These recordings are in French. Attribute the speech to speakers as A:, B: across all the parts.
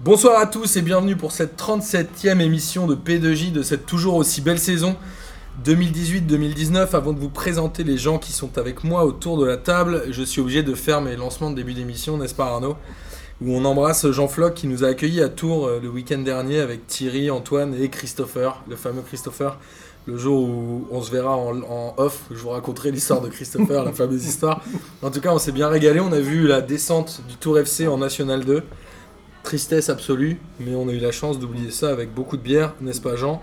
A: Bonsoir à tous et bienvenue pour cette 37e émission de P2J de cette toujours aussi belle saison 2018-2019. Avant de vous présenter les gens qui sont avec moi autour de la table, je suis obligé de faire mes lancements de début d'émission, n'est-ce pas Arnaud Où on embrasse Jean Floch qui nous a accueillis à Tours euh, le week-end dernier avec Thierry, Antoine et Christopher, le fameux Christopher. Le jour où on se verra en, en off, je vous raconterai l'histoire de Christopher, la fameuse histoire. En tout cas, on s'est bien régalé. On a vu la descente du Tour FC en National 2. Tristesse absolue, mais on a eu la chance d'oublier ça avec beaucoup de bière, n'est-ce pas Jean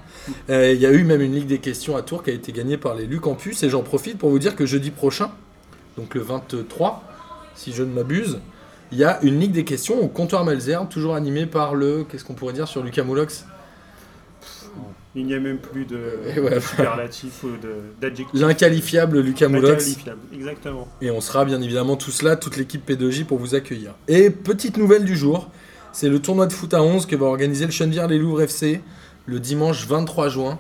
A: Euh, Il y a eu même une Ligue des questions à Tours qui a été gagnée par les Lucampus, et j'en profite pour vous dire que jeudi prochain, donc le 23, si je ne m'abuse, il y a une Ligue des questions au comptoir Malzerne, toujours animée par le, qu'est-ce qu'on pourrait dire sur Lucas Moulox
B: Il n'y a même plus de
A: Et ouais.
B: superlatif ou de- d'adjectif.
A: L'inqualifiable Lucas Moulox.
B: Inqualifiable, Exactement.
A: Et on sera bien évidemment tous là, toute l'équipe P2J pour vous accueillir. Et petite nouvelle du jour, c'est le tournoi de foot à 11 que va organiser le Chenvière les Louvres FC le dimanche 23 juin.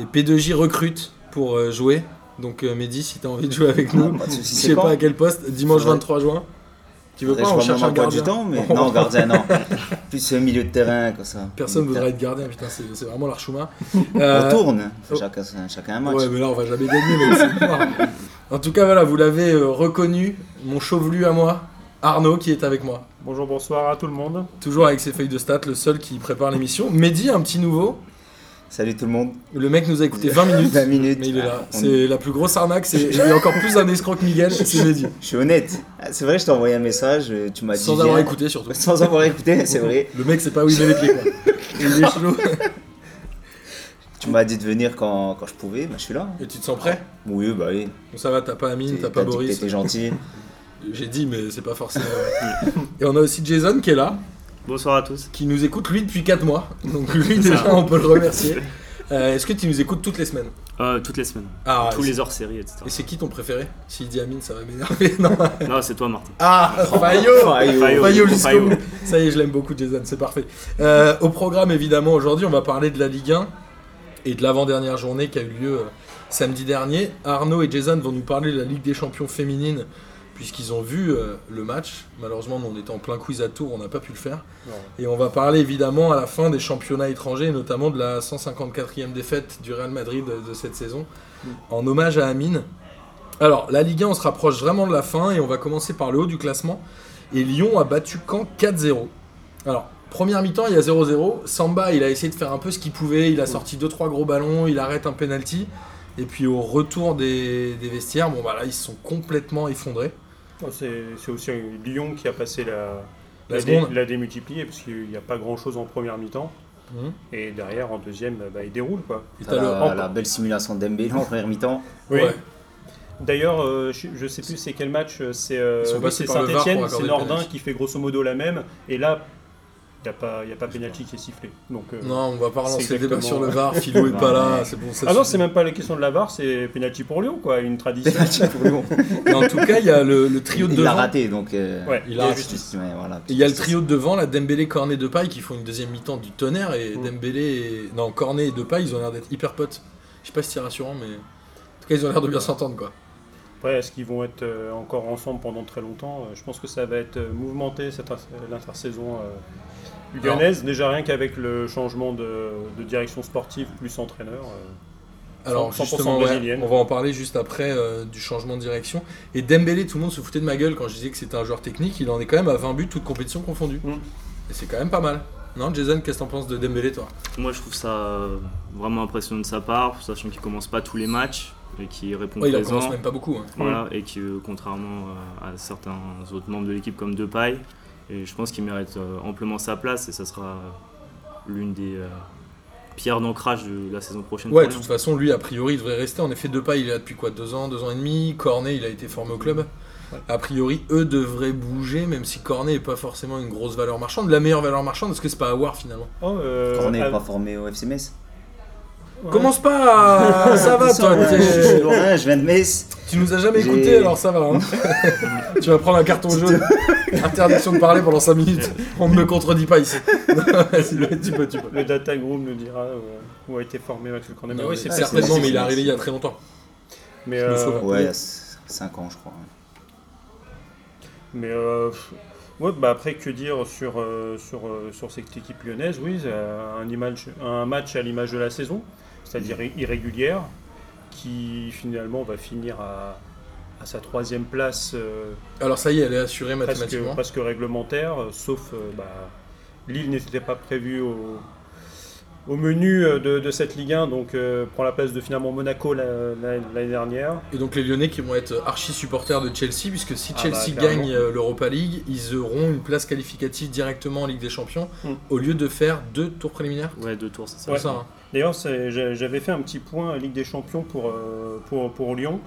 A: Et P2J recrute pour euh, jouer. Donc euh, Mehdi, si t'as envie de jouer avec nous,
C: Pas de soucis,
A: je
C: c'est
A: sais
C: quand
A: pas à quel poste, dimanche
C: Faudrait-
A: 23 juin. Tu veux
C: Faudrait
A: pas,
C: que
A: on
C: je vois
A: cherche
C: mon
A: un
C: emploi
A: gardien.
C: du temps, mais non, gardien, non. Plus euh, milieu de terrain, comme ça.
A: Personne
C: Milieu de
A: voudrait être gardien, putain, c'est c'est vraiment l'archouma.
C: terrain.
A: Euh,
C: On tourne, Faut
A: oh.
C: chacun, chacun un match.
A: Ouais, mais là, on va jamais gagner, mais c'est noir. En tout cas, voilà, vous l'avez euh, reconnu, mon chevelu à moi, Arnaud, qui est avec moi.
B: Bonjour, bonsoir à tout le monde.
A: Toujours avec ses feuilles de stats, le seul qui prépare l'émission. Mehdi, un petit nouveau.
C: Salut tout le monde.
A: Le mec nous a écouté 20 minutes.
C: 20 minutes.
A: Mais il est là.
C: Bah Ah, On-
A: C'est la plus grosse arnaque. C'est il est encore plus un escroc que Miguel. C'est Mehdi.
C: Je suis honnête. Ah, C'est vrai, je t'ai envoyé un message, euh, tu m'as dit.
A: Sans avoir
C: viens.
A: écouté surtout.
C: Sans avoir écouté, c'est vrai.
A: Le mec sait pas où il met les pieds. quoi. Il est chelou.
C: Tu m'as dit de venir quand, quand je pouvais, bah, je suis là.
A: Et tu te sens prêt
C: Oui, bah oui.
A: Bon, Ça va, t'as pas Amine, t'as
C: T'as
A: pas
C: dit que
A: Boris.
C: T'étais gentil.
A: J'ai dit, mais c'est pas forcément. Et on a aussi Jason qui est là,
D: Bonsoir à tous.
A: qui nous écoute lui depuis 4 mois. Donc lui déjà, on peut le remercier. Euh, Est-ce que tu nous écoutes toutes les semaines
D: Euh, toutes les semaines.
A: Ah,
D: Tous
A: et
D: les hors-séries, etc.
A: c'est- Et c'est qui ton préféré S'il dit Amine, ça va m'énerver. Non.
D: non, c'est toi, Martin.
A: Ah, Fayot
C: Faillot.
D: Faillot.
A: Fayol
D: Fayol.
A: jusqu'au bout. Ça y est, je l'aime beaucoup, Jason, c'est parfait. Euh, au programme, évidemment, aujourd'hui, on va parler de la Ligue 1 et de l'avant-dernière journée qui a eu lieu euh, samedi dernier. Arnaud et Jason vont nous parler de la Ligue des Champions féminine, puisqu'ils ont vu euh, le match. Malheureusement, nous, on était en plein quiz à tour, on n'a pas pu le faire.
B: Non.
A: Et on va parler, évidemment, à la fin des championnats étrangers, et notamment de la 154e défaite du Real Madrid euh, de cette saison, en hommage à Amine. Alors, la Ligue 1, on se rapproche vraiment de la fin et on va commencer par le haut du classement. Et Lyon a battu Caen 4-0. Alors, première mi-temps, il y a 0-0. Samba, il a essayé de faire un peu ce qu'il pouvait. Il a sorti 2-3 gros ballons, il arrête un penalty. Et puis au retour des, des vestiaires, bon bah là, ils se sont complètement effondrés.
B: Oh, C'est c'est aussi euh, Lyon qui a passé la,
A: La
B: la, dé-
A: seconde.
B: la démultipliée, parce qu'il n'y a pas grand-chose en première mi-temps.
A: Mhm.
B: Et derrière, en deuxième, bah, il déroule. quoi.
A: Et
C: T'as
A: t'as le-
C: Ah la, la belle simulation d'Embélé en première mi-temps.
A: Ouais.
B: D'ailleurs, euh, je je sais plus c'est quel match, euh, c'est euh,
A: Ils sont
B: oui,
A: passés
B: c'est
A: par le VAR pour
B: Saint-Etienne,
A: accorder
B: c'est
A: le
B: Nordin
A: penalty.
B: qui fait grosso modo la même. Et là, il n'y a pas, y a pas pénalty qui est sifflé. Donc, euh,
A: Non, on va pas relancer
B: C'est
A: le débat sur
B: exactement-
A: le VAR. Philou est pas là,
C: Ouais.
A: c'est bon. ça
B: Ah non,
A: suffit.
B: c'est même pas la question de la VAR, c'est pénalty pour Lyon, quoi. Une tradition.
C: Pénalty pour Lyon.
A: Mais en tout cas, il y a le, le trio de
C: Il l'a
A: devant.
C: raté, donc. euh,
B: Ouais,
A: Il
B: il
A: a
B: y a
A: raté.
B: justice.
C: ouais, voilà.
A: Et Il y a le trio de devant, la Dembélé, Cornet, Depay, qui font une deuxième mi-temps du tonnerre. Et
B: Mm.
A: Dembélé, et... non, Cornet et Depay, ils ont l'air d'être hyper potes. Je sais pas si c'est rassurant, mais en tout cas, ils ont l'air de bien s'entendre, quoi.
B: Après, est-ce qu'ils vont être euh, encore ensemble pendant très longtemps Euh, Je pense que ça va être euh, mouvementé cette ins- l'intersaison euh, lyonnaise. Déjà rien qu'avec le changement de, de direction sportive plus entraîneur. euh.
A: Alors
B: 100%
A: justement, ouais,
B: brésilienne.
A: on va en parler juste après euh, du changement de direction. Et Dembélé, tout le monde se foutait de ma gueule quand je disais que c'était un joueur technique. Il en est quand même à 20 buts, toutes compétitions confondues.
B: Mm.
A: Et c'est quand même pas mal. Non, Jason, qu'est-ce que t'en penses de Dembélé, toi
D: Moi, je trouve ça euh, vraiment impressionnant de sa part, sachant qu'il commence pas tous les matchs et qu'il répond
A: Ouais, Il en
D: présent.
A: commence même pas beaucoup. hein.
D: Voilà, et qui, euh, contrairement euh, à certains autres membres de l'équipe comme Depay, et je pense qu'il mérite euh, amplement sa place et ça sera euh, l'une des euh, pierres d'ancrage de la saison prochaine.
A: Ouais, de
D: pour Lyon.
A: toute façon, lui, a priori, il devrait rester. En effet, Depay, il est là depuis quoi Deux ans, deux ans et demi. Cornet, il a été formé au club.
B: Ouais.
A: A priori, eux devraient bouger, même si Cornet est pas forcément une grosse valeur marchande. La meilleure valeur marchande, est-ce que c'est pas Awar finalement
B: Oh, euh,
C: Cornet
B: ah,
C: n'est pas formé au FC Metz.
B: ouais.
A: Commence pas
C: Ah,
A: à- Ça va, toi
C: Ouais,
A: t'es-
C: Je suis loin, Ah, je viens de Metz.
B: Euh,
A: Tu nous as jamais
C: J'ai-
A: écouté, alors ça va. hein. tu vas prendre un carton jaune. Interdiction de parler pendant 5 minutes. On ne me contredit pas ici. Vas-y, tu peux, tu peux.
B: Le data group nous dira euh, où a été formé Maxwell Cornet. Mais
A: Non,
B: oui,
A: mais
B: c'est
C: ah,
A: certainement,
C: c'est-
A: mais il est
C: c'est-
A: arrivé il y a très longtemps.
B: Mais,
A: je me
B: euh,
A: souviens.
C: Ouais, 5 ans, je crois.
B: mais, euh, pff, Ouais, bah après, que dire sur, euh, sur, euh, sur cette équipe lyonnaise Oui, euh, un, image, un match à l'image de la saison, c'est-à-dire irrégulière, qui finalement va finir à, à sa troisième place euh,
A: Alors ça y est, elle est assurée
B: presque,
A: mathématiquement.
B: presque réglementaire, euh, sauf euh, bah, Lille n'était pas prévu au, au menu euh, de, de cette Ligue 1, donc euh, prend la place de finalement Monaco la- la- l'année dernière.
A: Et donc les Lyonnais qui vont être archi supporters de Chelsea, puisque si
B: Ah
A: Chelsea
B: bah, clairement.
A: gagne euh, l'Europa League, ils auront une place qualificative directement en Ligue des Champions,
B: Mm.
A: au lieu de faire deux tours préliminaires.
D: Ouais, deux tours, c'est ça.
A: C'est ça, hein.
B: D'ailleurs, c'est- j'a- j'avais fait un petit point Ligue des Champions pour, euh, pour, pour Lyon.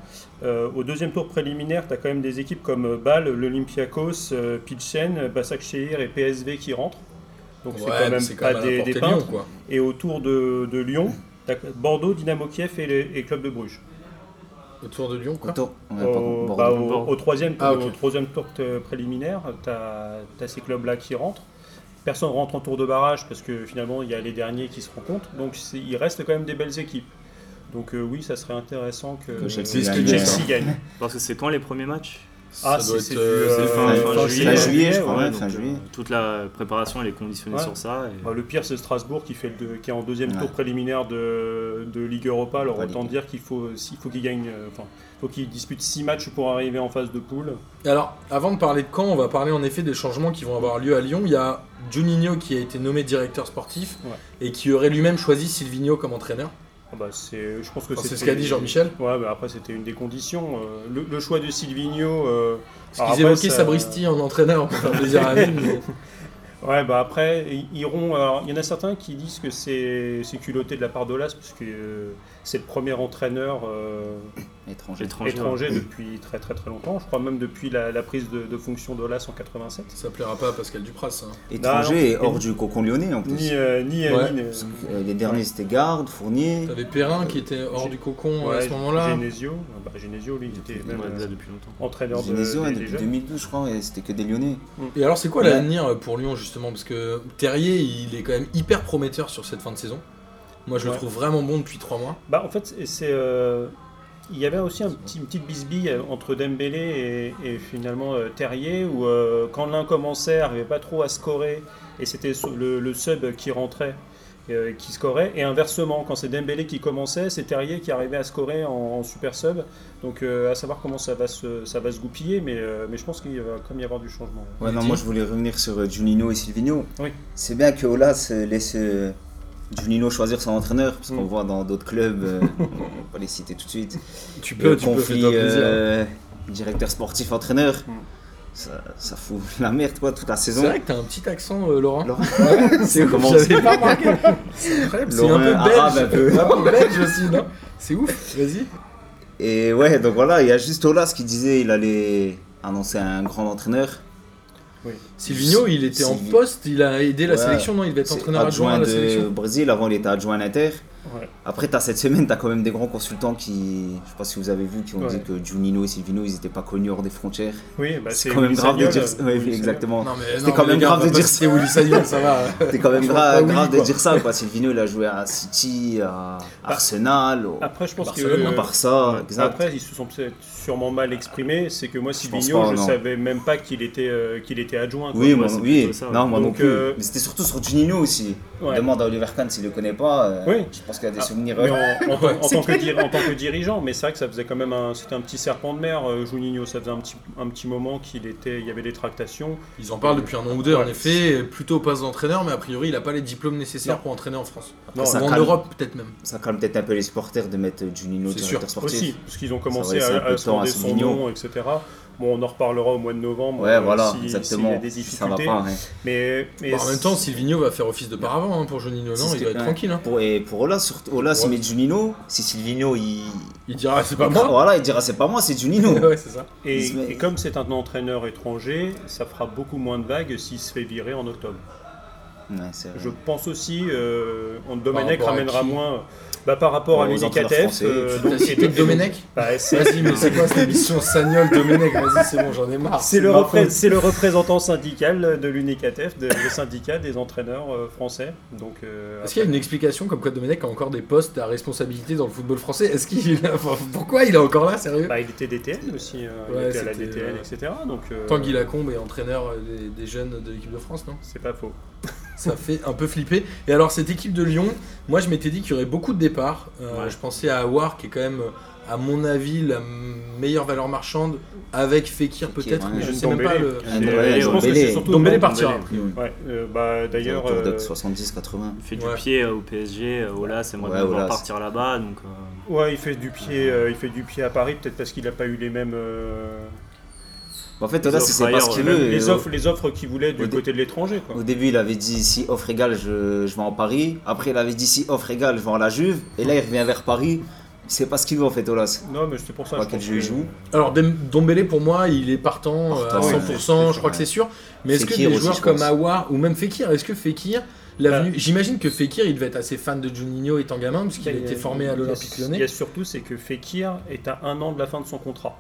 B: Euh, au deuxième tour préliminaire, tu as quand même des équipes comme euh, Bâle, l'Olympiakos, euh, Pilsen, Basak Shehir et PSV qui rentrent. Donc c'est
A: Ouais,
B: quand
A: mais
B: même
A: c'est quand
B: pas
A: même à la
B: des,
A: portée
B: des
A: de
B: peintres.
A: Lyon, quoi.
B: Et autour de, de Lyon, t'as Bordeaux, Dynamo Kiev et, les- et Club de Bruges.
A: Autour de Lyon, quoi.
C: Autour- ouais, par contre,
B: Au,
C: Bordeaux.
B: bah, au-
D: Bordeaux.
B: au troisième,
A: Ah, ok.
B: au troisième tour euh, préliminaire, tu as, ces clubs-là qui rentrent. Personne rentre en tour de barrage parce que finalement, il y a les derniers qui se rencontrent. Donc, c'est- il reste quand même des belles équipes. Donc, euh, oui, ça serait intéressant que,
C: Que Chelsea
B: que
A: gagne,
B: Chelsea
A: ouais.
B: gagne.
D: Parce que c'est quand les premiers matchs
A: ça
B: Ah, c'est-
A: doit
B: c'est
A: être
B: du,
A: euh,
B: euh,
A: c'est fin,
C: fin
A: fin
C: juillet.
A: juillet.
C: je crois,
B: ouais.
C: ouais, fin
D: donc, euh,
C: juillet.
D: toute la préparation, elle est conditionnée
B: Ouais.
D: sur ça. et-
B: Bah, le pire, c'est Strasbourg qui, fait le, qui est en deuxième
C: Ouais.
B: tour préliminaire de, de Ligue Europa. Alors,
C: Ouais,
B: autant
C: Ligue.
B: dire qu'il faut, s'il faut qu'il gagne, euh, enfin, faut qu'il dispute six matchs pour arriver en phase de poule.
A: Alors, avant de parler de Caen, on va parler en effet des changements qui vont avoir lieu à Lyon. Il y a Juninho qui a été nommé directeur sportif
B: Ouais.
A: et qui aurait lui-même choisi Silvino comme entraîneur.
B: Ah bah, c'est, je pense que
A: Enfin, c'est ce
B: c'était-
A: qu'a dit Jean-Michel.
B: Ouais, bah après c'était une des conditions. Euh, le, le choix de Silvino. euh,
A: Parce
B: alors
A: qu'ils
B: après,
A: évoquaient
B: ça-
A: Sabristi en entraîneur pour faire plaisir à Amine. mais-
B: Ouais, bah après ils ils iront. Alors il y en a certains qui disent que c'est, c'est culotté de la part de l'AS parce que euh, c'est le premier entraîneur euh,
C: Étranger.
D: Étranger.
B: étranger depuis très très très longtemps. Je crois même depuis la, la prise de, de fonction de l'AS en 87.
A: Ça plaira pas à Pascal Dupras. hein. ça.
B: Non, non.
C: Étranger et hors du cocon lyonnais en
B: Bah, Ni
C: plus.
B: euh, ni, euh,
A: Ouais.
B: ni, euh,
C: Euh, Les derniers c'était Garde, Fournier.
A: T'avais Perrin qui était hors
B: J'ai-
A: du cocon euh, à
B: euh, ouais,
A: ce moment-là.
B: Genesio. Ah Bah, Genesio lui il était
D: Ouais,
B: même
D: là,
B: euh,
D: depuis longtemps.
B: entraîneur de,
C: Genesio ouais,
B: des- des
C: depuis
B: jeunes.
C: 2012 je crois et c'était que des lyonnais.
A: Et alors, c'est quoi
C: Ouais.
A: l'avenir euh, pour Lyon justement Parce que Terrier, il est quand même hyper prometteur sur cette fin de saison. Moi, je le
B: Ouais.
A: trouve vraiment bon depuis trois mois.
B: Bah, en fait, c'est- c'est. euh, Il y avait aussi un petit, une petite bisbille euh, entre Dembélé et, et finalement euh, Terrier, où euh, quand l'un commençait, n'arrivait pas trop à scorer, et c'était so- le, le sub qui rentrait, euh, qui scorait, et inversement, quand c'est Dembélé qui commençait, c'est Terrier qui arrivait à scorer en, en super sub. Donc euh, à savoir comment ça va se, ça va se goupiller, mais, euh, mais je pense qu'il va comme y avoir du changement.
C: Ouais, non,
A: Mehdi.
C: moi je voulais revenir sur euh, Juninho et Silvino.
B: Oui.
C: C'est bien que Olas euh, laisse euh, Juninho choisir son entraîneur, parce qu'on
B: Mm.
C: voit dans d'autres clubs, euh, on on va pas les citer tout de suite,
A: Tu
C: le
A: peux, tu peux,
C: conflit
A: fais-toi plaisir.
C: euh, directeur sportif-entraîneur.
B: Mm.
C: Ça, ça fout la merde quoi, toute la
A: C'est
C: saison.
A: vrai que t'as un petit accent, euh, Laurent.
C: Laurent.
A: Ouais, c'est ouf,
C: Comment
A: j'avais pas remarqué. C'est incroyable, c'est un peu
C: Laurent, arabe, un
A: belge.
C: peu.
A: Un peu belge aussi, non C'est ouf, vas-y.
C: Et ouais, donc voilà, il y a juste Olas qui disait il allait annoncer un grand entraîneur.
A: Silvino, il était en
C: Silvi-
A: poste, il a aidé la
C: Ouais.
A: sélection, non Il devait être
C: C'est
A: entraîneur adjoint à la
C: de
A: sélection.
C: Brésil, avant il était adjoint à l'Inter.
B: Ouais.
C: Après, as cette semaine, tu as quand même des grands consultants qui, je sais pas si vous avez vu, qui ont
B: Ouais.
C: dit que Juninho et Silvino, ils n'étaient pas connus hors des frontières.
B: Oui, bah,
C: c'est quand même grave de
B: Sagnol,
C: dire
B: euh,
C: ça. Ouais,
B: Willy
C: exactement.
A: Non, mais
C: C'était
A: non,
C: quand
A: mais
C: même
A: les gars,
C: grave
A: on va
C: de
A: pas
C: dire
A: citer Willy Sagnol, ça va.
C: C'était quand même
A: Franchement,
C: gra-
A: pas oui,
C: grave de
A: quoi. Bah,
C: dire ça, quoi. Silvino, il a joué à City, à Arsenal, au
B: Sagnol. Après, je pense que.
A: Barcelone,
B: euh,
C: à Barça,
D: ouais.
C: Ah, exact.
B: Après, ils se sont peut-être sûrement mal exprimés. C'est que moi,
C: Je pense
B: Silvigno,
C: pas,
B: je
C: non.
B: savais même pas qu'il était, euh, qu'il était adjoint. quoi.
C: oui,
D: moi,
C: moi,
D: c'est
C: oui.
D: plutôt ça,
C: non, moi non
B: Donc,
C: plus.
B: euh,
C: Mais c'était surtout sur Juninho aussi.
B: Ouais.
C: Demande à Oliver Kahn s'il le connaît pas. euh,
B: Oui.
C: Je pense qu'il y a des
B: Ah,
C: souvenirs. euh,
B: Mais en, en tant- en
A: c'est
B: tant que diri- en tant que dirigeant, mais c'est vrai que ça faisait quand même un, c'était un petit serpent de mer, euh, Juninho. Ça faisait un petit, un petit moment qu'il était, il y avait des tractations.
A: Ils en parlent depuis un an ou deux, en
B: Ouais.
A: effet. Plutôt poste d'entraîneur, mais a priori, il a pas les diplômes nécessaires
B: Non.
A: pour entraîner en France.
C: Après,
B: non,
A: Ou
C: ça,
A: en
C: calme,
A: Europe, peut-être même.
C: ça calme peut-être un peu les supporters de mettre Juninho
A: C'est
C: directeur
A: sûr.
C: sportif.
B: Aussi, parce qu'ils ont commencé
C: laisse un
B: à,
C: peu de
B: à
C: temps à
B: sonder son
C: Silvigno.
B: nom, etc. Bon, on en reparlera au mois de novembre.
C: Ouais,
B: euh,
C: voilà,
B: si- s'il y a
C: exactement.
B: des
C: ça va
B: difficultés.
C: pas. hein.
B: Mais, mais
A: Bon, Bah, en même temps, Silvino va faire office de paravent hein, pour Juninho,
C: Si
A: non Il
C: c'était-
A: doit être
C: ouais.
A: tranquille. hein.
C: Pour, et pour Ola, surtout, Ola, s'il
A: Ouais.
C: met Juninho, si Silvino, il. Bah,
A: Il dira, c'est
B: Bah,
A: pas moi.
C: Voilà, il dira c'est pas moi, c'est Juninho.
A: Ouais, c'est ça.
B: et,
C: Mais-
B: et comme c'est un entraîneur étranger, ça fera beaucoup moins de vagues s'il se fait virer en octobre.
C: Ouais, c'est vrai.
B: Je pense aussi, euh, on- Domenech
A: rapport à
B: ramènera
A: qui
B: moins. Bah, par rapport à
C: Aux entraîneurs
B: l'UNICATF.
C: français,
B: euh,
C: tout
B: donc-
A: T'as cité
B: et-
A: Domenech
B: Bah, c'est-
A: Vas-y, mais c'est quoi cette émission Sagnol, Domenech Vas-y, c'est bon, j'en ai marre.
B: C'est le,
A: ma
B: repré-
A: faute.
B: c'est le représentant syndical de l'UNICATF, de- le syndicat des entraîneurs euh, français. Donc, euh,
A: Est-ce qu'il y a une explication comme quoi Domenech a encore des postes à responsabilité dans le football français Est-ce qu'il a- enfin, Pourquoi il est encore là, sérieux
B: bah, il était DTN aussi, euh,
A: Ouais,
B: il était à la
A: c'était-
B: DTN,
A: ouais.
B: etc. Donc, euh,
A: Tanguy Lacombe est entraîneur euh, des, des jeunes de l'équipe de France, non
B: c'est pas faux.
A: Ça fait un peu flipper. Et alors, cette équipe de Lyon, moi je m'étais dit qu'il y aurait beaucoup de départs. Euh,
D: Ouais.
A: Je pensais à Aouar, qui est quand même, à mon avis, la m- meilleure valeur marchande, avec Fekir
C: Fekir,
A: peut-être,
C: ouais.
A: mais je
B: Même
A: sais même pas
B: Dembélé.
A: le.
C: Ah,
D: Et,
C: Dembélé,
D: euh,
B: Je pense que
C: Dembélé.
B: c'est surtout
A: Dombélé
B: Dembélé.
A: partira.
C: Mmh.
B: Ouais, euh, bah, d'ailleurs,
C: Autour de
B: euh,
C: 70-80.
D: Il fait du
A: Ouais.
D: pied euh, au PSG, euh, Olas aimerait
C: Ouais,
D: bien voir
C: Olas.
D: partir là-bas. Donc, euh,
B: ouais, il fait du pied, euh, il fait du pied à Paris, peut-être parce qu'il n'a pas eu les mêmes euh,
C: Bah, En fait,
D: Les
C: là,
D: offres
C: c'est pas
D: ailleurs,
C: ce qu'il
D: ouais.
C: veut. euh,
B: les
C: Et
B: offres, les offres qu'il voulait du
C: au dé-
B: côté de l'étranger. quoi.
C: Au début, il avait dit si offre égale, je, je vais en Paris. Après, il avait dit si offre égale, je vais en la Juve. Et là, il revient vers Paris. C'est pas ce qu'il veut en fait, Olas.
B: Non, mais c'est pour ça.
C: Pas
B: je
C: quel
B: pense
C: jeu
B: que-
C: il joue.
A: Alors Dem- Dombélé pour moi il est partant, euh,
C: Partant,
A: à
C: ouais,
A: 100%,
C: c'est-
A: je crois que c'est
C: ouais.
A: sûr. Mais est-ce que
C: Fekir
A: des
C: aussi,
A: joueurs
C: je
A: comme
C: pense.
A: Aouar ou même Fekir, est-ce que Fekir,
B: Bah.
A: l'avenue, j'imagine que Fekir il devait être assez fan de Juninho étant gamin puisqu'il a
B: Il y a-
A: été formé à
B: il y a-
A: l'Olympique
B: Il y
A: Lyonnais.
B: a surtout, c'est que Fekir est à un an de la fin de son contrat.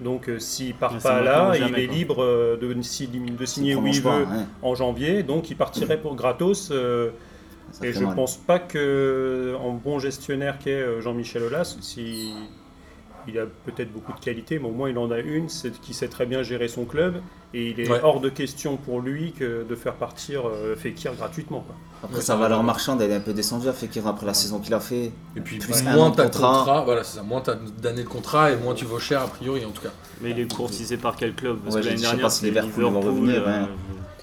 B: Donc euh, s'il part
D: Ouais, c'est
B: pas
D: maintenant
B: là,
D: ou jamais,
B: il est
D: quoi.
B: libre euh, de, si- de signer
C: Il
B: où il
C: prolonge pas,
B: veut
C: ouais.
B: en janvier. Donc il partirait pour gratos. euh,
C: Ça
B: et
C: fait
B: je
C: mal.
B: pense pas que, euh, en bon gestionnaire qu'est euh, Jean-Michel Aulas, si il a peut-être beaucoup de qualités, mais au moins il en a une, c'est qui sait très bien gérer son club. Et il est
A: Ouais.
B: hors de question pour lui que de faire partir euh, Fekir gratuitement. quoi.
C: Après, sa valeur marchande, elle est un peu descendue à Fekir après la saison qu'il a fait.
A: Et puis
C: Plus un
A: moins
C: an de
A: t'as de
C: contrat.
A: contrat, voilà c'est ça, moins t'as d'années de contrat et moins tu vaux cher a priori en tout cas.
D: mais il est courtisé par quel club Parce
C: Ouais,
D: que
C: j'ai
D: l'année
C: dit, je sais
D: dernière,
C: pas si
D: c'était
C: Liverpool vont revenir,
D: euh,
C: ouais.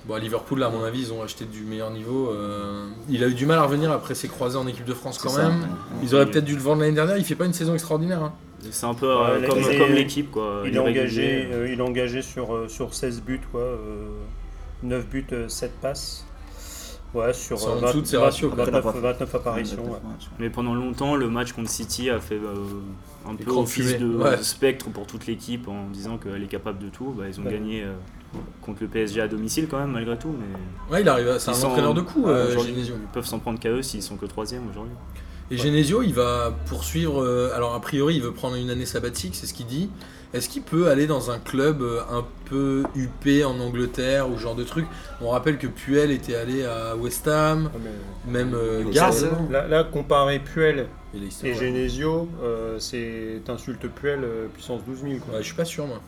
A: Bon à Liverpool là à mon avis ils ont acheté du meilleur niveau. euh, il a eu du mal à revenir après ses croisés en équipe de France quand
C: C'est ça,
A: même.
C: ouais.
A: Ils auraient peut-être dû le vendre l'année dernière, il fait pas une saison extraordinaire. hein.
D: C'est un peu euh,
B: Ouais,
D: comme,
B: il est-
D: comme l'équipe. quoi.
B: Il est engagé, euh, il est engagé sur, euh, sur 16 buts, quoi, euh, 9 buts, euh, 7 passes. Ouais, sur
A: C'est
B: euh,
A: en
B: 20
A: dessous de ses
B: 20
A: ratios, quoi.
B: 29,
C: Après, la
B: 29 apparitions. ouais.
D: Mais pendant longtemps, le match contre City a fait euh, un peu
A: grandes
D: office
A: fumées,
D: de
A: ouais.
D: de spectre pour toute l'équipe en disant qu'elle est capable de tout. Bah, ils ont
B: Ouais.
D: gagné euh, contre le PSG à domicile quand même, malgré tout. Mais
A: Ouais il arrive, à- c'est
D: Ils
A: un
D: sont-
A: entraîneur de coup
D: Ouais,
A: euh,
D: aujourd'hui,
A: Genesio.
D: ils peuvent s'en prendre qu'à eux s'ils sont que troisième aujourd'hui.
A: Et
B: Ouais.
A: Genesio, il va poursuivre. euh, alors, a priori, il veut prendre une année sabbatique, c'est ce qu'il dit. Est-ce qu'il peut aller dans un club euh, un peu huppé en Angleterre ou ce genre de truc On rappelle que Puel était allé à West Ham,
B: Ouais, Ah, mais
A: même euh,
C: Et
A: Garth.
C: ça,
A: non
B: Là, là, comparer Puel
A: Et Leicester,
B: et
A: ouais.
B: Genesio, euh, c'est insulte Puel euh, puissance 12 000. Quoi.
A: Ouais, je suis pas sûr, moi.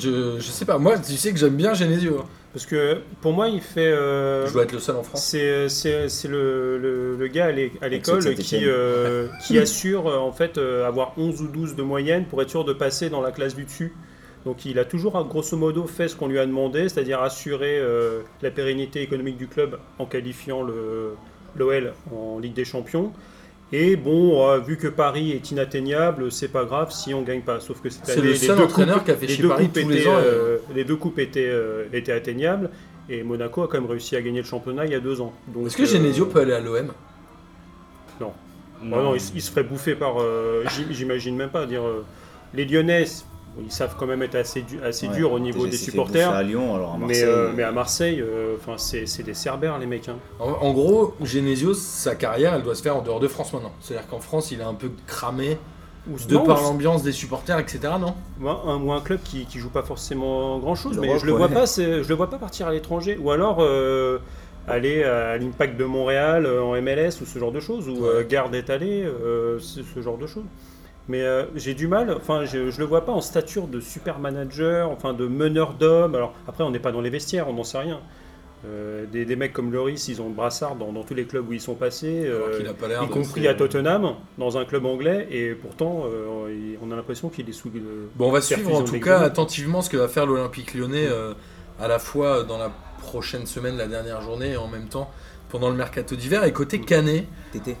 A: Je, je sais pas, moi, tu sais que j'aime bien Genesio. hein.
B: Parce que pour moi, il fait. euh,
A: Je dois être le seul en France.
B: C'est c'est- c'est le, le- le gars à l'é- à l'école
C: Avec
B: qui,
C: Saint-Étienne.
B: euh, qui assure euh, en fait euh, avoir 11 ou 12 de moyenne pour être sûr de passer dans la classe du dessus. Donc il a toujours euh, grosso modo fait ce qu'on lui a demandé, c'est-à-dire assurer euh, la pérennité économique du club en qualifiant le- l'OL en Ligue des Champions. Et bon, euh, vu que Paris est inatteignable, c'est pas grave si on gagne pas. Sauf que cette
A: C'est
B: année,
A: le
B: Bah, les
A: seul
B: deux
A: entraîneur
B: coupes-
A: qui a fait
B: les
A: chez
B: deux
A: Paris
B: coupes
A: tous les
B: étaient,
A: ans.
B: euh, les deux coupes étaient, euh, étaient atteignables et Monaco a quand même réussi à gagner le championnat il y a deux ans. Donc,
A: Est-ce que
B: euh,
A: Genesio peut aller à l'OM
B: Ah non, il, s- il se ferait bouffer par. euh, j'im- J'imagine même pas. Dire, euh, les Lyonnais, ils savent quand même être assez, du- assez durs au niveau des supporters.
C: à Lyon, alors à
B: Mais,
C: Marseille.
B: euh, mais à Marseille, euh, enfin, c'est c'est des cerbères les mecs. hein.
A: En, en gros, Genesio, sa carrière, elle doit se faire en dehors de France maintenant. C'est-à-dire qu'en France, il a un peu cramé
B: Ou,
A: de
B: non,
A: par
B: ou-
A: l'ambiance des supporters, etc. Non
B: ou un, un- ou un club qui, qui joue pas forcément grand chose. Mais
C: L'Europe,
B: je le vois
C: ouais.
B: pas, c'est- je le vois pas partir à l'étranger. Ou alors euh, aller à l'Impact de Montréal euh, en MLS ou ce genre de choses. Ou euh, Garde est allé, euh, ce ce genre de choses. Mais euh, j'ai du mal, enfin je, je le vois pas en stature de super manager, enfin de meneur d'hommes. Alors après on n'est pas dans les vestiaires, on n'en sait rien. Euh, des, des mecs comme Loris, ils ont le brassard dans, dans tous les clubs où ils sont passés,
A: Alors
B: euh,
A: qu'il a pas l'air
B: y
A: de-
B: compris à Tottenham, dans un club anglais, et pourtant euh, il- on a l'impression qu'il est sous le,
A: Bon, on va
B: Certes,
A: suivre en
B: ils ont
A: tout
B: des
A: cas
B: gros.
A: attentivement ce que va faire l'Olympique lyonnais euh, à la fois dans la prochaine semaine, la dernière journée, et en même temps pendant le mercato d'hiver. Et
B: Mm.
A: côté Canet, hein,
C: TT.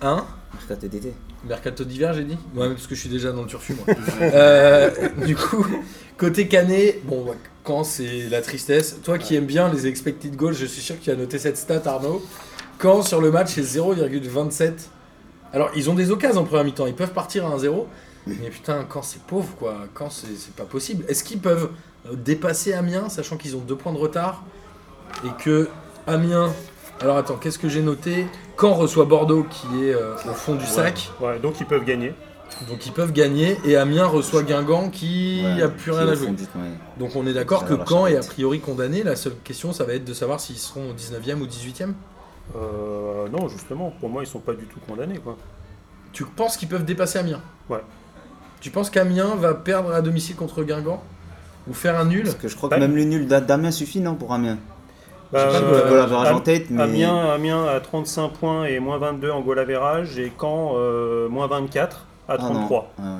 A: 1,
C: Mercato TT.
A: mercato d'hiver, j'ai dit Ouais, parce que je suis déjà dans le turfu, moi. Euh, du coup, côté Canet, bon, bah, quand c'est la tristesse, toi qui aimes bien les expected goals, je suis sûr que tu as noté cette stat, Arnaud. Quand sur le match, c'est 0,27. Alors, ils ont des occasions en première mi-temps, ils peuvent partir à 1-0. Mais putain, quand c'est pauvre, quoi, quand c'est c'est pas possible. Est-ce qu'ils peuvent euh, dépasser Amiens, sachant qu'ils ont deux points de retard et que Amiens. Alors attends, qu'est-ce que j'ai noté Caen reçoit Bordeaux qui est euh, au fond du sac.
B: Ouais, donc ils peuvent gagner.
A: Donc ils peuvent gagner. Et Amiens reçoit Guingamp qui
C: Ouais,
A: a plus
C: qui
A: rien
C: est
A: à
C: au fond
A: jouer.
C: du- ouais.
A: Donc on est d'accord
C: Ça
A: que
C: va, la
A: Caen est a
C: charpente.
A: priori condamné. La seule question, ça va être de savoir s'ils seront au 19e ou 18e.
B: Euh, non, justement, pour moi, ils sont pas du tout condamnés. Quoi.
A: Tu penses qu'ils peuvent dépasser Amiens
B: Ouais.
A: Tu penses qu'Amiens va perdre à domicile contre Guingamp Ou faire un nul
C: Parce que je crois
B: Ouais.
C: que même le nul d'A- d'Amiens suffit, non, pour Amiens
B: Bah,
C: J'ai
A: Euh,
C: pas le goal average en
B: Am-
C: tête, mais.
B: Amiens, Amiens à 35 points et moins 22 en goal average et Caen euh, moins 24 à
C: Ah, non.
B: 33.
C: Ouais, ouais.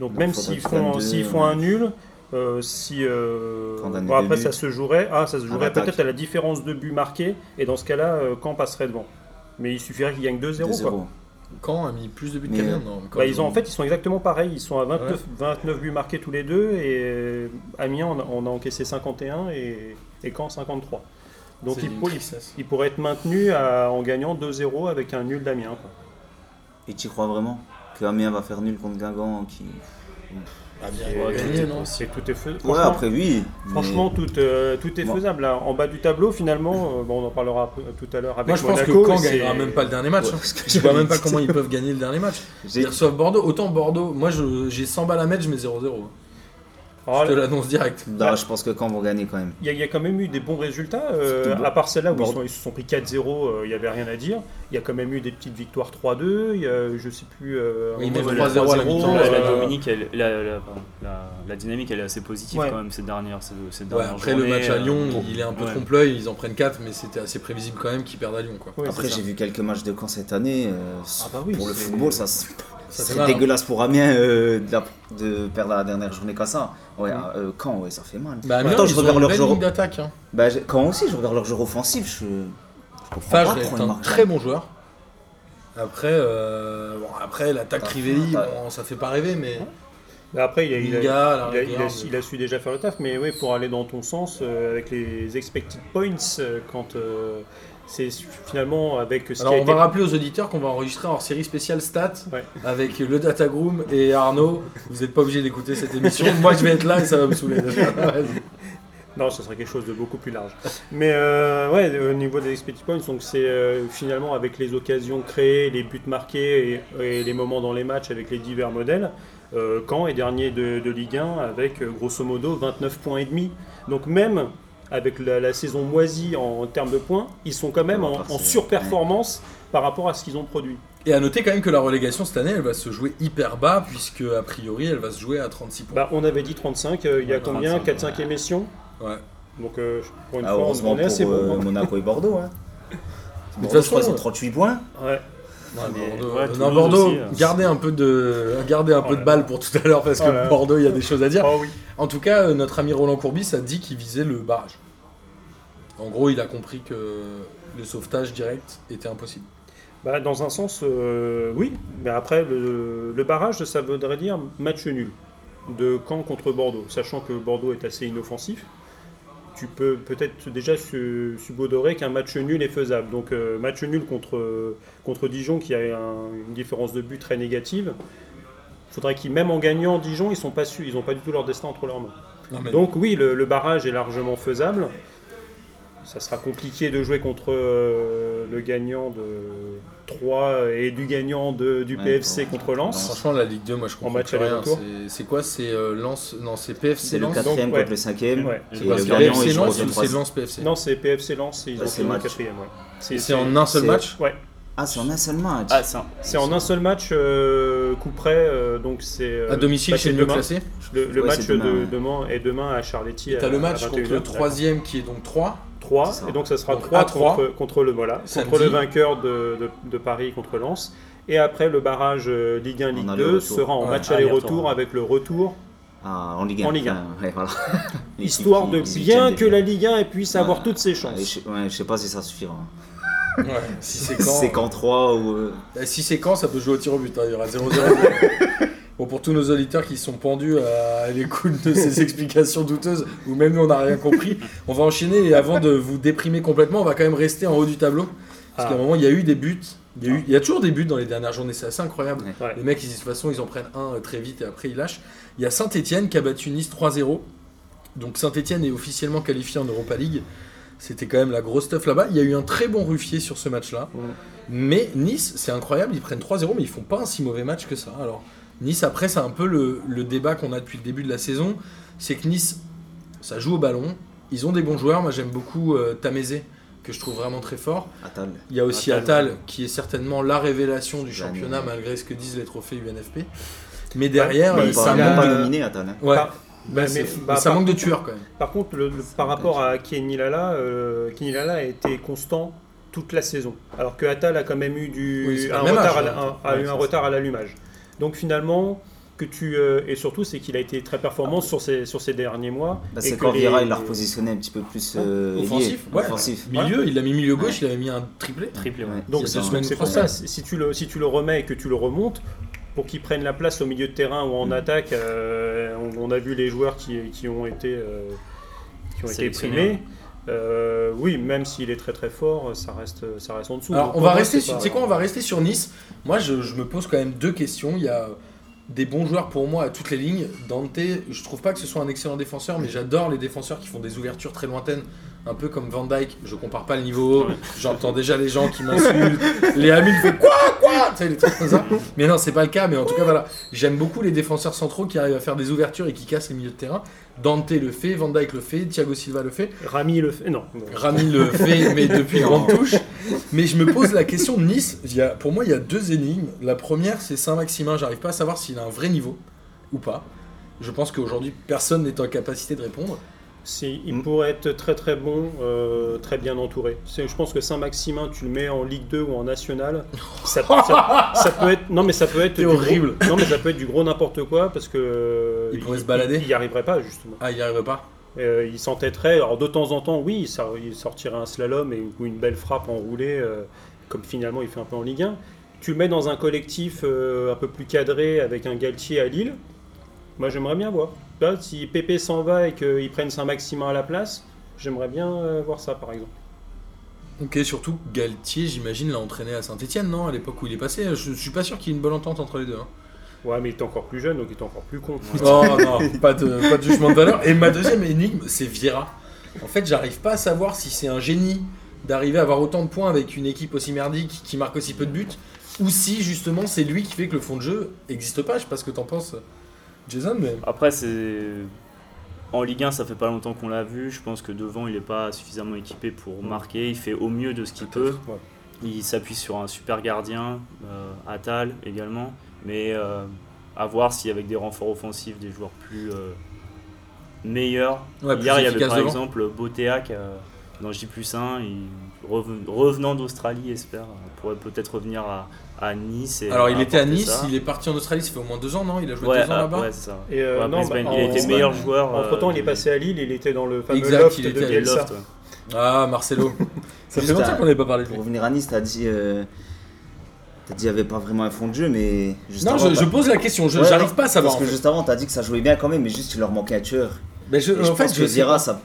B: Donc
C: Donc,
B: même
C: faudrait
B: s'ils
C: que
B: font,
C: 22,
B: s'ils font un
C: ouais.
B: nul, euh, si euh,
C: Condamné
B: bon,
C: de
B: après
C: but.
B: ça se jouerait, ah ça se jouerait
C: l'attaque.
B: peut-être à la différence de but marqué et dans ce cas-là euh, Caen passerait devant. Mais il suffirait qu'ils gagnent 2-0 quoi.
C: 2-0.
A: Caen a mis plus de buts
C: Mais,
A: qu'Amiens.
C: euh,
A: non, Caen-
B: Bah, ils ont en fait ils sont exactement pareils, ils sont à 29, 29 buts marqués tous les deux et euh, Amiens on a, on a encaissé 51 et, et Caen 53. Donc
A: C'est
B: ils,
A: une
B: pour- ils-
A: tristesse.
B: ils pourraient être maintenus à- en gagnant 2-0 avec un nul d'Amiens. quoi.
C: Et tu crois vraiment que Amiens va faire nul contre Guingamp qui...
A: Amiens
B: Et-
A: va
B: et-
A: gagner, non
B: et tout est fait.
C: Ouais,
B: Franchement,
C: après, oui. mais-
B: Franchement, tout, euh, tout est
C: Bon.
B: faisable. là. En bas du tableau, finalement, euh, bon, on en parlera après- tout à l'heure avec
A: Moi, je pense que
B: Monaco,
A: Caen
B: et c'est-
A: gagnera même pas le dernier match.
C: Ouais,
A: hein.
C: parce que
A: Je vois même pas
C: j'avais
A: comment
C: dit-
A: ils peuvent gagner le dernier match.
C: J'ai-
A: Ils reçoivent Bordeaux. Autant Bordeaux, moi je- j'ai 100 balles à mettre, je mets 0-0.
B: Oh,
A: Je te l'annonce direct.
C: Non, je pense que Caen vont gagner quand même.
B: Il y, a- il y a quand même eu des bons résultats, euh,
C: Surtout
B: à part celle-là où ils,
C: Bordeaux.
B: sont- ils se sont pris 4-0, euh, il n'y avait rien à dire. Il y a quand même eu des petites victoires 3-2, il y a, je sais plus. euh,
A: Oui,
B: on
A: mais
B: est
A: 3-0 à la mi-temps,
D: La, la
B: euh,
D: Dominique, elle- la, la- pardon, la- la dynamique, elle est assez positive
B: Ouais.
D: quand même ces dernières, ces, ces
A: Ouais,
D: dernières
A: après le
D: journées,
A: match à
D: euh,
A: Lyon,
D: bon.
A: il est un peu
D: Ouais.
A: trompe-l'œil, ils en prennent 4, mais c'était assez prévisible quand même qu'ils perdent à Lyon. Quoi.
B: ouais,
C: Après,
B: c'est
C: j'ai
B: ça.
C: vu quelques matchs de Caen cette année. euh,
B: Ah bah oui,
C: pour le
B: c'est-
C: football, ça, se-
A: Ça
C: ça
A: fait
C: serait
A: mal, hein.
C: dégueulasse pour Amiens euh, de, la- de perdre la dernière journée comme ça. Ouais, euh, Caen, ouais, ça fait mal.
A: Bah, Amiens,
C: Attends,
A: ils
C: je
A: ont
C: regarde
A: une
C: leur
A: belle
C: jeu.
A: ligne d'attaque. Hein.
C: Bah, j'ai- Caen aussi, je regarde leur jeu offensif. Je, je
B: Ah,
C: comprends pas
A: Fage
C: pourquoi
A: est
C: ils
A: un
C: marquent
A: très bon joueur. Après, euh, bon, après l'attaque
C: T'as-
A: Crivelli,
C: t'as-
A: bon, ça fait pas rêver, mais
B: Mais Après, il a, il a-
A: Linga, à la
B: il a- il a
A: rigueur,
B: su-
A: mais-
B: il a su déjà faire le taf, mais ouais, pour aller dans ton sens, euh, avec les expected points, euh, quand euh, c'est finalement avec ce
A: Alors,
B: qui a
A: on
B: été
A: va rappeler aux auditeurs qu'on va enregistrer hors série spéciale Stat
B: Ouais.
A: avec le Data Groom et Arnaud. Vous n'êtes pas obligé d'écouter cette émission. Moi, je vais être là et ça va me saouler. Vas-y.
B: Non, ce serait quelque chose de beaucoup plus large. Mais euh, ouais, au niveau des expected points, donc c'est euh, finalement avec les occasions créées, les buts marqués et, et les moments dans les matchs avec les divers modèles, euh, Caen est dernier de, de Ligue 1 avec euh, grosso modo 29 points et demi. Donc même avec la, la saison moisie en, termes de points, ils sont quand même en, en surperformance par rapport à ce qu'ils ont produit.
A: et à noter quand même que la relégation cette année, elle va se jouer hyper bas puisque a priori, elle va se jouer à 36 points.
B: Bah, on avait dit 35, euh, il y a
D: Ouais,
B: combien
D: 35,
B: 4-5 émissions
A: Ouais.
B: Donc euh, pour une
C: Ah,
B: fois,
C: heureusement
B: on est
C: pour
B: assez bon.
C: euh,
B: hein.
C: Monaco et Bordeaux. Hein.
A: Mais de toute
C: Bordeaux, je crois
A: façon,
C: qu'ils ont 38 points.
B: Ouais.
A: Ouais,
D: Mais-
A: Bordeaux,
D: ouais,
A: non,
D: Toulouse
A: Bordeaux,
D: aussi, euh.
A: gardez un peu de, gardez un
B: hein. Oh
A: peu de
B: là là.
A: balle pour tout à l'heure parce que
B: Oh là là.
A: Bordeaux, il y a des choses à dire.
B: Ah oui.
A: En tout cas, euh, notre ami Roland Courbis a dit qu'il visait le barrage. En gros, il a compris que le sauvetage direct était impossible.
B: Bah, dans un sens, euh, oui. Mais après, le, le barrage, ça voudrait dire match nul de Caen contre Bordeaux, sachant que Bordeaux est assez inoffensif. Tu peux peut-être déjà su- subodorer qu'un match nul est faisable. Donc euh, match nul contre, euh, contre Dijon, qui a un- une différence de but très négative. Faudrait qu'ils, même en gagnant Dijon, ils sont pas su- ils n'ont pas du tout leur destin entre leurs mains.
A: Non, mais-
B: Donc oui, le, le barrage est largement faisable. Ça sera compliqué de jouer contre euh, le gagnant de 3 et du gagnant de- du
C: Ouais,
B: PFC
C: bon.
B: contre Lens.
A: Franchement, la Ligue 2, moi je comprends
B: match
A: plus rien.
B: aller-retour.
A: C'est- C'est quoi C'est euh, Lens Non, c'est PFC
C: C'est le
A: Lens.
C: quatrième
B: ouais.
C: contre le cinquième.
B: Ouais.
C: Et
D: Je
C: le
D: pense qu'il y a
C: gagnant,
A: PFC
C: il joue au
A: Lens ou c'est
C: troisième.
A: Lens PFC
B: Non, c'est PFC Lens, ils
C: Ouais,
B: ont
C: Bah, c'est
B: fini
C: match.
B: quatrième. ouais.
A: Et C'est en un seul
C: c'est-
A: match
B: ouais.
C: Ah, c'est en un seul match.
D: Ah, c'est un-
B: C'est en un seul match euh, coup près, euh, donc c'est euh,
A: À domicile
B: bah,
A: chez
B: c'est
A: le mieux
B: demain.
A: classé.
B: Le, le
C: Ouais,
B: match
C: c'est demain,
B: de
C: ouais.
B: demain est demain à Charletti.
A: Et t'as
B: à-
A: le
B: à
A: match contre
B: 21h.
A: le troisième qui est donc 3.
B: 3,
C: C'est ça.
B: et donc ça sera
A: Donc,
B: 3,
A: à trois,
B: contre, contre le voilà,
A: samedi.
B: contre le vainqueur de, de- de Paris contre Lens. Et après le barrage euh, Ligue 1 Ligue
C: a le
B: 2
C: retour.
B: sera en
A: Ouais,
B: match
D: aller-retour,
B: aller-retour
D: ouais.
B: avec le retour,
C: Ah, en Ligue 1.
B: En Ligue 1.
C: Ouais, voilà. L'équipe
B: histoire
C: qui-
B: de
C: 18e
B: bien
C: des-
B: que la Ligue 1 puisse avoir
C: Ouais.
B: toutes ses
C: Ouais,
B: chances.
C: je, ouais, je sais pas si ça suffira. hein.
A: Ouais. Si c'est quand,
C: C'est qu'en 3 ou. euh,
A: Euh, Si c'est quand, ça peut jouer au tir au but. hein. Il y aura 0-0. bon, pour tous nos auditeurs qui sont pendus à l'écoute de ces explications douteuses, ou même nous, on n'a rien compris, on va enchaîner. Et avant de vous déprimer complètement, on va quand même rester en haut du tableau. Parce
B: Ah.
A: qu'à un moment, il y a eu des buts. Il y, a eu- il y a toujours des buts dans les dernières journées. C'est assez incroyable.
B: Ouais.
A: Les mecs, ils, de toute façon, ils en prennent un euh, très vite et après, ils lâchent. Il y a Saint-Etienne qui a battu Nice 3-0. Donc Saint-Etienne est officiellement qualifié en Europa League. C'était quand même la grosse stuff là-bas. Il y a eu un très bon ruffier sur ce match-là.
B: Ouais.
A: Mais Nice, c'est incroyable, ils prennent 3-0, mais ils font pas un si mauvais match que ça. Alors, Nice, après, c'est un peu le, le débat qu'on a depuis le début de la saison. C'est que Nice, ça joue au ballon. Ils ont des bons joueurs. Moi, j'aime beaucoup euh, Tamézé, que je trouve vraiment très fort.
C: Attal.
A: Il y a aussi
B: Attal.
A: Attal, qui est certainement la révélation du
C: L'année.
A: championnat, malgré ce que disent les trophées UNFP. Mais derrière,
B: mais
A: euh,
C: Il
A: ça
C: n'a
B: a-
A: manque
C: pas
A: de...
C: dominé Attal. hein.
A: Ouais,
B: Par-
A: bah,
B: mais-
A: c'est-
B: bah,
A: mais ça
B: par-
A: manque de tueurs quand même.
B: Par contre, le- le- par rapport à Kenny Lala, euh, Kenny Lala a été constant toute la saison. Alors que Attal a quand même eu du,
A: Oui, c'est pas
B: un
A: le même âge,
B: retard, à la-
A: hein.
B: un- a eu
A: Ouais,
B: un
A: c'est
B: retard à l'allumage. Donc finalement, que tu, euh, et surtout, c'est qu'il a été très performant sur, ces, sur ces derniers mois.
C: Bah,
B: Et
C: c'est
B: que
C: quand
B: les-
C: Vieira il l'a repositionné un petit peu plus euh, ailier,
A: Offensif, ouais.
C: offensif.
A: Milieu, il l'a mis milieu gauche, il avait mis un triplé.
D: Triplé, ouais.
C: Ouais.
B: Donc
A: C'est
B: c'est
A: ça.
B: donc, c'est pour
A: Semaine
B: ça, si si tu, le, si tu le remets et que tu le remontes, pour qu'il prenne la place au milieu de terrain ou en attaque, euh, on, on a vu les joueurs qui, qui ont été, euh, qui ont été
D: Sélectionnés.
B: primés. Euh, oui, même s'il est très très fort, ça reste, ça reste en dessous.
A: Alors,
B: Donc,
A: on
B: pour
A: va
B: moi,
A: rester
B: c'est
A: sur,
B: pas-
A: tu sais quoi, on va rester sur Nice. Moi, je, je me pose quand même deux questions. Il y a des bons joueurs pour moi à toutes les lignes. Dante, je trouve pas que ce soit un excellent défenseur, mais j'adore les défenseurs qui font des ouvertures très lointaines, un peu comme Van Dyke. Je compare pas le niveau. haut. J'entends déjà les gens qui m'insultent. les amis fait quoi quoi, tu sais les trucs comme ça. Mais non, c'est pas le cas. Mais en tout cas, voilà, j'aime beaucoup les défenseurs centraux qui arrivent à faire des ouvertures et qui cassent les milieux de terrain. Dante le fait, Van Dyke le fait, Thiago Silva le fait.
B: Rami le fait. Non. non.
A: Rami le fait, mais depuis grande touche. Mais je me pose la question de Nice. Il y a- pour moi, il y a deux énigmes. La première, c'est Saint-Maximin. J'arrive pas à savoir s'il a un vrai niveau ou pas. Je pense qu'aujourd'hui, personne n'est en capacité de répondre.
B: C'est- il
C: Mm.
B: pourrait être très très bon, euh, très bien entouré. C'est- Je pense que Saint-Maximin, tu le mets en Ligue 2 ou en National, ça, ça- ça peut être. Non mais ça peut être.
A: C'est
B: du
A: horrible.
B: gros- non mais ça peut être du gros n'importe quoi parce que. euh,
A: Il pourrait se balader.
B: Il n'y arriverait pas justement.
A: Ah, il n'y arrive pas.
B: Euh, il s'entêterait. Alors de temps en temps, oui, ça- il sortirait un slalom et, ou une belle frappe enroulée, euh, comme finalement il fait un peu en Ligue 1. Tu le mets dans un collectif euh, un peu plus cadré avec un Galtier à Lille. Moi, j'aimerais bien voir. Là, si Pépé s'en va et qu'ils prennent Saint-Maximin à la place, j'aimerais bien euh, voir ça, par exemple.
A: Ok, surtout Galtier, j'imagine, l'a entraîné à Saint-Etienne, non À l'époque où il est passé. Je, je suis pas sûr qu'il y ait une bonne entente entre les deux. hein.
B: Ouais, mais il est encore plus jeune, donc il est encore plus con.
A: Oh non, pas de, pas de jugement de valeur. Et ma deuxième énigme, c'est Vieira. En fait, j'arrive pas à savoir si c'est un génie d'arriver à avoir autant de points avec une équipe aussi merdique qui marque aussi peu de buts, ou si justement c'est lui qui fait que le fond de jeu existe pas. Je sais pas ce que t'en penses, Jason, mais
D: Après, c'est. En Ligue 1, ça fait pas longtemps qu'on l'a vu. Je pense que devant, il n'est pas suffisamment équipé pour marquer. Il fait au mieux de ce qu'il peut.
B: Ouais.
D: Il s'appuie sur un super gardien, euh, Attal également. Mais euh, à voir si avec des renforts offensifs, des joueurs plus euh, meilleurs.
A: Ouais, plus
D: Hier, il y avait
A: efficaces
D: par
A: devant.
D: exemple Botea qui, euh, dans J 1, il, reven- revenant d'Australie, espère, euh, pourrait peut-être revenir à, à Nice. et
A: alors il était à
D: apporter
A: Nice,
D: ça.
A: il est parti en Australie, ça fait au moins deux ans, non Il a joué
D: Ouais,
A: deux ans
D: ah,
A: là-bas.
D: ouais, c'est ça.
B: Et euh,
D: Ouais, à
B: non,
D: Brisbane,
B: bah,
D: il a
B: en-
D: été meilleur joueur.
B: Entre temps,
D: euh,
B: il est
D: du-
B: passé à Lille, il était dans le fameux
A: Exact,
B: loft
A: il était
B: de
A: à
D: du
B: Bielsa.
D: Loft, ouais.
A: Ah Marcelo, ça fait
C: Juste
A: longtemps
C: à-
A: qu'on n'avait pas parlé de lui.
C: Pour revenir à Nice, t'as dit, euh, t'as dit qu'il n'y avait pas vraiment un fond de jeu, mais juste
A: Non,
C: avant,
A: je, je
C: t'as-
A: pose la question, je-
C: Ouais,
A: j'arrive
C: non,
A: pas à savoir.
C: Parce que
A: en fait.
C: juste avant, t'as dit que ça jouait bien quand même, mais juste il leur manquait un tueur.
A: Mais je-
C: Et je
A: Euh, en fait,
C: pense que
A: je sais
C: Vieira, ça,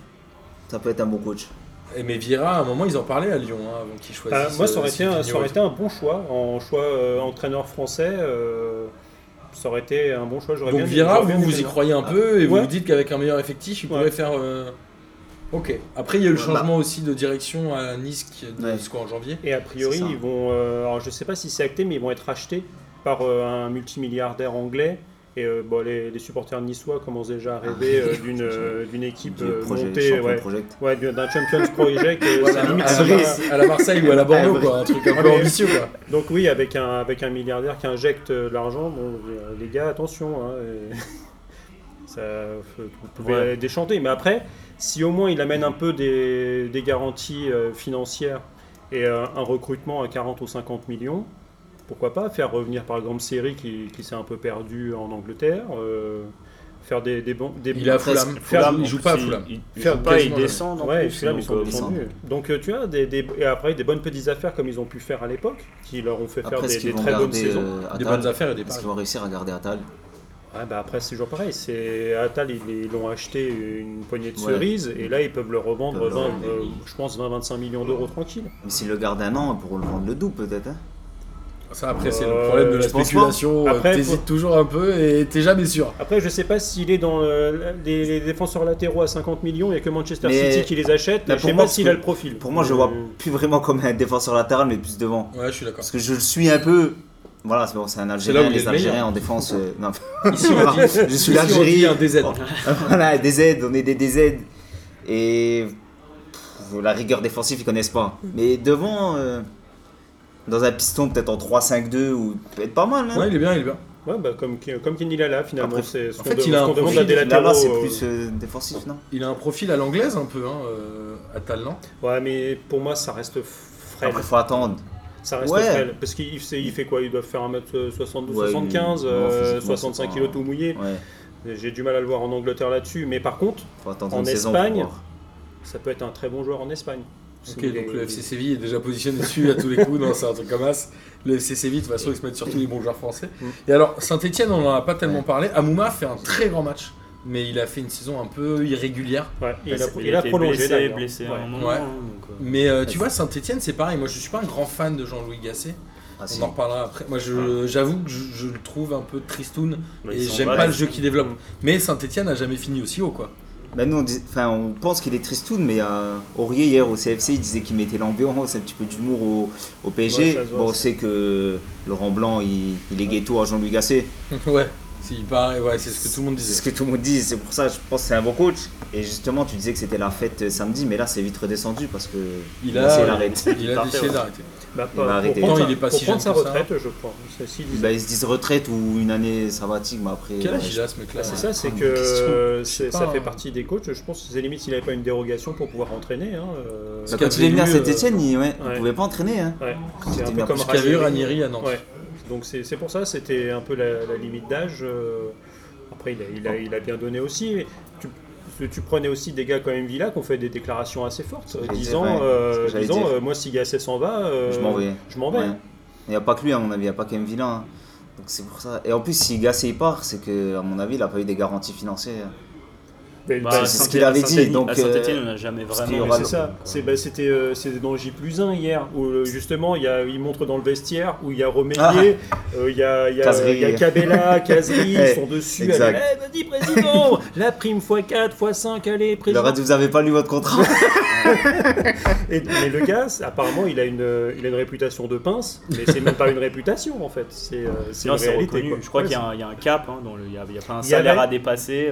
C: ça peut être un bon coach.
A: Et mais Vieira, à un moment, ils en parlaient à Lyon, hein, avant qu'ils
B: Ah,
A: choisissent.
B: moi, ça aurait,
A: euh,
B: été un, ça
A: Silvino.
B: aurait été un bon choix. En choix euh, entraîneur français, euh, ça aurait été un bon choix. J'aurais
A: Donc
B: bien
A: Vieira,
B: j'aurais bien
A: vous,
B: aimé
A: vous y
B: le voir.
A: croyez un peu et vous
B: Ouais.
A: vous dites qu'avec un meilleur effectif, il
B: Ouais.
A: pourrait faire. euh, Ok. Après, il y a eu le
C: Ouais, bah.
A: changement aussi de direction à Nice qui de
C: Ouais.
A: ce quoi, en janvier.
B: Et a priori,
C: C'est ça.
B: ils vont. euh, alors, je sais pas si c'est acté, mais ils vont être achetés par euh, un multimilliardaire anglais. Et euh, bon, les, les supporters niçois commencent déjà à rêver euh, d'une euh, d'une équipe
C: Du
B: euh,
C: projet,
B: montée,
C: champion
B: ouais,
C: project.
B: Ouais, d'un- d'un Champions Project. euh,
A: Voilà,
B: ça limite,
A: à,
B: ça
A: la,
B: va-
A: Mar- à la Marseille ou à la Bordeaux,
C: Ah,
A: quoi, un truc un
B: Ah,
A: peu
B: mais-
A: ambitieux. Quoi.
B: Donc oui, avec un, avec un milliardaire qui injecte euh, de l'argent, bon, euh, les gars, attention. hein, et- ça, faut- vous pouvez
D: Ouais.
B: déchanter. Mais après, si au moins il amène un peu des, des garanties euh, financières et euh, un recrutement à 40 ou 50 millions, pourquoi pas faire revenir par exemple Série qui, qui s'est un peu perdu en Angleterre, euh, faire des, des bons... Des
A: Il est à
C: presque-
A: Fulham.
B: Fulham,
A: il
D: en
A: joue
D: plus,
A: pas à
D: il-
A: Fulham.
D: Il, il
B: Faire
D: joue pas, ils
A: quasiment jamais.
D: descendent. en
B: Ouais,
D: plus,
B: celui-là, ils
D: donc,
B: sont
D: euh,
C: descendus.
B: descendus. Donc euh, tu as des, des- et après des bonnes petites affaires comme ils ont pu faire à l'époque, qui leur ont fait faire
C: Après, ce
B: des,
C: qu'ils
B: des
C: vont
B: très bonnes
C: garder
B: saisons.
C: euh,
A: Des
C: Attal,
A: bonnes affaires et des
C: est-ce
A: paris.
C: qu'ils vont réussir à garder Attal
B: Ouais, bah après, c'est toujours pareil. C'est Attal, ils les- ils l'ont acheté une poignée de
C: Ouais.
B: cerises et là, ils peuvent le revendre,
C: Ils peuvent le
B: 20,
C: revendre.
B: euh, je pense, 20-25 millions d'euros tranquille.
C: Mais s'ils le gardent un an, ils pourront le vendre le double peut-être. hein.
A: Ça, après, c'est le
B: Euh,
A: problème de la
B: je pense pas.
A: spéculation. euh,
B: Après,
A: T'hésites toujours un peu et t'es jamais sûr.
B: Après, je sais pas s'il est dans euh, les, les défenseurs latéraux à 50 millions, il n'y a que Manchester
C: Mais-
B: City qui les achète.
C: Mais
B: je
C: pour
B: sais
C: moi,
B: pas s'il a
C: parce
B: le
C: que-
B: profil. Euh,
C: Pour moi, je le vois plus vraiment comme un défenseur latéral, mais plus devant.
A: Ouais, je suis d'accord.
C: Parce que je le suis un peu. Voilà, c'est bon, c'est un
A: là
C: Algérien.
A: où il est
C: Les
A: le
C: Algériens
A: meilleur.
C: en défense. euh, non,
A: Ici, on dit,
C: Je suis
A: ici, on
C: l'Algérie. Oh.
A: dit un DZ.
C: voilà, des aides, on est des DZ. Et pff, la rigueur défensive, ils connaissent pas. Mais devant, euh, dans un piston, peut-être en 3-5-2, ou peut-être pas mal. hein.
A: Ouais, il est bien, il est bien.
B: Ouais, bah, comme, comme Kenny Lala, finalement.
C: Après-
B: c'est ce
A: en
B: qu'on
A: fait,
B: de-
A: il a
B: ce
A: un
B: qu'on demande
A: profil,
B: à des
C: Là,
B: latéraux.
C: là, c'est
B: euh,
C: plus euh, défensif, non
A: Il a un profil à l'anglaise un peu, hein, euh, Atal,
B: Ouais, mais pour moi, ça reste frêle.
C: Après, faut attendre.
B: Ça reste
C: Ouais.
B: frêle. Parce qu'il il fait- il fait quoi Il doit faire 1m72,
C: Ouais,
B: 75,
C: il- non,
B: euh,
C: physiquement, c'est
B: 65
C: pas-
B: kg tout mouillé.
C: Ouais,
B: J'ai du mal à le voir en Angleterre là-dessus. Mais par contre,
C: faut attendre
B: En
C: une saison.
B: Espagne,
C: pour voir.
B: ça peut être un très bon joueur en Espagne. Parce
A: Ok,
B: qu'il
A: donc
B: est-
A: le FC Séville est déjà positionné dessus à tous les coups. Non, c'est un truc comme as. Le FC Séville, de toute façon, ils se mettent surtout les bons joueurs français.
B: Mm.
A: Et alors, Saint-Etienne, on n'en a pas tellement
C: Ouais.
A: parlé. Amouma fait un très grand match, mais il a fait une saison un peu irrégulière.
B: Ouais, il, a,
D: Il
B: il a
D: été
B: prolongé.
D: blessé,
B: d'ailleurs.
D: blessé à
B: Ouais.
D: un moment.
A: Ouais.
D: hein, donc, euh,
A: Mais euh, tu vois, Saint-Etienne, c'est pareil. Moi, je suis pas un grand fan de Jean-Louis Gasset.
C: Ah, si.
A: On en reparlera après. Moi, je- j'avoue que je, je le trouve un peu tristoun
D: bah, ils
A: et
D: sont
A: j'aime
D: bas,
A: pas
D: là.
A: le jeu qu'il développe. Mais Saint-Etienne n'a jamais fini aussi haut, quoi.
C: Bah, nous, on, dis- enfin, on pense qu'il est tristoun, mais euh, Aurier, hier au CFC, il disait qu'il mettait l'ambiance, un petit peu d'humour au, au
B: Ouais,
C: PSG.
B: ça se voit,
C: bon, on
B: ça.
C: sait que Laurent Blanc, il, il est ghetto à Jean-Louis Gasset.
A: ouais, s'il paraît, ouais, c'est ce que tout le monde
C: C'est ce
A: disait.
C: que tout le monde dit, c'est pour ça je pense que c'est un bon coach. Et justement, tu disais que c'était la fête euh, samedi, mais là c'est vite redescendu parce que
A: Il
C: Gasset,
A: a-
C: il arrête.
A: Il a
D: Parfait,
A: décidé
D: ouais.
A: d'arrêter.
B: Bah,
C: Il va arrêter.
A: Pourtant,
B: sa-
A: il est pas
B: pour
A: si
B: prendre
A: jeune
B: sa
A: que ça. Ben,
B: retraite, je crois. C'est si-
C: Bah, ils se disent retraite ou une année sabbatique, mais après.
A: Quel âge
C: ouais,
A: il a, ce mec-là
B: Ah, c'est ça, c'est
A: ben,
C: Bonne
B: que
C: question.
B: euh,
A: sais
B: c'est-
A: pas,
B: ça
A: hein.
B: fait partie des coachs. Je pense que c'est limite s'il n'avait pas une dérogation pour pouvoir entraîner. hein, euh,
C: Bah, quand il est venu à
A: Parce qu'avec lui,
C: Saint-Etienne, il, ouais, il
B: ouais.
C: pouvait pas entraîner. hein.
B: ouais, c'est
C: c'était
B: un peu
C: bien
B: comme
A: Parce qu'il y avait eu
B: Ranieri.
A: Ranieri à Nantes.
B: Ouais. Donc c'est c'est pour ça, c'était un peu la, la limite d'âge. euh, Après, il a, il, a, il a bien donné aussi. mais tu, tu- tu prenais aussi des gars comme Villa qui ont fait des déclarations assez fortes,
C: J'allais dire,
B: disant,
C: ouais,
B: euh,
C: ce que j'allais
B: disant
C: dire.
B: euh, moi si Gasset s'en va, euh,
C: Je m'en vais.
B: je m'en vais.
C: Ouais. Il n'y a pas que lui, à mon avis, il n'y a pas qu'un vilain. hein. Donc c'est pour ça. Et en plus, si Gasset il part, c'est que, à mon avis, il n'a pas eu des garanties financières.
B: Mais-
D: Bah,
B: bah,
D: à
C: c'est ce
D: Saint-
C: qu'il avait dit,
D: à Saint-
C: donc,
D: à Saint-Étienne,
C: euh,
D: on n'a jamais
C: parce qu'il
D: vraiment.
C: y
B: Mais
C: aura
B: c'est ça, c'est bah, c'était euh, c'est dans J plus 1 hier où euh, justement il y a- il montre dans le vestiaire où il y a Romélier,
C: Ah.
B: euh, il y a il y a-
C: Cazerie.
B: il y a Cabella, Casery, ils
C: Eh,
B: sont dessus
C: exact.
B: avec Eh, vas-y président, la prime x4 x5 allez
C: Il
B: président.
C: leur a dit Vous n'avez pas lu votre contrat
B: Et, mais le gars, c'est- apparemment, il a une, euh, il a une réputation de pince, mais c'est même pas une réputation en fait. C'est euh, c'est
D: Non,
B: une
D: c'est
B: réalité.
D: reconnu.
B: quoi.
D: Je crois
B: Ouais,
D: qu'il y, a un- il y a un cap, hein, dans le- il n'y a, il y a pas un
B: Il y
D: salaire
B: avait-
D: à dépasser.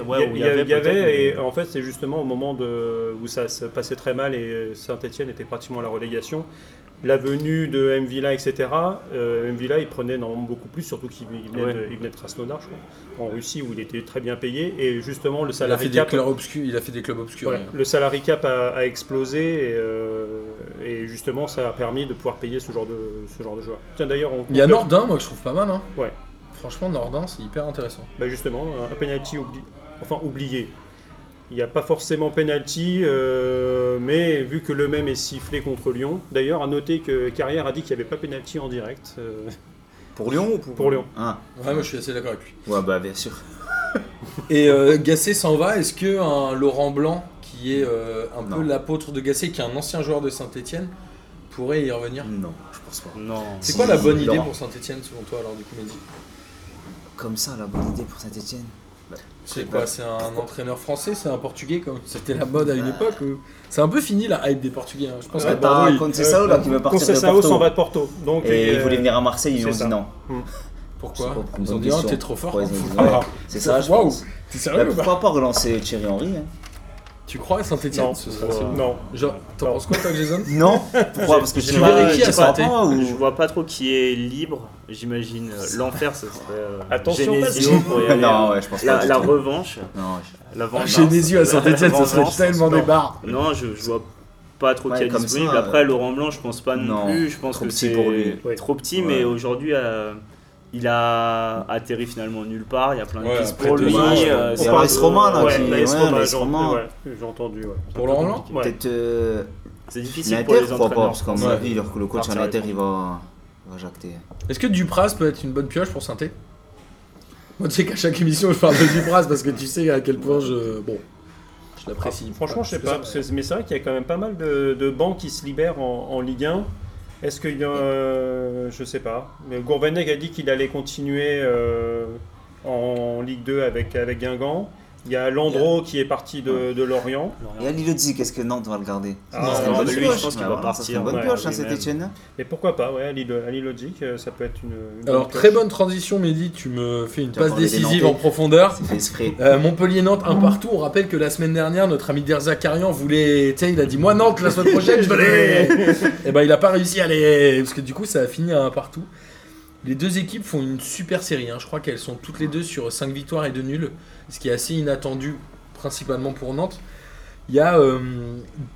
B: c'est-
D: Ouais,
B: il
D: où
B: y, a- il y
D: peut-être,
B: avait, et euh,
D: mais-
B: en fait, c'est justement au moment de, où ça se passait très mal et Saint-Etienne était pratiquement à la relégation. La venue de M. Villa, etc., euh, M. Villa, il prenait normalement beaucoup plus, surtout qu'il venait,
D: Ouais.
B: de, il venait de Krasnodar, je crois, en Russie, où il était très bien payé. Et justement,
A: Il
B: le
A: a
B: salarié
A: fait des clubs obscurs. Il a fait des clubs obscurs. hein.
B: Voilà. Le salary cap a, a explosé et, euh, et justement ça a permis de pouvoir payer ce genre de, ce genre de joueur. Tiens d'ailleurs, on
A: Il y a Nordin, moi, que je trouve pas mal. Hein.
B: Ouais.
A: Franchement, Nordin, c'est hyper intéressant.
B: Bah, justement, un penalty oubli... enfin, oublié. Il n'y a pas forcément penalty, euh, mais vu que le même est sifflé contre Lyon, d'ailleurs à noter que Carrière a dit qu'il n'y avait pas penalty en direct. euh,
C: Pour Lyon ou pour,
B: Pour Lyon.
C: Ah,
A: Ouais, moi, je suis assez d'accord avec lui.
C: ouais, bah bien sûr.
A: Et euh, Gasset s'en va. Est-ce que un Laurent Blanc, qui est euh, un peu
C: Non.
A: l'apôtre de Gasset, qui est un ancien joueur de Saint-Etienne, pourrait y revenir
C: Non, je pense pas.
D: Non.
A: C'est
C: Si,
A: quoi la bonne idée
C: Laurent.
A: pour Saint-Etienne selon toi alors du coup Mehdi
C: Comme ça, la bonne idée pour Saint-Etienne.
A: C'est
C: sais
A: quoi
C: pas.
A: C'est un entraîneur français C'est un portugais comme C'était la mode à une
C: Bah.
A: époque ou- C'est un peu fini la hype des portugais. hein. Je pense
B: Ouais,
A: que
C: t'as
A: Bordeaux, il-
C: Conceição là qui veut partir de
B: Conceição s'en
C: Porto.
B: va de Porto. Donc,
C: Et
B: euh,
C: il voulait venir à Marseille, ils
B: c'est
C: lui ont dit
B: ça.
C: non.
A: Pourquoi
C: Je comprends
A: Ils
C: pas
A: ont
C: la
A: dit oh,
C: question.
A: t'es trop fort.
C: Ouais, ils ont dit,
A: Ah,
C: ouais. C'est ça, je
A: Waouh.
C: pense.
A: T'es
D: Ah
C: Bah,
A: sérieux ou pas
C: pourquoi pas relancer Thierry Henry hein
A: Tu crois à Saint-Etienne
B: Non.
A: ce serait
D: Ouais.
A: assez bon.
B: euh, Non.
A: Genre, t'en
B: Non.
A: penses quoi toi Jason
C: Non Pourquoi Parce que
D: J'ai
C: tu
D: pas-
C: vas
A: j'ai
C: tu
A: pas
C: sors
A: raté.
C: pas
D: Je
C: ou
D: vois pas trop qui est libre. J'imagine euh, l'enfer, ce serait euh,
B: Attention,
D: Genesio
B: parce que-
D: pour y aller. hein.
C: Non, ouais, je pense
D: La,
C: pas.
D: la
C: du tout.
D: revanche,
C: Non, je-
D: la
A: Ah,
D: vengeance.
A: Genesio à Saint-Etienne,
D: La
A: ça serait
D: Oh, vengeance.
A: tellement des barres.
D: Non, je, je vois pas trop
C: Ouais,
D: qui est
C: comme
D: disponible.
C: ça,
D: Après,
C: euh,
D: Laurent Blanc, je pense pas
C: non,
D: non, plus. Je pense
C: trop
D: que
C: petit
D: c'est
C: pour lui.
B: Ouais.
D: trop petit,
C: Ouais.
D: mais aujourd'hui, euh, il a atterri finalement nulle part. Il y a plein de
A: Ouais,
D: pistes
A: après
D: pour lui.
A: demain,
D: euh,
A: on
D: c'est
C: parle
D: un
C: de ce
D: peu-
C: Romain, là,
D: ouais,
C: qui-
B: Laïs
C: ouais,
B: Romain,
C: Laïs
B: j'ai-
C: Romain.
B: ouais, j'ai entendu. ouais.
A: Pour Laurent Blanc
B: Ouais.
C: Peut-être euh,
D: C'est difficile pour
C: l'Inter,
D: les
C: pourquoi pas
D: entraîneurs.
C: Parce qu'à mon
A: Ouais.
C: avis, leur- le coach à
D: Partir
C: l'Inter,
D: avec
C: il va il va jacter.
A: Est-ce que Dupras peut être une bonne pioche pour Saint-Etienne Moi tu sais qu'à chaque émission je parle de Dupras parce que tu sais à quel point je. Bon. Je l'apprécie.
B: Ah, Franchement, je sais
A: Parce
B: pas,
A: que ça-
B: c'est- mais c'est vrai qu'il y a quand même pas mal de, de bancs qui se libèrent en, en Ligue 1. Est-ce qu'il y a. euh, je sais pas. Mais Gourvenec a dit qu'il allait continuer euh, en Ligue 2 avec, avec Guingamp. Il y a Landreau qui est parti de, de Lorient.
C: Et à Lilozzi, qu'est-ce que Nantes va le garder
B: Ah,
C: Ça serait une
B: non,
C: bonne
B: mais lui, je
C: pioche.
D: pense qu'il
C: Ah,
D: va
C: non, ça serait
D: partir,
C: une bonne
D: ouais,
C: pioche, hein,
D: lui-même.
C: cet Etienne.
B: Mais pourquoi pas, ouais, à Lille- à Lille Logic, euh, ça peut être une. une
A: Alors,
B: bonne
A: très
B: pioche.
A: bonne transition, Mehdi. Tu me fais une
C: Tu as
A: passe
C: parlé des
A: décisive en
C: Nantais.
A: profondeur.
C: C'est fait esprit.
A: Euh, Montpellier-Nantes, un partout. On rappelle que la semaine dernière, notre ami Derzakarian voulait. Tu sais, il a dit Moi, Nantes, la semaine prochaine, je veux aller Et ben, il a pas réussi à aller. Parce que du coup, ça a fini à un partout. Les deux équipes font une super série. hein. Je crois qu'elles sont toutes les deux sur 5 victoires et 2 nuls. Ce qui est assez inattendu, principalement pour Nantes. Il y a euh,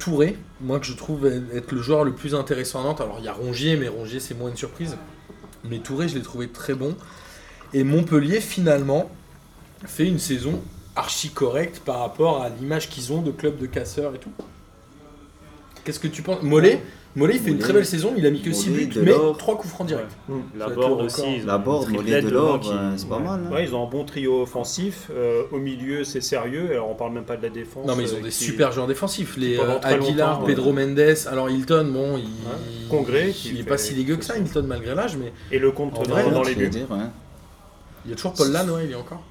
A: Touré, moi que je trouve être le joueur le plus intéressant à Nantes. Alors, il y a Rongier, mais Rongier, c'est moins une surprise. Mais Touré, je l'ai trouvé très bon. Et Montpellier, finalement, fait une saison archi correcte par rapport à l'image qu'ils ont de club de casseurs et tout. Qu'est-ce que tu penses Mollet Mollet, il fait une
C: Mollet.
A: très belle saison, mais il a mis que 6
C: Mollet,
A: buts, mais
C: Delors.
A: 3 coups francs directs.
D: La
B: Mm.
A: Ça a
D: Borde
A: été
D: aussi.
A: record.
D: ils ont
C: La
D: une
C: Borde,
D: triplette
C: Mollet,
D: devant
C: Delors,
D: qui-
C: euh, c'est pas
D: ouais.
C: mal. hein.
B: Ouais, ils ont un bon trio offensif. euh, au milieu, c'est sérieux. Alors, on parle même pas de la défense.
A: Non, mais ils
B: euh,
A: ont des
B: qui-
A: super joueurs défensifs. Les
B: pendant
A: euh,
B: très
A: Aguilar,
B: longtemps, hein.
A: Pedro Mendes, alors Hilton, bon, il,
B: Congrès, qui
A: il est
B: fait-
A: pas si dégueu que ça, Hilton, malgré l'âge, mais
B: Et le compte
A: En
B: dans,
A: vrai,
B: dans
A: non,
B: les
C: Je veux
B: buts.
C: dire, ouais.
A: il y a toujours Paul Lannes, ouais, il est encore.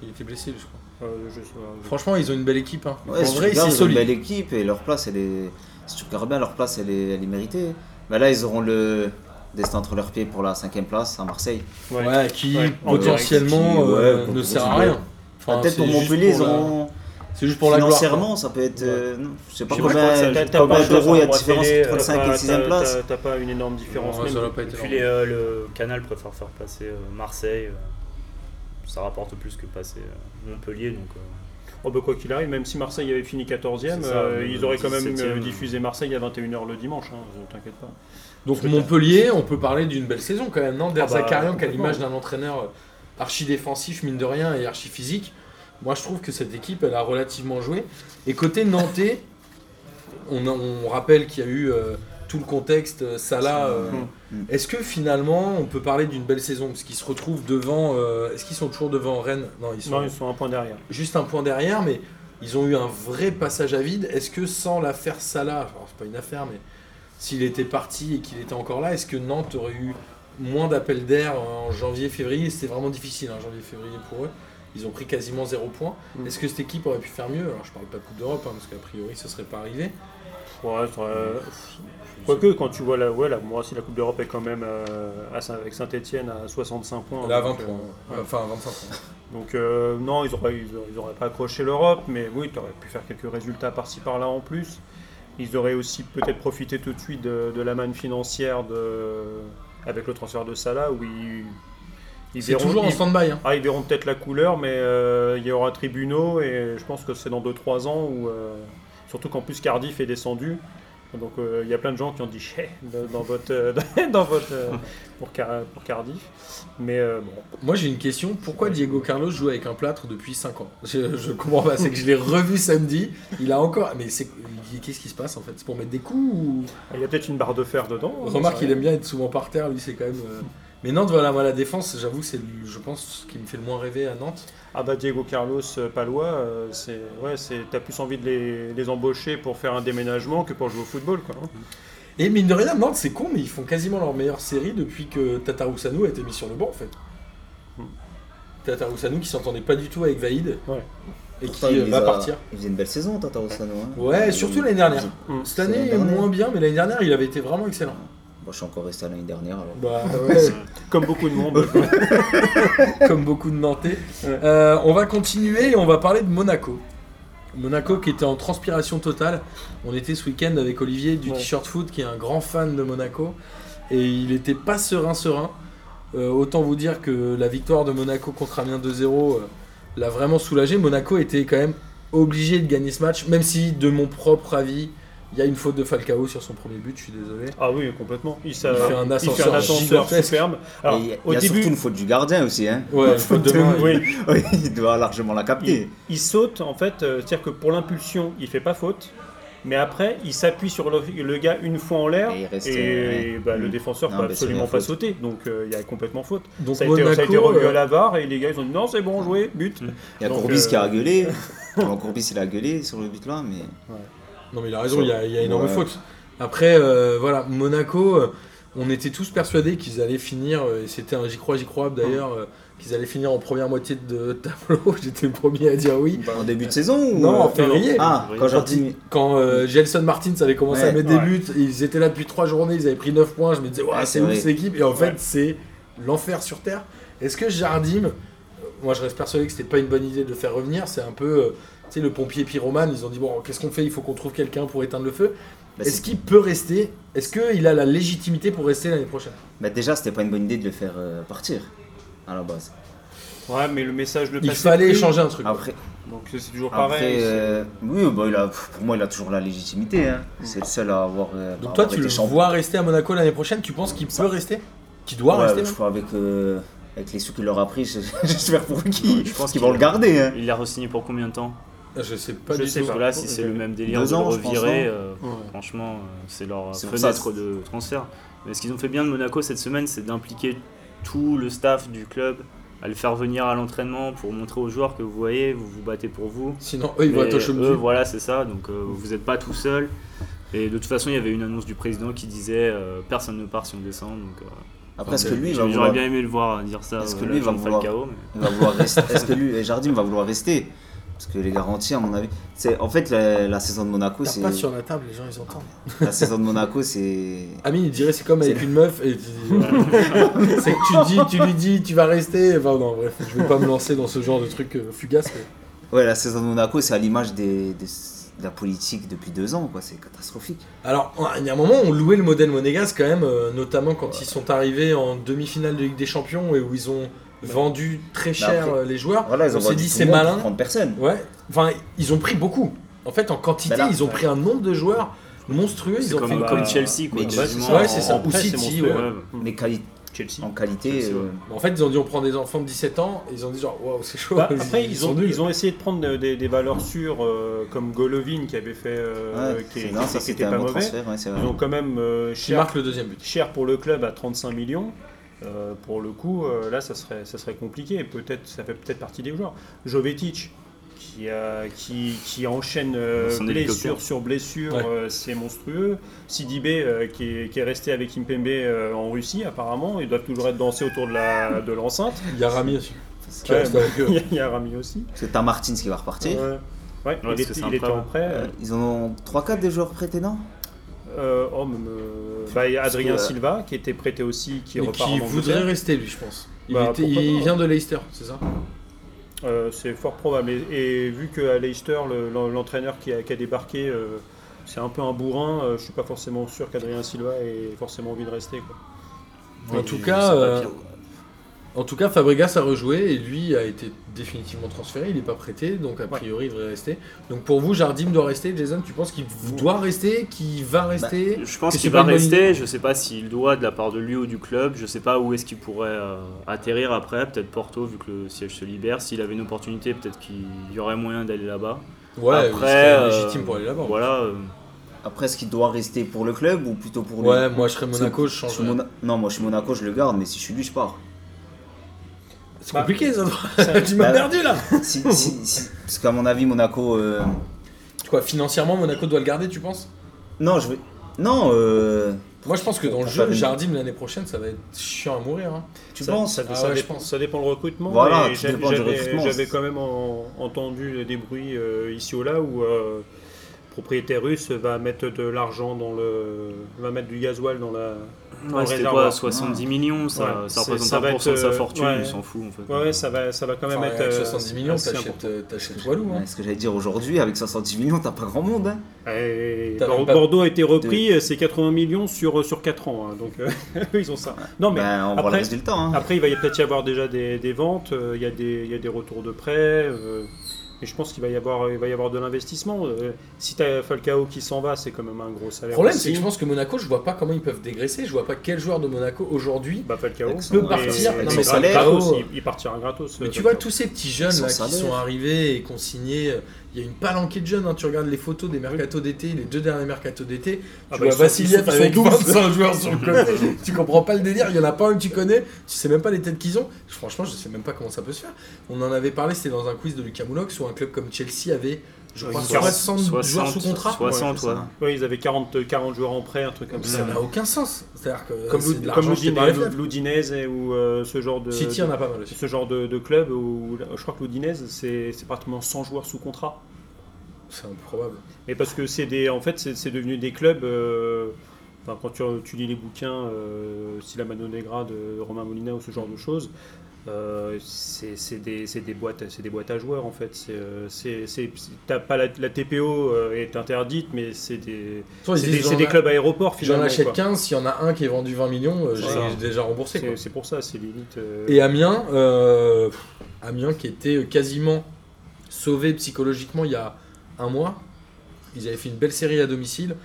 A: Il était blessé, je crois.
B: Euh, je sais pas.
A: Franchement, ils ont une belle équipe. hein.
C: Ouais,
A: en
C: si tu
A: vrai, c'est
C: regardes, ils ont une
A: solide.
C: belle équipe et leur place, elle est. Si tu regardes bien, leur place, elle est, elle est méritée. Bah là, ils auront le destin entre leurs pieds pour la cinquième place à Marseille.
B: Ouais.
A: Ouais, qui
B: Ouais.
A: potentiellement
C: Ouais,
A: euh,
C: qui,
A: ne
C: ouais,
A: sert à
C: potentiellement.
A: rien. Enfin,
C: Ah, Peut-être
A: c'est
C: pour
A: juste
C: Montpellier, ils
A: pour la-
C: auront.
A: C'est juste pour la gloire.
C: Financièrement,
A: quoi.
C: ça peut être.
A: Ouais.
C: euh, non, je sais pas
B: Je sais pas,
C: combien,
B: t'as- t'as-
C: combien
B: t'as pas un
C: d'euros il y a de
B: joueur
C: différence
B: télé,
C: entre la
B: t'as
C: 5 et
B: pas-
C: la 6ème
B: euh, t'as-
C: place.
B: t'as- T'as pas une énorme différence.
A: Ouais, ça
B: même.
A: va pas
D: Et
A: été
D: puis
A: énorme.
D: les, euh, le Canal préfère faire passer euh, Marseille. euh, ça rapporte plus que passer euh, Montpellier. Donc, euh,
B: Oh, bah, quoi qu'il arrive, même si Marseille avait fini 14e,
D: C'est ça,
B: euh,
D: le
B: ils auraient quand même
D: 17e.
B: euh, diffusé Marseille à 21h le dimanche. Hein, ne t'inquiète pas.
A: Donc
B: Parce que
A: Montpellier, on peut parler d'une belle saison quand même. Non,
B: bah,
A: Derzakarian, qui a
B: complètement.
A: l'image d'un entraîneur archi défensif mine de rien et archi physique. Moi, je trouve que cette équipe, elle a relativement joué. Et côté Nantais, on, a- on rappelle qu'il y a eu euh, tout le contexte euh, Salah. euh,
B: Hum,
C: Mm.
A: Est-ce que finalement, on peut parler d'une belle saison parce qu'ils se retrouvent devant euh, Est-ce qu'ils sont toujours devant Rennes Non, ils sont
B: Non, ils sont un point derrière.
A: juste un point derrière, mais ils ont eu un vrai passage à vide. Est-ce que sans l'affaire Salah, alors c'est pas une affaire, mais s'il était parti et qu'il était encore là, est-ce que Nantes aurait eu moins d'appels d'air en janvier-février C'était vraiment difficile, hein, janvier-février pour eux. Ils ont pris quasiment zéro point.
B: Mm.
A: Est-ce que cette équipe aurait pu faire mieux Alors je parle pas de Coupe d'Europe, hein, parce qu'a priori ce serait pas arrivé.
B: Ah, Ouais, ça aurait- Mm. Quoique, quand tu vois la, ouais, la, moi, si la Coupe d'Europe est quand même euh, à Saint- avec Saint-Etienne à 65 points.
A: Là, 20
B: donc,
A: points.
B: euh,
A: ouais. Enfin, 25 points.
B: Donc euh, non, ils auraient, ils auraient- ils auraient pas accroché l'Europe, mais oui, tu aurais pu faire quelques résultats par-ci par-là en plus. Ils auraient aussi peut-être profité tout de suite de, de la manne financière de, avec le transfert de Salah, où ils, ils
A: C'est toujours en
B: ils-
A: stand-by. hein.
B: ah, ils verront peut-être la couleur, mais euh, il y aura tribunaux et je pense que c'est dans 2-3 ans où, euh, surtout qu'en plus Cardiff est descendu. Donc euh, il y a plein de gens qui ont dit Chais dans- dans votre, euh, dans votre euh, pour, Car- pour Cardiff. Mais euh, bon,
A: Moi j'ai une question, pourquoi Diego Carlos joue avec un plâtre depuis 5 ans je, je comprends pas, c'est que je l'ai revu samedi, il a encore... Mais c'est il- qu'est-ce qui se passe en fait C'est pour mettre des coups ou...
B: il y a peut-être une barre de fer dedans. hein, on
A: Remarque,
B: sait
A: il
B: rien.
A: aime bien être souvent par terre, lui c'est quand même... euh, Mais Nantes, voilà, moi la défense, j'avoue que c'est, le- je pense, ce qui me fait le moins rêver à Nantes.
B: Ah bah Diego Carlos euh, Palois, euh, c'est ouais, c'est t'as plus envie de les, les embaucher pour faire un déménagement que pour jouer au football quoi. hein.
A: Et mine de rien, Nantes c'est con, mais ils font quasiment leur meilleure série depuis que Tatarusanu a été mis sur le banc en fait.
B: Hmm.
A: Tatarusanu qui s'entendait pas du tout avec Vaïd
B: Ouais.
A: et qui
C: Pourtant, il
A: euh,
C: les
A: va
C: a-
A: partir.
C: Il faisait bah, une belle saison, Tata Rossano. hein.
A: Ouais, surtout l'année dernière.
B: Mm.
A: Cette année,
C: C'est l'année
A: moins bien, mais l'année dernière, il avait été vraiment excellent.
C: Bon, je suis encore resté à l'année dernière alors.
A: Bah ouais,
B: Comme beaucoup de monde.
A: comme beaucoup de Nantais.
B: Ouais.
A: Euh, on va continuer et on va parler de Monaco. Monaco qui était en transpiration totale. On était ce week-end avec Olivier du
B: Ouais.
A: T-shirt Foot qui est un grand fan de Monaco et il était pas serein serein. Euh, autant vous dire que la victoire de Monaco contre Amiens 2-0 euh, l'a vraiment soulagé. Monaco était quand même obligé de gagner ce match, même si de mon propre avis, il y a une faute de Falcao sur son premier but. Je suis désolé.
B: ah oui complètement. Euh, Il, s'a-
A: Il fait un ascenseur
B: ascenseur
A: gigantesque.
B: superbe.
C: Et
B: Alors
C: il y a, il
B: au
C: y a
B: début,
C: surtout une faute du gardien aussi. Hein.
A: Ouais, une faute de main.
B: oui,
C: Oui, il doit largement la capter.
B: il, il saute en fait, euh, c'est-à-dire que pour l'impulsion, il fait pas faute, mais après, il s'appuie sur le, le gars une fois en l'air
C: Et il
B: et,
C: reste, ouais.
B: bah, le
C: Mm.
B: défenseur
C: Non,
B: peut
C: bah, c'est
B: absolument
C: bien
B: pas
C: faute.
B: sauter, donc euh, il y a complètement faute.
A: Donc
B: ça, a été, ça a été
A: Monaco,
B: revu
A: euh,
B: à la VAR et les gars ils ont dit non c'est bon joué but.
C: Il y a
B: Donc,
C: Courbis
B: euh,
C: qui a gueulé. Laurent Courbis, il a gueulé sur le but là, mais.
A: Non mais il a raison, il y a, il y a énorme
C: Ouais.
A: faute. Après, euh, voilà, Monaco, euh, on était tous persuadés qu'ils allaient finir, euh, et c'était un j'y crois, j'y crois d'ailleurs, euh, qu'ils allaient finir en première moitié de tableau. J'étais le premier à dire oui.
C: En début de saison ou
A: Non, en
C: euh,
A: février.
C: Ah, quand
A: Quand,
C: Jordi.
A: quand, euh, Gelson Martins avait commencé à
C: Ouais,
A: mettre des
B: ouais.
A: buts, ils étaient là depuis trois journées, ils avaient pris 9 points. Je me disais, ouais,
C: Ouais,
A: c'est
C: c'est
A: ouf
C: vrai.
A: cette équipe. Et en fait,
B: Ouais.
A: c'est l'enfer sur terre. Est-ce que Jardim, euh, moi je reste persuadé que c'était pas une bonne idée de le faire revenir. C'est un peu, euh, tu sais, le pompier pyromane. Ils ont dit, bon, qu'est-ce qu'on fait Il faut qu'on trouve quelqu'un pour éteindre le feu.
C: Bah,
A: Est-ce
C: c'est-
A: qu'il peut rester Est-ce qu'il a la légitimité pour rester l'année prochaine
C: bah, déjà, c'était pas une bonne idée de le faire euh, partir à la base.
B: Ouais, mais le message ne
A: Il
B: passait
A: fallait
B: plus.
A: échanger un truc.
C: Après,
B: Donc c'est toujours
C: après
B: pareil. c'est-
C: euh, oui, bah, il a, pff, pour moi, il a toujours la légitimité. hein. C'est le seul à avoir. euh,
A: Donc
C: à
A: toi,
C: avoir
A: tu
C: été
A: le
C: champion.
A: vois rester à Monaco l'année prochaine Tu penses qu'il peut rester Qu'il doit
C: Ouais,
A: rester
C: Je crois avec, euh, avec les sous qu'il leur a pris, je- j'espère pour qui.
D: Ouais, je pense
C: qu'ils
D: qu'il-
C: vont le garder. hein.
D: Il l'a re-signé pour combien de temps
A: Ah, Je sais pas
B: Je
A: du
B: sais
A: tout.
D: Parce que là, si c'est le même délire
C: Deux
D: de
C: ans,
D: le
C: je pense,
D: revirer,
C: non
D: euh,
B: Ouais.
D: franchement, euh, c'est leur euh,
C: C'est pour ça,
D: fenêtre de transfert. Mais ce qu'ils ont fait bien de Monaco cette semaine, c'est d'impliquer tout le staff du club à le faire venir à l'entraînement pour montrer aux joueurs que vous voyez, vous vous battez pour vous.
A: Sinon, eux, ils vont
D: Mais
A: être au chaume
D: eux,
A: du-
D: voilà, c'est ça. Donc euh, vous n'êtes pas tout seul. Et de toute façon, il y avait une annonce du président qui disait euh, personne ne part si on descend. Donc euh,
C: Après, est-ce que lui, il va
D: j'aurais
C: vouloir,
D: bien aimé le voir dire ça.
C: Est-ce que
D: euh,
C: lui, il va
D: Jean
C: vouloir-
D: Falcao, mais-
C: il va vouloir rester Est-ce que lui, Jardim va vouloir rester Parce que les garanties, à mon avis. c'est- En fait, la, la saison de Monaco,
A: Tape
C: c'est.
A: pas sur la table, les gens ils entendent.
C: La saison de Monaco, c'est.
A: Amine il dirait c'est comme avec
C: C'est-
A: une meuf et tu c'est que tu dis, tu lui dis tu vas rester. Enfin non bref, je vais pas me lancer dans ce genre de truc euh, fugace. mais-
C: Ouais, la saison de Monaco, c'est à l'image des, des- de la politique depuis deux ans, quoi. C'est catastrophique.
A: Alors on- il y a un moment on louait le modèle monégasque quand même, euh, notamment quand ils sont arrivés en demi-finale de Ligue des Champions et où ils ont vendu
B: Bah,
A: très cher
C: après-
A: euh, les joueurs.
C: Voilà, ils ont
A: on s'est
C: vendu
A: dit
C: tout
A: c'est
C: le monde pour
A: malin.
C: prendre personne.
A: Ouais. Enfin ils ont pris beaucoup. En fait en quantité
C: Bah là,
A: ils ont
B: ouais.
A: pris un nombre de joueurs monstrueux.
D: C'est
A: Ils ont
D: comme,
A: fait
B: bah,
D: comme Chelsea, quoi.
C: mais
B: Ouais,
D: quasiment.
A: Ouais, c'est ça.
D: En-
A: Ou
B: prêt,
A: City,
B: c'est monstrueux.
D: ouais.
C: Mais quali-
D: Chelsea.
C: en qualité.
D: Chelsea, ouais.
C: euh,
A: Bah, En fait ils ont dit on prend des enfants de 17 ans. Ils ont dit genre waouh c'est chaud.
B: Bah, après, ils, ont,
A: nuls.
B: ils ont essayé de prendre de- des, des valeurs sûres euh, comme Golovin qui avait fait. euh,
C: ouais,
B: qui,
C: c'est-
B: qui-
C: non, ça,
B: qui était
C: c'était un
B: pas
C: bon
B: mauvais.
C: transfert, ouais, c'est vrai.
B: Ils ont quand même euh,
A: Qui
B: cher,
A: marque le deuxième but.
B: cher pour le club à 35 millions. Euh, pour le coup, euh, là, ça serait, ça serait compliqué. Peut-être, ça fait peut-être partie des joueurs. Jovetic, qui, a- qui, qui enchaîne euh,
D: Son hélicoptère.
B: blessure sur blessure,
A: Ouais.
B: euh, c'est monstrueux. Sidibé, euh, qui, est, qui est resté avec Impembe euh, en Russie, apparemment. Ils doivent toujours être dansés autour de la- de l'enceinte.
A: Il y a Rami aussi.
C: Parce
A: Qui
C: que
B: Ouais,
A: reste avec eux.
B: Il y a- il y a Rami aussi.
C: parce que t'as Martins qui va repartir.
B: Ouais, Ouais,
D: parce
B: il,
D: que
B: était,
D: c'est
B: il
D: un
B: était
D: prêt.
B: en prêt.
C: Euh, ils en ont 3-4 des joueurs prêtés, non
B: Euh, oh, mais, euh, bah, il y a Adrien
C: que, euh,
B: Silva qui était prêté aussi, qui
A: Mais
B: repart
A: qui
B: en
A: voudrait
B: Angleterre.
A: rester, lui, je pense. Il,
B: Bah,
A: était-
B: pourquoi
A: il
B: pas.
A: vient de Leicester, c'est ça
B: Euh, c'est fort probable. Et, et vu qu'à Leicester, le- l'en- l'entraîneur qui a, qui a débarqué, euh, c'est un peu un bourrin, euh, je suis pas forcément sûr qu'Adrien Silva ait forcément envie de rester. quoi.
A: En
D: Ouais,
A: tout
D: il-
A: cas,
D: c'est pas
A: euh,
D: pire.
A: En tout cas, Fabregas a rejoué et lui a été définitivement transféré. Il n'est pas prêté, donc a
B: Ouais.
A: priori, il devrait rester. Donc pour vous, Jardim doit rester. Jason, tu penses qu'il v-
B: Oui.
A: doit rester, qu'il
C: Bah,
A: va rester
D: Je pense
A: que c'est
D: qu'il
A: pas
D: va
A: une bonne
D: rester. Je sais pas s'il doit de la part de lui ou du club. Je sais pas où est-ce qu'il pourrait euh, atterrir après. Peut-être Porto, vu que le siège se libère. S'il avait une opportunité, peut-être qu'il y aurait moyen d'aller là-bas.
A: Ouais,
D: Après,
A: il serait
D: euh,
A: légitime pour aller là-bas.
D: Voilà. euh,
C: Après, est-ce qu'il doit rester pour le club ou plutôt pour lui
A: Ouais, moi je serais
C: Parce
A: Monaco,
C: que
A: je change.
C: suis Mona- Non, moi je suis Monaco, je le garde, mais si je suis lui, je pars.
A: euh. C'est
B: Bah,
A: compliqué ça.
B: ça-
A: tu m'as
C: Bah,
A: perdu là.
C: Si- si- si- Parce qu'à mon avis, Monaco. euh,
A: Quoi, financièrement, Monaco doit le garder, tu penses
C: Non, je vais. Non, euh,
A: Moi je pense que dans le
C: Pour
A: jeu,
C: faire une-
A: Jardim l'année prochaine, ça va être chiant à mourir. hein.
C: tu
B: ça,
C: penses
B: ça,
A: Ah
B: ça
A: ouais,
B: dé-
A: je pense.
B: ça dépend le recrutement.
C: Voilà,
B: mais
C: tout
B: j'a-
C: dépend du
B: j'avais-
C: recrutement.
B: J'avais quand même en- entendu des bruits euh, ici ou là où euh, le propriétaire russe va mettre de l'argent dans le. va mettre du gasoil dans la. dans
D: ouais,
B: le
D: c'était
B: réservoir.
D: quoi 70 millions Ça,
B: Ouais,
D: ça
B: c'est-
D: représente
B: ça va
D: 1% de sa
B: être, euh,
D: fortune.
B: ouais.
D: Il s'en fout en fait.
B: Ouais, ouais, ça va, ça va quand même
A: Enfin,
B: être.
A: avec
B: euh,
A: 70 millions,
B: assez
A: t'achètes
B: important.
A: euh, t'achètes Walou. hein.
C: Ouais, Ce que j'allais dire aujourd'hui, avec 70 millions, t'as pas grand monde. hein.
B: Et
A: T'as
B: Bor-
A: même pas-
B: Bordeaux a été repris, euh, c'est 80 millions sur, sur 4 ans. hein, donc euh, ils ont ça. Non, mais
A: Bah.
C: Ben, on voit le
B: après-
C: résultat. hein.
B: Après, il va y peut-être y avoir déjà des, des ventes, euh, il y, a des- il y a des retours de prêt, euh, et je pense qu'il va, y avoir- il va y avoir de l'investissement. euh, si tu as Falcao qui s'en va, c'est quand même un gros
A: Le
B: salaire.
A: problème,
B: aussi.
A: c'est que je pense que Monaco, je vois pas comment ils peuvent dégraisser. Je vois pas quel joueur de Monaco aujourd'hui.
B: Bah, Falcao
C: Avec son-
A: peut
B: mais-
A: partir.
B: mais
C: Non,
B: il
C: mais
B: partira
C: Falcao-
B: gratos, il, il partira gratos.
A: oh. Mais
B: euh,
A: tu vois,
B: Falcao.
A: tous ces petits jeunes
C: Sans
A: là, qui
C: salaire.
A: sont arrivés et qui ont signé. euh, Il y a une palanquée de jeunes. hein. Tu regardes les photos des mercatos d'été, les deux derniers mercatos d'été.
B: Ah
A: tu
B: bah, ils
A: vois
B: sont-
A: Vassiliev
B: ils sont- ils
A: avec
B: sont douze.
A: 25 joueurs sur le côté. tu comprends pas le délire. Il y en a pas un que tu connais. Tu sais même pas les têtes qu'ils ont. Franchement, je sais même pas comment ça peut se faire. On en avait parlé, c'était dans un quiz de Lucas Moulox où un club comme Chelsea avait je crois,
B: Une quarante-
A: 60 joueurs sous contrat.
D: 60,
C: Ouais,
D: ouais.
B: Ouais, ils avaient 40, 40 joueurs en prêt, un truc comme
A: Ça
B: ça.
A: n'a aucun sens. C'est-à-dire que
B: Comme,
A: c'est
B: l'Oud-
A: de
B: comme
A: l'argent jeté par les
B: l'Oudinez,
A: fenêtres.
B: l'Oudinez et- ou euh, ce genre de.
A: City
B: de-
A: en a pas mal aussi.
B: ce genre de, de club où là, je crois que l'Oudinez c'est c'est pratiquement 100 joueurs sous contrat.
A: C'est improbable.
B: Mais parce que c'est des, en fait, c'est c'est devenu des clubs. euh, enfin, quand tu, tu lis les bouquins, euh, Stila Mano Negra de Romain Molina ou ce genre de choses, euh, c'est c'est des, c'est des boîtes, c'est des boîtes à joueurs en fait. C'est, euh, c'est- c'est- c'est- t'as pas la, la TPO euh, est interdite, mais c'est des,
A: Soit ils
B: c'est
A: disent,
B: des,
A: j'en
B: c'est des
A: a-
B: clubs aéroports
A: J'en
B: finalement.
A: achète
B: quoi.
A: 15, s'il y en a un qui est vendu 20 millions, euh, j'ai
B: Voilà.
A: j'ai déjà remboursé. quoi.
B: C'est c'est pour ça, c'est limite. euh,
A: Et Amiens, euh, pff, Amiens qui était quasiment sauvé psychologiquement il y a un mois. Ils avaient fait une belle série à domicile.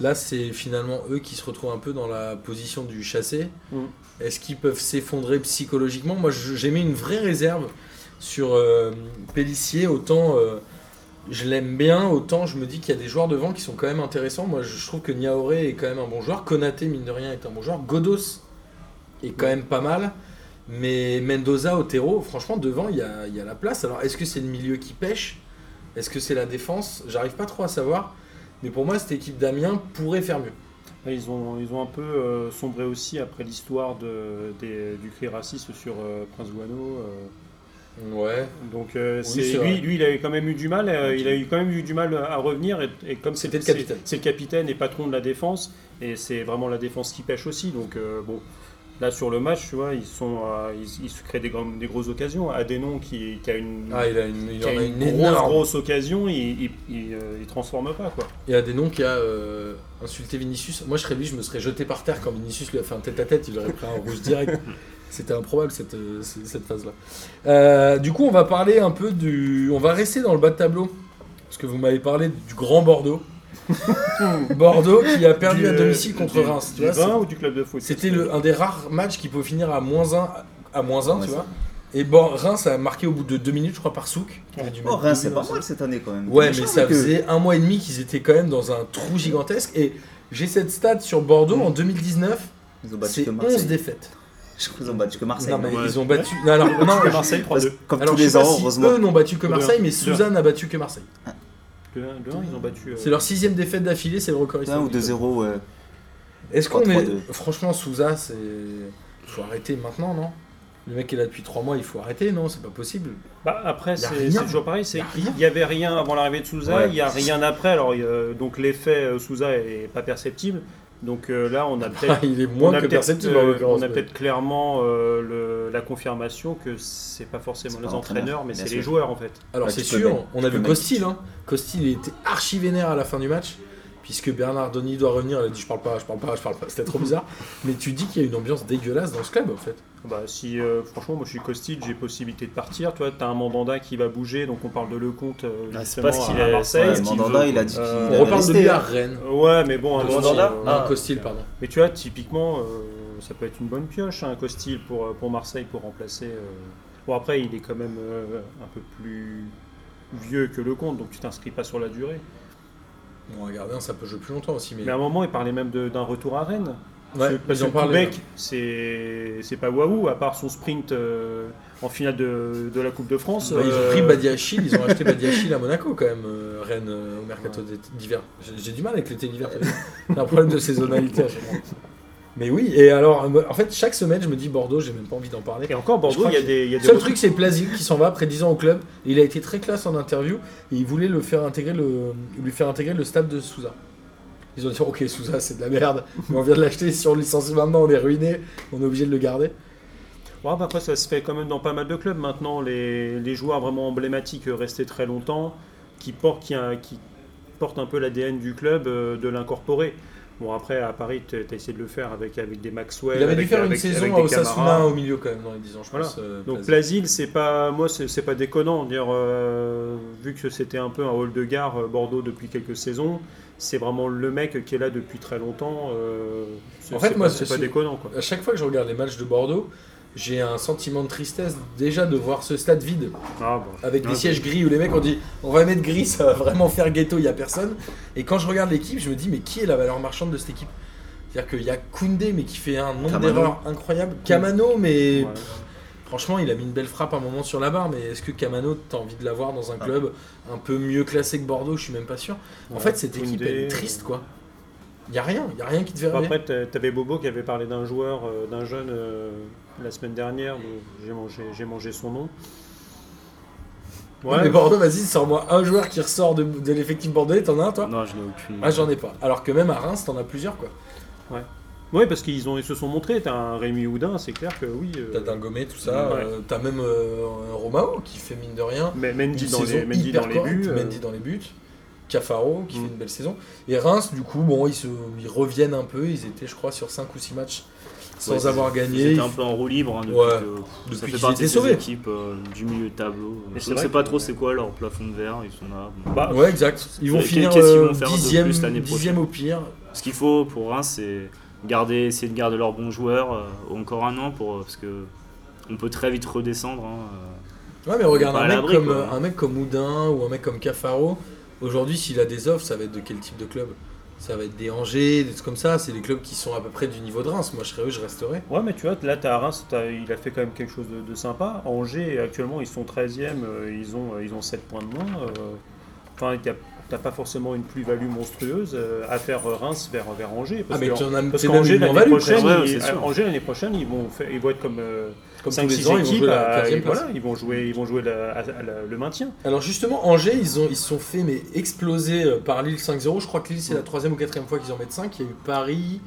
A: Là, c'est finalement eux qui se retrouvent un peu dans la position du chassé.
B: Mm.
A: Est-ce qu'ils peuvent s'effondrer psychologiquement Moi, je- j'ai mis une vraie réserve sur euh, Pélissier. Autant euh, je l'aime bien, autant je me dis qu'il y a des joueurs devant qui sont quand même intéressants. Moi, je trouve que Niaoré est quand même un bon joueur. Konaté, mine de rien, est un bon joueur. Godos est quand même pas mal. Mais Mendoza, Otero, franchement, devant, il y a, il y a la place. Alors, est-ce que c'est le milieu qui pêche Est-ce que c'est la défense J'arrive pas trop à savoir. Mais pour moi, cette équipe d'Amiens pourrait faire mieux.
B: Ouais, Ils ont, ils ont un peu euh, sombré aussi après l'histoire de, des- du cri raciste sur euh, Prince Guano. euh,
A: Ouais.
B: donc euh,
A: Oui,
B: c'est-
A: c'est vrai.
B: lui, lui, il avait quand même eu du mal. euh,
A: Ok.
B: Il a eu quand même eu du mal à revenir. Et, et comme c'est
A: C'était le
B: c'est-
A: capitaine.
B: c'est le capitaine et patron de la défense, et c'est vraiment la défense qui pêche aussi. Donc euh, bon, là sur le match, tu vois, ils sont, euh, ils, ils se créent des, grandes- des grosses occasions. Adenon qui, qui a une,
A: Ah, il, a une, il
B: qui
A: en
B: a
A: a
B: une
A: une
B: grosse,
A: énorme.
B: grosse occasion, il, il, il, euh, il transforme pas quoi.
A: Il y a des noms qui a euh, insulté Vinicius. Moi, je serais lui, je me serais jeté par terre quand Vinicius lui a fait un tête à tête. Il aurait pris un rouge direct. C'était improbable cette, euh, cette cette phase-là. Euh, du coup, on va parler un peu du. On va rester dans le bas de tableau. Parce que vous m'avez parlé du grand Bordeaux. Bordeaux qui a perdu
B: Du,
A: à
B: euh,
A: domicile contre
B: du-
A: Reims. Tu
B: du
A: vois, c'est-
B: vin ou du club de foot
A: C'était le, un des rares matchs qui pouvait finir à moins 1, à moins 1,
C: Ouais,
A: tu
C: ça.
A: vois. Et bon, Reims a marqué au bout de 2 minutes, je crois, par Souk. qui avait dû
C: Oh,
A: mettre
C: Reims,
A: deux
C: c'est
A: buts
C: pas
A: dans
C: mal cette année quand
A: sa-
C: même.
A: Ouais,
C: T'es
A: mais
C: méchant
A: ça
C: avec eux.
A: faisait un mois et demi qu'ils étaient quand même dans un trou gigantesque. Et j'ai cette stat sur Bordeaux en 2019,
C: Ils ont Mm. battu
A: c'est
C: que
A: 11
C: Marseille.
A: défaites.
C: Je crois qu'ils ont battu que Marseille. hein.
A: Non, mais
D: ouais.
A: ils ont battu. Non, alors, non,
B: Club de
A: je-
B: Marseille 3-2.
C: Parce- Comme
A: alors,
C: tous
A: je
C: les
A: sais pas
C: ans,
A: si
C: heureusement.
A: eux n'ont battu que
B: Deux un.
A: Marseille, mais
B: Deux un.
A: Suzanne a battu que Marseille.
B: Le 1, ils ont battu. euh,
A: C'est leur sixième défaite d'affilée, c'est le record
C: 1 ou euh,
A: historique.
C: 2-0. ouais.
A: Est-ce qu'on est.
C: 3-3-2.
A: Franchement, Souza, c'est. Faut arrêter maintenant, non Le mec est là depuis 3 mois, il faut arrêter, non C'est pas possible.
B: Bah, après,
A: Y a
B: c'est
A: rien.
B: c'est toujours pareil. c'est-
A: Y a rien.
B: Il n'y avait rien avant l'arrivée de Souza,
C: Ouais.
B: il n'y a rien après. Alors, il y a- donc l'effet euh, Souza n'est pas perceptible. Donc euh, là, on a
A: Ah,
B: peut-être.
A: il est
B: on
A: moins
B: a
A: que
B: peut-être,
A: perceptible
B: euh,
A: en l'occurrence.
B: on a
A: mais-
B: peut-être clairement euh, le- la confirmation que c'est pas forcément
C: C'est
B: les
C: pas l'entraîneur,
B: entraîneurs, mais
C: bien
B: c'est
C: sûr.
B: les joueurs en fait.
A: Alors
C: Ouais,
A: c'est
C: tu peux
A: sûr,
C: mettre-
A: on a
C: tu
A: vu
C: peux
A: Costil. Hein. Costil il était archi vénère à la fin du match, puisque Bernardoni doit revenir. Il a dit Je parle pas, je parle pas, je parle pas. C'était trop bizarre. Mais tu dis qu'il y a une ambiance dégueulasse dans ce club en fait.
B: Bah, si euh, franchement, moi je suis Costil, j'ai possibilité de partir. Tu vois, t'as un mandanda qui va bouger, donc on parle de Lecomte euh,
D: Ah, c'est
B: justement,
D: pas ce qu'il
B: à
D: est-
B: Marseille.
C: Ouais,
D: ce qu'il
C: Mandanda,
D: veut,
C: il a
D: quoi.
C: dit
B: Euh,
C: qu'il
A: On
B: a
A: reparle de
C: resté.
A: lui à Rennes.
B: Ouais, mais bon, à un
A: De
B: moment,
A: Mandanda
B: euh,
A: Non,
E: Ah.
A: Costil, pardon.
B: Mais tu vois, typiquement, euh, ça peut être une bonne pioche, un Costil pour, euh, pour Marseille pour remplacer. euh. Bon, après, il est quand même euh, un peu plus vieux que le compte, donc tu t'inscris pas sur la durée.
A: Bon, un gardien, ça peut jouer plus longtemps aussi. Mais,
B: Mais à un moment, il parlait même de- d'un retour à Rennes.
A: ouais,
B: Parce
A: ils
B: que
A: en parlaient. hein.
B: Koubek, c'est c'est pas waouh, à part son sprint euh, en finale de, de la Coupe de France.
A: Bah, ils ont
B: euh,
A: pris Badiachil, ils ont acheté Badiachil à Monaco quand même, euh, Rennes euh, au mercato d'été- d'hiver. J'ai- J'ai du mal avec l'été d'hiver. C'est un problème de saisonnalité à chaque fois. Mais oui, et alors euh, en fait chaque semaine je me dis Bordeaux, j'ai même pas envie d'en parler.
B: Et encore,
A: Je
B: Bordeaux,
A: crois
B: il y a
A: que-
B: des. il Y a
A: Le
B: des
A: seul truc c'est Plasie qui s'en va après 10 ans au club. Il a été très classe en interview et il voulait le faire intégrer le, lui faire intégrer le staff de Souza. Ils ont dit ok Souza c'est de la merde, mais on vient de l'acheter, si on le licencie maintenant on est ruiné, on est obligé de le garder.
B: Ouais, bah après, ça se fait quand même dans pas mal de clubs maintenant. Les, les joueurs vraiment emblématiques euh, restés très longtemps, qui portent, qui, a- qui portent un peu l'ADN du club, euh, de l'incorporer. Bon, après, à Paris, tu as essayé de le faire avec, avec des Maxwell.
A: Il avait dû
B: avec,
A: faire une
B: avec-
A: saison
B: avec
A: à
B: des
A: Osasuna
B: Camara.
A: au milieu quand même dans les 10 ans je
B: Voilà.
A: pense. euh,
B: Donc,
A: Plasie.
B: Plasil, c'est pas, moi, c'est c'est pas déconnant. Dire, euh, vu que c'était un peu un hall de gare euh, Bordeaux depuis quelques saisons, c'est vraiment le mec qui est là depuis très longtemps. euh, c'est-
A: En fait,
B: c'est
A: moi,
B: pas- c'est
A: c'est-
B: pas déconnant. Quoi.
A: À chaque fois que je regarde les matchs de Bordeaux, j'ai un sentiment de tristesse déjà de voir ce stade vide
B: Ah, bon.
A: avec des
D: Ouais.
A: sièges gris où les mecs ont dit on va mettre gris, ça va vraiment faire ghetto, il y a personne. Et quand je regarde l'équipe, je me dis mais qui est la valeur marchande de cette équipe C'est-à-dire qu'il y a Koundé mais qui fait un nombre
C: Kamano.
A: d'erreurs incroyable, Kamano mais
B: Ouais.
A: Franchement, il a mis une belle frappe à un moment sur la barre, mais est-ce que Camano, t'as envie de l'avoir dans un
C: Ah.
A: club un peu mieux classé que Bordeaux Je suis même pas sûr. En
B: Ouais,
A: fait, cette équipe
B: Koundé,
A: elle est triste, quoi. Il y a rien, il y a rien qui te fait rêver.
B: Après, t'a- t'avais Bobo qui avait parlé d'un joueur, euh, d'un jeune, euh, la semaine dernière. dont J'ai mangé, j'ai mangé son nom.
A: Ouais, mais Bordeaux, vas-y, sors-moi un joueur qui ressort de, de l'effectif bordelais. T'en as un, toi
D: Non, je n'ai aucune.
A: Moi, Ah, j'en ai pas. Alors que même à Reims, t'en as plusieurs, quoi.
B: Ouais, parce qu'ils ont, ils se sont montrés. T'as un Rémi Houdin, c'est clair que oui. euh,
A: T'as Dingomé, tout ça.
B: Ouais.
A: euh, t'as même euh, Romao qui fait mine de rien.
B: Mais
A: Une
B: Mendy dans
A: saison
B: les, Mendy
A: hyper
B: dans les
A: correcte,
B: buts. euh,
A: Mendy dans les buts. Cafaro qui
B: Mm.
A: fait une belle saison. Et Reims, du coup, bon, ils, se, ils reviennent un peu. Ils étaient, je crois, sur 5 ou 6 matchs sans
D: Ouais, c'est-
A: avoir
D: Ils
A: gagné.
D: étaient un peu en roue libre hein, depuis,
A: Ouais,
D: que-
A: depuis
D: ça
A: qu'ils
D: fait partie
A: étaient
D: de ces
A: sauvés.
D: équipes euh, du milieu de tableau.
B: Mais c'est
D: je ne
B: vrai
D: sais pas
B: que-
D: trop c'est quoi leur plafond de verre, ils sont là. bon.
B: Bah,
A: Ouais, exact. Ils vont
D: Qu'est-
A: finir
D: Ah, qu'est-ce qu'ils
A: euh,
D: vont faire de
A: dixième,
D: plus l'année
A: dixième au pire.
D: Ce qu'il faut pour Reims, c'est garder, essayer de garder leurs bons joueurs euh, encore un an pour euh, parce que on peut très vite redescendre. hein, euh.
A: Ouais, mais regarde,
D: Pas à
A: un mec,
D: l'abri,
A: comme,
D: quoi.
A: euh, un mec comme Moudin ou un mec comme Cafaro, aujourd'hui, s'il a des offres, ça va être de quel type de club Ça va être des Angers, des trucs comme ça. C'est des clubs qui sont à peu près du niveau de Reims. Moi, je serais eux, je resterais.
B: Ouais, mais tu vois, là, t'as Reims, t'as- il a fait quand même quelque chose de, de sympa. Angers, actuellement, ils sont 13e, euh, ils, ont, euh, ils ont 7 points de moins. euh, Enfin, t'as- t'as pas forcément une plus-value monstrueuse euh, à faire euh, Reims vers, vers Angers.
A: Ah,
B: Parce
A: mais
B: que,
A: tu en as
B: parce
A: c'est même
B: qu'Angers,
A: une
B: l'année
A: value,
B: prochaine,
A: presque.
D: Ouais, ouais,
B: ils-
D: c'est sûr.
B: Angers, l'année prochaine, ils vont, faire- ils vont être comme
A: Comme tous
B: 5-6
A: les ans, ils vont
B: équipes.
A: jouer la
B: à-
A: 15e
B: et
A: place.
B: voilà, ils vont jouer, ils vont jouer la- à- à la- le maintien.
A: Alors justement, Angers, ils ont ils se sont fait mais exploser euh, par Lille 5-0. Je crois que Lille c'est
B: Mm.
A: la troisième ou quatrième fois qu'ils en mettent 5. Il y a eu Paris,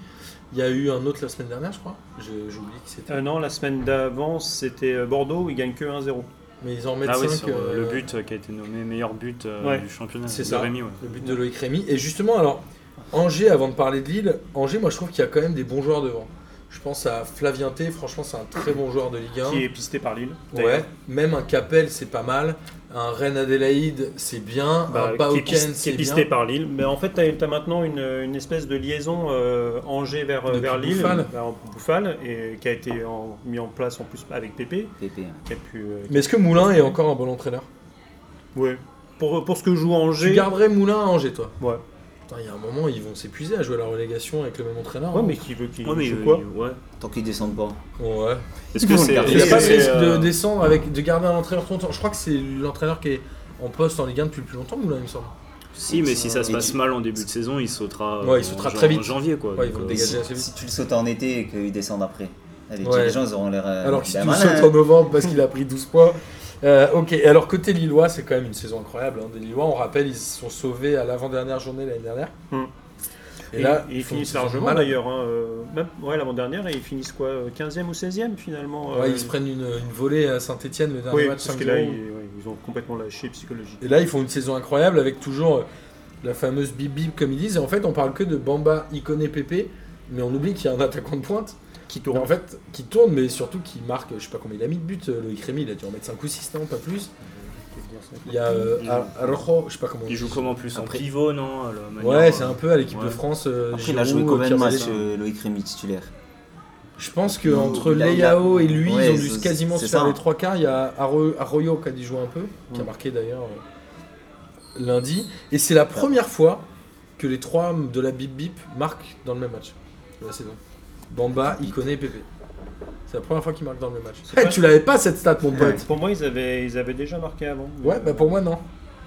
A: il y a eu un autre la semaine dernière, je crois. Je- J'ai oublié qui c'était.
B: Euh, non, la semaine d'avant, c'était euh, Bordeaux, où ils gagnent que 1-0.
A: Mais ils en mettent
D: Ah
A: 5.
D: oui, sur, euh, le but euh, qui a été nommé meilleur but euh,
B: Ouais.
D: du championnat.
A: C'est
D: de
A: ça.
D: Rémi, ouais.
A: Le but de Loïc Rémy. Et justement, alors, Angers, avant de parler de Lille, Angers, moi je trouve qu'il y a quand même des bons joueurs devant. Je pense à Flavien T, franchement c'est un très bon joueur de Ligue 1.
B: qui est pisté par Lille. d'ailleurs.
A: Ah. Ouais, même un Capel c'est pas mal. Un Rennes Adélaïde c'est bien.
B: Bah,
A: un
B: qui est,
A: Pauken
B: pis- qui est
A: Ah, c'est
B: pisté
A: bien.
B: par Lille. Mais en fait, tu as, maintenant une, une espèce de liaison euh, Angers vers,
A: Depuis
B: vers Lille,
A: Bouffal.
B: vers Bouffal, et qui a été en- mis en place en plus avec Pépé,
C: Pépé.
B: qui a pu. euh,
A: Mais est-ce que Moulin est encore un bon entraîneur
B: ouais. Pour, pour ce que joue
A: Tu
B: Angers.
A: garderais Moulin à Angers toi
B: Ouais.
A: Putain, il y a un moment, ils vont s'épuiser à jouer à la relégation avec le même entraîneur.
B: Ouais,
A: hein.
B: mais qui veut qu'il
D: Ouais, mais,
B: joue
D: euh,
B: quoi
D: ouais.
C: Tant qu'ils descendent pas.
A: Ouais.
D: Est-ce
C: Ils
D: que
C: vont le
D: c'est
C: garder.
A: Il n'y a
D: est-ce
A: pas
D: que
A: de
D: c'est,
A: risque de
D: euh,
A: descendre avec, de garder un entraîneur trop longtemps. Je crois que c'est l'entraîneur qui est en poste en Ligue 1 depuis le plus longtemps, Moulin, il me semble.
D: Si, mais si ça se
C: Et
D: passe
C: tu-
D: mal en début de saison, il sautera. euh,
A: Ouais, il
D: en
A: sautera
D: jan-
A: très vite.
D: En janvier, quoi.
A: Ouais, ils
D: Donc,
A: vont le
D: euh,
A: dégager
C: si,
A: assez vite.
C: si tu le sautes en été et qu'ils descendent après, avec
A: Ouais.
C: les gens, ils auront l'air. euh,
A: Alors que si
C: d'un
A: tu le
C: malin,
A: sautes en novembre parce qu'il a pris 12 points. Euh, ok, alors côté Lillois, c'est quand même une saison incroyable. hein. Des Lillois, on rappelle, ils se sont sauvés à l'avant-dernière journée l'année dernière.
B: Hum.
A: Et, là,
B: ils, ils
A: font une
B: finissent
A: saison
B: largement
A: malade.
B: d'ailleurs. hein, euh, même ouais, l'avant-dernière, et ils finissent quoi euh, 15e ou 16e finalement
A: Ouais,
B: euh,
A: ils se prennent une, une volée à Saint-Etienne le dernier
B: Oui,
A: match 5
B: parce que là, ils, ouais, ils ont complètement lâché psychologiquement.
A: Et là, ils font une saison incroyable avec toujours euh, la fameuse bip bip, comme ils disent. Et en fait, on parle que de Bamba, Ikoné, Pépé, mais on oublie qu'il y a un attaquant de pointe
B: Qui
A: mais
B: tourne.
A: en fait, qui tourne, mais surtout qui marque. Je sais pas combien il a mis de buts, euh, Loïc Rémy, il a dû en mettre 5 ou 6, non Pas plus. Il y a euh,
D: Il
A: Ar- Araujo, je sais pas comment on
D: Il
A: dit.
D: joue comment plus En
C: Après-
D: pivot, non à la manière,
A: Ouais, c'est
D: euh,
A: un peu à l'équipe
D: ouais.
A: de France. euh,
C: Après, il a
A: Giroud,
C: joué combien de
A: Pierre
C: matchs,
A: Zalé.
C: euh, Loïc Rémy titulaire
A: Je pense que
C: Il a-
A: entre
C: il a-
A: Leao et lui,
C: Ouais,
A: ils ont dû
C: c'est-
A: quasiment se
C: c'est
A: faire
C: ça.
A: les trois quarts. Il y a Arro- Arroyo qui a dû jouer un peu, qui a
B: Mm.
A: marqué d'ailleurs euh, lundi. Et c'est la première fois que les trois de la Bip Bip marquent dans le même match de la saison. Bamba, Ikoné et Pépé. C'est la première fois qu'ils marquent dans le même match.
B: C'est
A: Eh,
B: pas-
A: tu l'avais pas cette stat, mon
B: Ouais,
A: pote
B: Pour moi, ils avaient, ils avaient déjà marqué avant. mais,
A: Ouais, bah pour moi, non.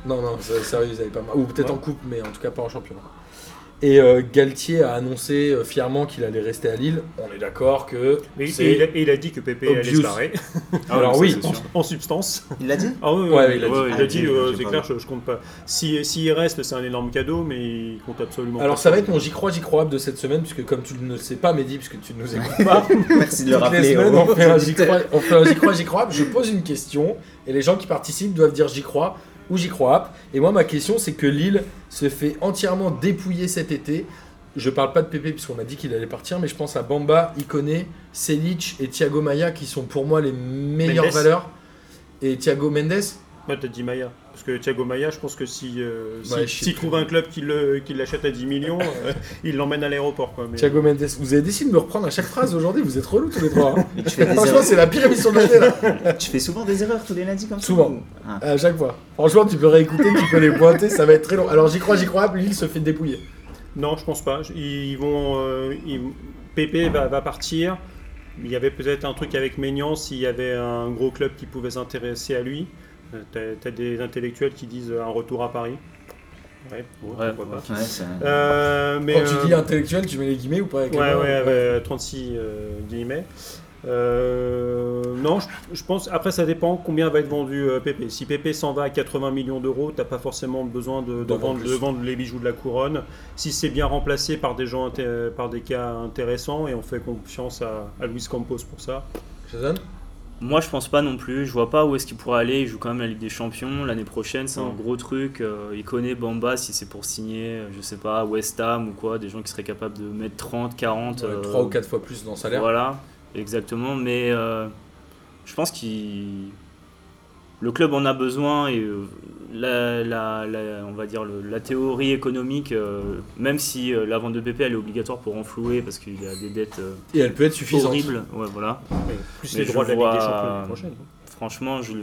A: Non, non, c'est- sérieux, ils avaient pas marqué. Ou peut-être en coupe, mais en tout cas pas en championnat. Et euh, Galtier a annoncé euh, fièrement qu'il allait rester à Lille. On est d'accord que.
B: Mais il-
A: c'est-
B: et il, a, et il a dit que Pépé allait
A: obvious.
B: se barrer
D: Ah ouais,
A: Alors
D: ça,
A: oui.
D: c'est
B: en,
D: sûr.
B: en substance.
C: Il l'a dit
B: Ah
A: Ouais,
B: oui, oui,
A: il a
B: ouais,
A: dit.
B: ouais,
C: Ah,
B: il a dit,
C: j'ai-
B: euh,
C: j'ai
B: c'est
C: pas
B: clair,
C: vu.
B: je, je compte pas. Si s'il reste, c'est un énorme cadeau, mais il compte absolument
A: Alors
B: pas.
A: ça va être mon j'y crois, j'y crois de cette semaine, puisque comme tu ne le sais pas, Mehdi, puisque tu ne nous écoutes pas,
C: Merci de le
A: toutes les
C: rappeler.
A: semaines
C: aux-
A: on fait un
C: aux
A: j'y
C: auditeurs.
A: crois, on fait un j'y crois, j'y crois, je pose une question, et les gens qui participent doivent dire j'y crois ou j'y crois. Et moi ma question c'est que Lille se fait entièrement dépouiller cet été. Je parle pas de Pépé puisqu'on a dit qu'il allait partir, mais je pense à Bamba, Ikoné, Selic et Thiago Maia qui sont pour moi les meilleures
B: Mendes.
A: valeurs. Et Thiago Mendes
B: Ouais, t'as dit Maya. Parce que Thiago Maya, je pense que si, euh, si-
A: Ouais, je sais
B: s'il
A: plus.
B: trouve un club qui le- qui l'achète à 10 millions, euh, il l'emmène à l'aéroport. quoi, mais-
A: Thiago Mendes, vous avez décidé de me reprendre à chaque phrase aujourd'hui, vous êtes relous tous les trois. hein.
C: Mais tu, fais des
A: Franchement,
C: erreurs-
A: c'est la pire émission de l'année là.
C: tu fais souvent des erreurs tous les lundis comme ça
A: Souvent.
C: ou- Ah.
A: À chaque fois. Franchement, tu peux réécouter, tu peux les pointer, ça va être très long. Alors j'y crois, j'y crois, Lille se fait dépouiller.
B: Non, je pense pas. Ils vont, euh, ils- Pépé va, va partir. Il y avait peut-être un truc avec Maignan, s'il y avait un gros club qui pouvait s'intéresser à lui. Euh, t'as- T'as des intellectuels qui disent euh, un retour à Paris. Ouais, bon,
D: Ouais,
B: pourquoi pas.
C: Ouais, c'est un-
B: Euh, mais,
A: Quand Oh, tu dis
B: euh,
A: intellectuel, tu mets les guillemets ou pas avec
B: Ouais,
A: les mains
B: ouais, avec, euh, 36 euh, guillemets. Euh, non, je, je pense. Après, ça dépend combien va être vendu euh, PP. Si PP s'en va à 80 millions d'euros, t'as pas forcément besoin de, de
A: D'en vendre
B: vendre, de
A: plus.
B: vendre les bijoux de la couronne. Si c'est bien remplacé par des gens inté- par des cas intéressants, et on fait confiance à, à Luis Campos pour ça.
A: Jason
D: Moi, je pense pas non plus. Je vois pas où est-ce qu'il pourrait aller. Il joue quand même la Ligue des Champions l'année prochaine. C'est un
B: Mm.
D: gros truc. Euh, il connaît Bamba si c'est pour signer, euh, je sais pas, West Ham ou quoi. Des gens qui seraient capables de mettre 30, 40. euh,
A: 3 ou 4 fois plus dans le salaire.
D: Voilà, exactement. Mais euh, je pense qu'il. Le club en a besoin et euh, la, la- la- on va dire le- la théorie économique, euh, même si euh, la vente de PP elle est obligatoire pour renflouer parce qu'il y a des dettes euh,
A: Et elle peut être suffisante.
D: horribles. Ouais, voilà.
B: Mais plus
D: Mais
B: les
D: je
B: droits de la Ligue des
D: vois-
B: Champions l'année prochaine.
D: Franchement, je, je-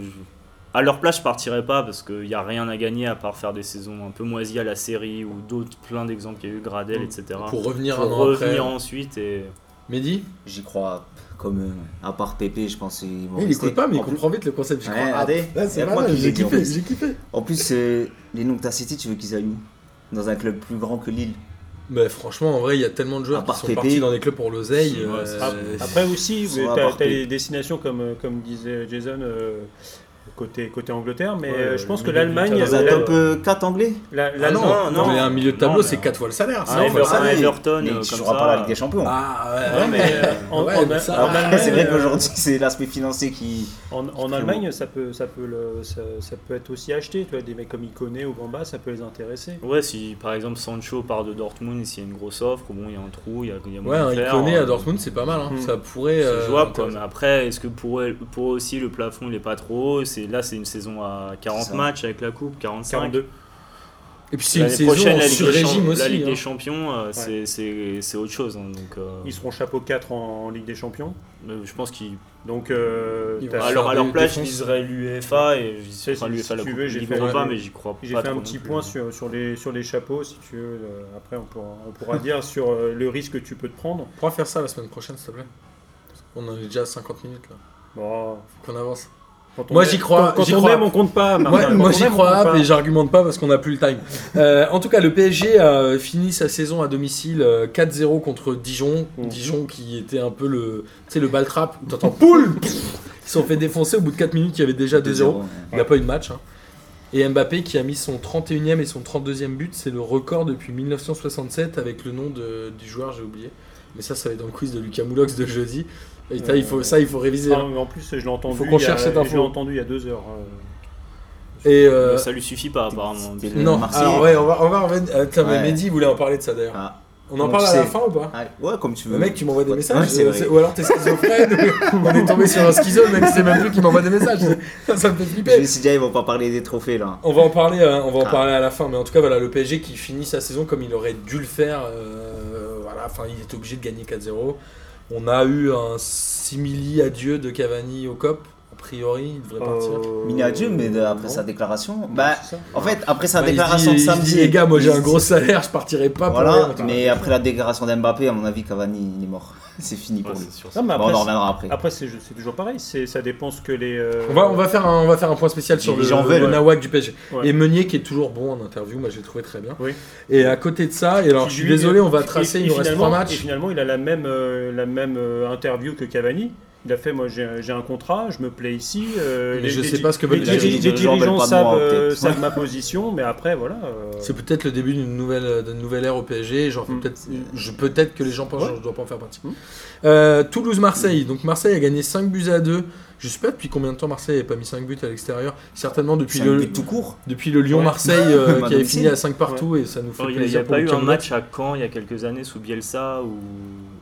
D: à leur place, je partirais pas parce qu'il n'y a rien à gagner à part faire des saisons un peu moisies à la série ou d'autres, plein d'exemples qu'il y a eu, Gradel,
B: Mm.
D: etc.
A: Pour revenir
D: Pour
A: un an
D: revenir
A: après.
D: ensuite et.
A: Mehdi
C: J'y crois comme euh, à part Pépé, je pense qu'ils vont
A: Mais Il
C: rester.
A: écoute pas, mais il
C: En plus-
A: comprend vite le concept. j'y
C: Ouais,
A: crois. Ah,
C: regardez,
A: là, c'est
C: y a
A: pas
C: moi
A: mal,
C: qui
A: j'ai
C: l'ai dit, en
A: kiffé,
C: plus.
A: j'ai kiffé.
C: En plus, euh, les noms que t'as cités, tu veux qu'ils aillent où Dans un club plus grand que Lille.
A: Mais franchement, en vrai, il y a tellement de
C: À
A: joueurs qui
C: part
A: sont
C: Pépé.
A: partis dans des clubs pour l'oseille.
D: Ouais,
A: euh,
D: c'est
B: Ap-
D: Euh,
B: Après aussi,
C: ça
B: tu
C: va
B: as,
C: porter.
B: des destinations comme, comme disait Jason euh, côté, côté Angleterre, mais
D: Ouais,
B: euh, je pense que
D: milieu de
B: l'Allemagne.
D: terrain.
C: Dans
D: Dans
C: un
D: la-
C: top euh, 4 anglais
B: la-
A: Ah
B: l'Allemagne-
A: non,
D: non,
A: mais un milieu de tableau,
D: non,
A: c'est
D: mais-
A: 4 fois le salaire.
D: Ah,
A: ça,
D: ouais,
A: on le
D: Everton,
A: sait.
C: mais-
D: Everton,
C: Mais
D: euh,
C: tu
D: comme
C: joueras
D: ça.
C: pas la Ligue des Champions.
A: Ah
B: Ouais, mais euh, en,
A: Ouais,
B: en-
A: mais ça-
B: en
A: Après,
B: Allemagne,
C: Après, c'est vrai
B: euh,
C: qu'aujourd'hui, c'est l'aspect financier qui.
B: En, en Allemagne, ça peut, ça, peut le, ça, ça peut être aussi acheté. Tu vois, des mecs comme Iconé ou Gamba, ça peut les intéresser.
D: Ouais, si par exemple Sancho part de Dortmund et s'il y a une grosse offre, bon, il y a un trou, il y a, il y a
A: Ouais,
D: moyen
A: un
D: de faire,
A: iconé
D: euh,
A: à Dortmund, c'est pas mal. hein.
B: Hmm.
A: Ça pourrait.
D: C'est
A: euh,
D: jouable, quoi. Mais après, est-ce que pour eux, pour eux aussi, le plafond, il est pas trop haut C'est- Là, c'est une saison à 40
C: C'est ça.
D: matchs avec la Coupe, 45.
B: 42.
A: Et puis c'est une
D: L'année
A: saison
D: prochaine,
A: en
D: la Ligue, des,
A: sur-régime
D: Champions-
A: aussi.
D: la Ligue
A: hein.
D: des Champions, euh, c'est- c'est c'est autre chose. hein, donc, euh,
B: Ils seront chapeau 4 en, en Ligue des Champions.
D: mais je pense qu'ils.
B: Donc, euh,
A: Ils vont
B: t'as-
A: faire
D: À leur, à leur
A: des
D: place, je
A: défenses.
D: viserais l'UEFA et je viserais
B: Si- si
D: l'UEFA la
B: tu
D: Coupe.
B: veux,
D: J'y
B: j'ai
D: n'y
B: fait-
D: crois pas, mais j'y crois
B: j'ai
D: pas
B: fait un
D: trop
B: petit
D: non plus.
B: point sur, sur, les, sur les chapeaux, si tu veux. euh, Après, on pourra, on pourra dire sur euh, le risque que tu peux te prendre.
A: On pourra faire ça la semaine prochaine, s'il te plaît. On en est déjà à 50 minutes là.
B: Bon,
A: Faut qu'on avance.
B: quand on
A: Moi,
B: aime-
A: j'y crois,
B: Quand, quand
A: j'y
B: on
A: crois.
B: aime, on compte pas. Martin.
A: Moi,
B: Quand
A: moi,
B: on
A: j'y
B: aime, on compte
A: crois,
B: pas.
A: mais j'argumente pas parce qu'on n'a plus le time. Euh, en tout cas, le PSG a fini euh, sa saison à domicile euh, 4-0 contre Dijon.
D: Mhm.
B: Mm.
A: Dijon qui était un peu le, tu sais, le ball trap. où T'entends poule Ils se sont fait défoncer au bout de 4 minutes, il y avait déjà 2-0. Il n'a pas eu de match. hein. Et Mbappé qui a mis son 31e et son 32e but, c'est le record depuis 1967 avec le nom de- du joueur, j'ai oublié. Mais ça, ça va être dans le quiz de Lucas Moulox de jeudi. Et ça, il faut, ça, il faut réviser.
B: Ah,
A: hein.
B: mais en plus, je l'ai entendu.
A: Il faut qu'on
B: il y a-
A: cherche cette info.
B: Je l'ai entendu il y a deux heures. euh.
A: Et euh,
D: Ça lui suffit pas, apparemment.
C: C'était-
A: non,
C: Marseille.
A: alors ouais, on va, on va revenir. euh, Tiens, mais
C: Ouais.
A: Mehdi voulait en parler de ça d'ailleurs.
C: Ah,
A: On en
C: Donc,
A: parle à la
C: c'est-
A: fin ou pas
C: ah, ouais, comme tu veux.
A: Le mec, tu m'envoies des
C: Ouais,
A: messages
C: ouais, c'est
A: euh,
C: vrai.
A: c'est- Ou alors t'es schizophrène ou- On est tombé sur un schizo, le mec, c'est même plus qui m'envoie des messages. Ça, ça me fait
C: Je
A: flipper.
C: me suis dit, ah, ils vont pas parler des trophées là.
A: On va en parler, euh, on va en
C: Ah.
A: parler à la fin, mais en tout cas voilà le PSG qui finit sa saison comme il aurait dû le faire. euh, voilà, enfin il est obligé de gagner 4-0. On a eu un simili adieu de Cavani au COP. A priori, il devrait partir.
B: Euh,
C: Mini adieu, mais de- après
B: non.
C: sa déclaration.
B: Non,
C: Bah,
B: c'est ça.
C: en fait, après sa
A: Bah, il
C: déclaration
A: dit-
C: de
A: il
C: samedi.
A: dit, les gars, moi j'ai
C: il
A: un
C: dit-
A: gros salaire, je partirai pas pour
C: Voilà,
A: rien.
C: mais après la déclaration d'Mbappé, à mon avis, Cavani, il est mort. C'est fini
D: Ouais,
C: pour lui.
D: c'est sûr.
B: Non, mais
C: Bon,
B: après,
C: on en
B: c'est-
C: reviendra après.
B: Après, c'est c'est toujours pareil, c'est- ça dépend ce que les. euh,
A: On va, on va faire un, on va faire un point spécial sur
C: Les
A: le,
C: gens
A: le
C: veulent, ouais.
A: Nawak du PSG.
B: Ouais.
A: Et Meunier qui est toujours bon en interview, moi je l'ai trouvé très bien.
B: Oui.
A: Et à côté de ça, et alors
B: qui
A: je suis
B: lui-
A: désolé, on va
B: et-
A: tracer,
B: et
A: il nous reste
B: finalement-
A: trois
B: Et
A: matchs.
B: finalement, il a la même, euh, la même euh, interview que Cavani. Il a fait Moi, j'ai j'ai un contrat, je me plais ici. euh,
A: Mais
B: les-
A: je
B: les
A: sais
B: di-
A: pas ce que
B: les,
A: veulent dire les
B: diri- les
C: dirigeants veulent
B: dirigeants
C: pas de
B: savent,
C: moi,
B: euh,
C: peut-être.
B: savent ma position, mais après, voilà. euh,
A: C'est peut-être le début d'une nouvelle, euh, d'une nouvelle ère au PSG. Genre,
B: Mm.
A: peut-être, je, peut-être que les gens pensent
B: Ouais.
A: que je dois pas en faire partie.
B: Mm.
A: Euh, Toulouse-Marseille. Donc, Marseille a gagné 5 buts à 2. Je sais pas depuis combien de temps Marseille n'avait pas mis 5 buts à l'extérior. Certainement depuis
C: C'est un
A: le,
C: but tout court.
A: depuis le Lyon-Marseille euh,
C: Bah,
A: qui avait
C: donc,
A: fini
C: si.
A: à 5 partout et ça nous fait
D: Oh, Il n'y
A: plaisir
D: a
A: pour
D: pas
A: le
D: eu un
A: Cameroun.
D: match à Caen il y a quelques années sous Bielsa où,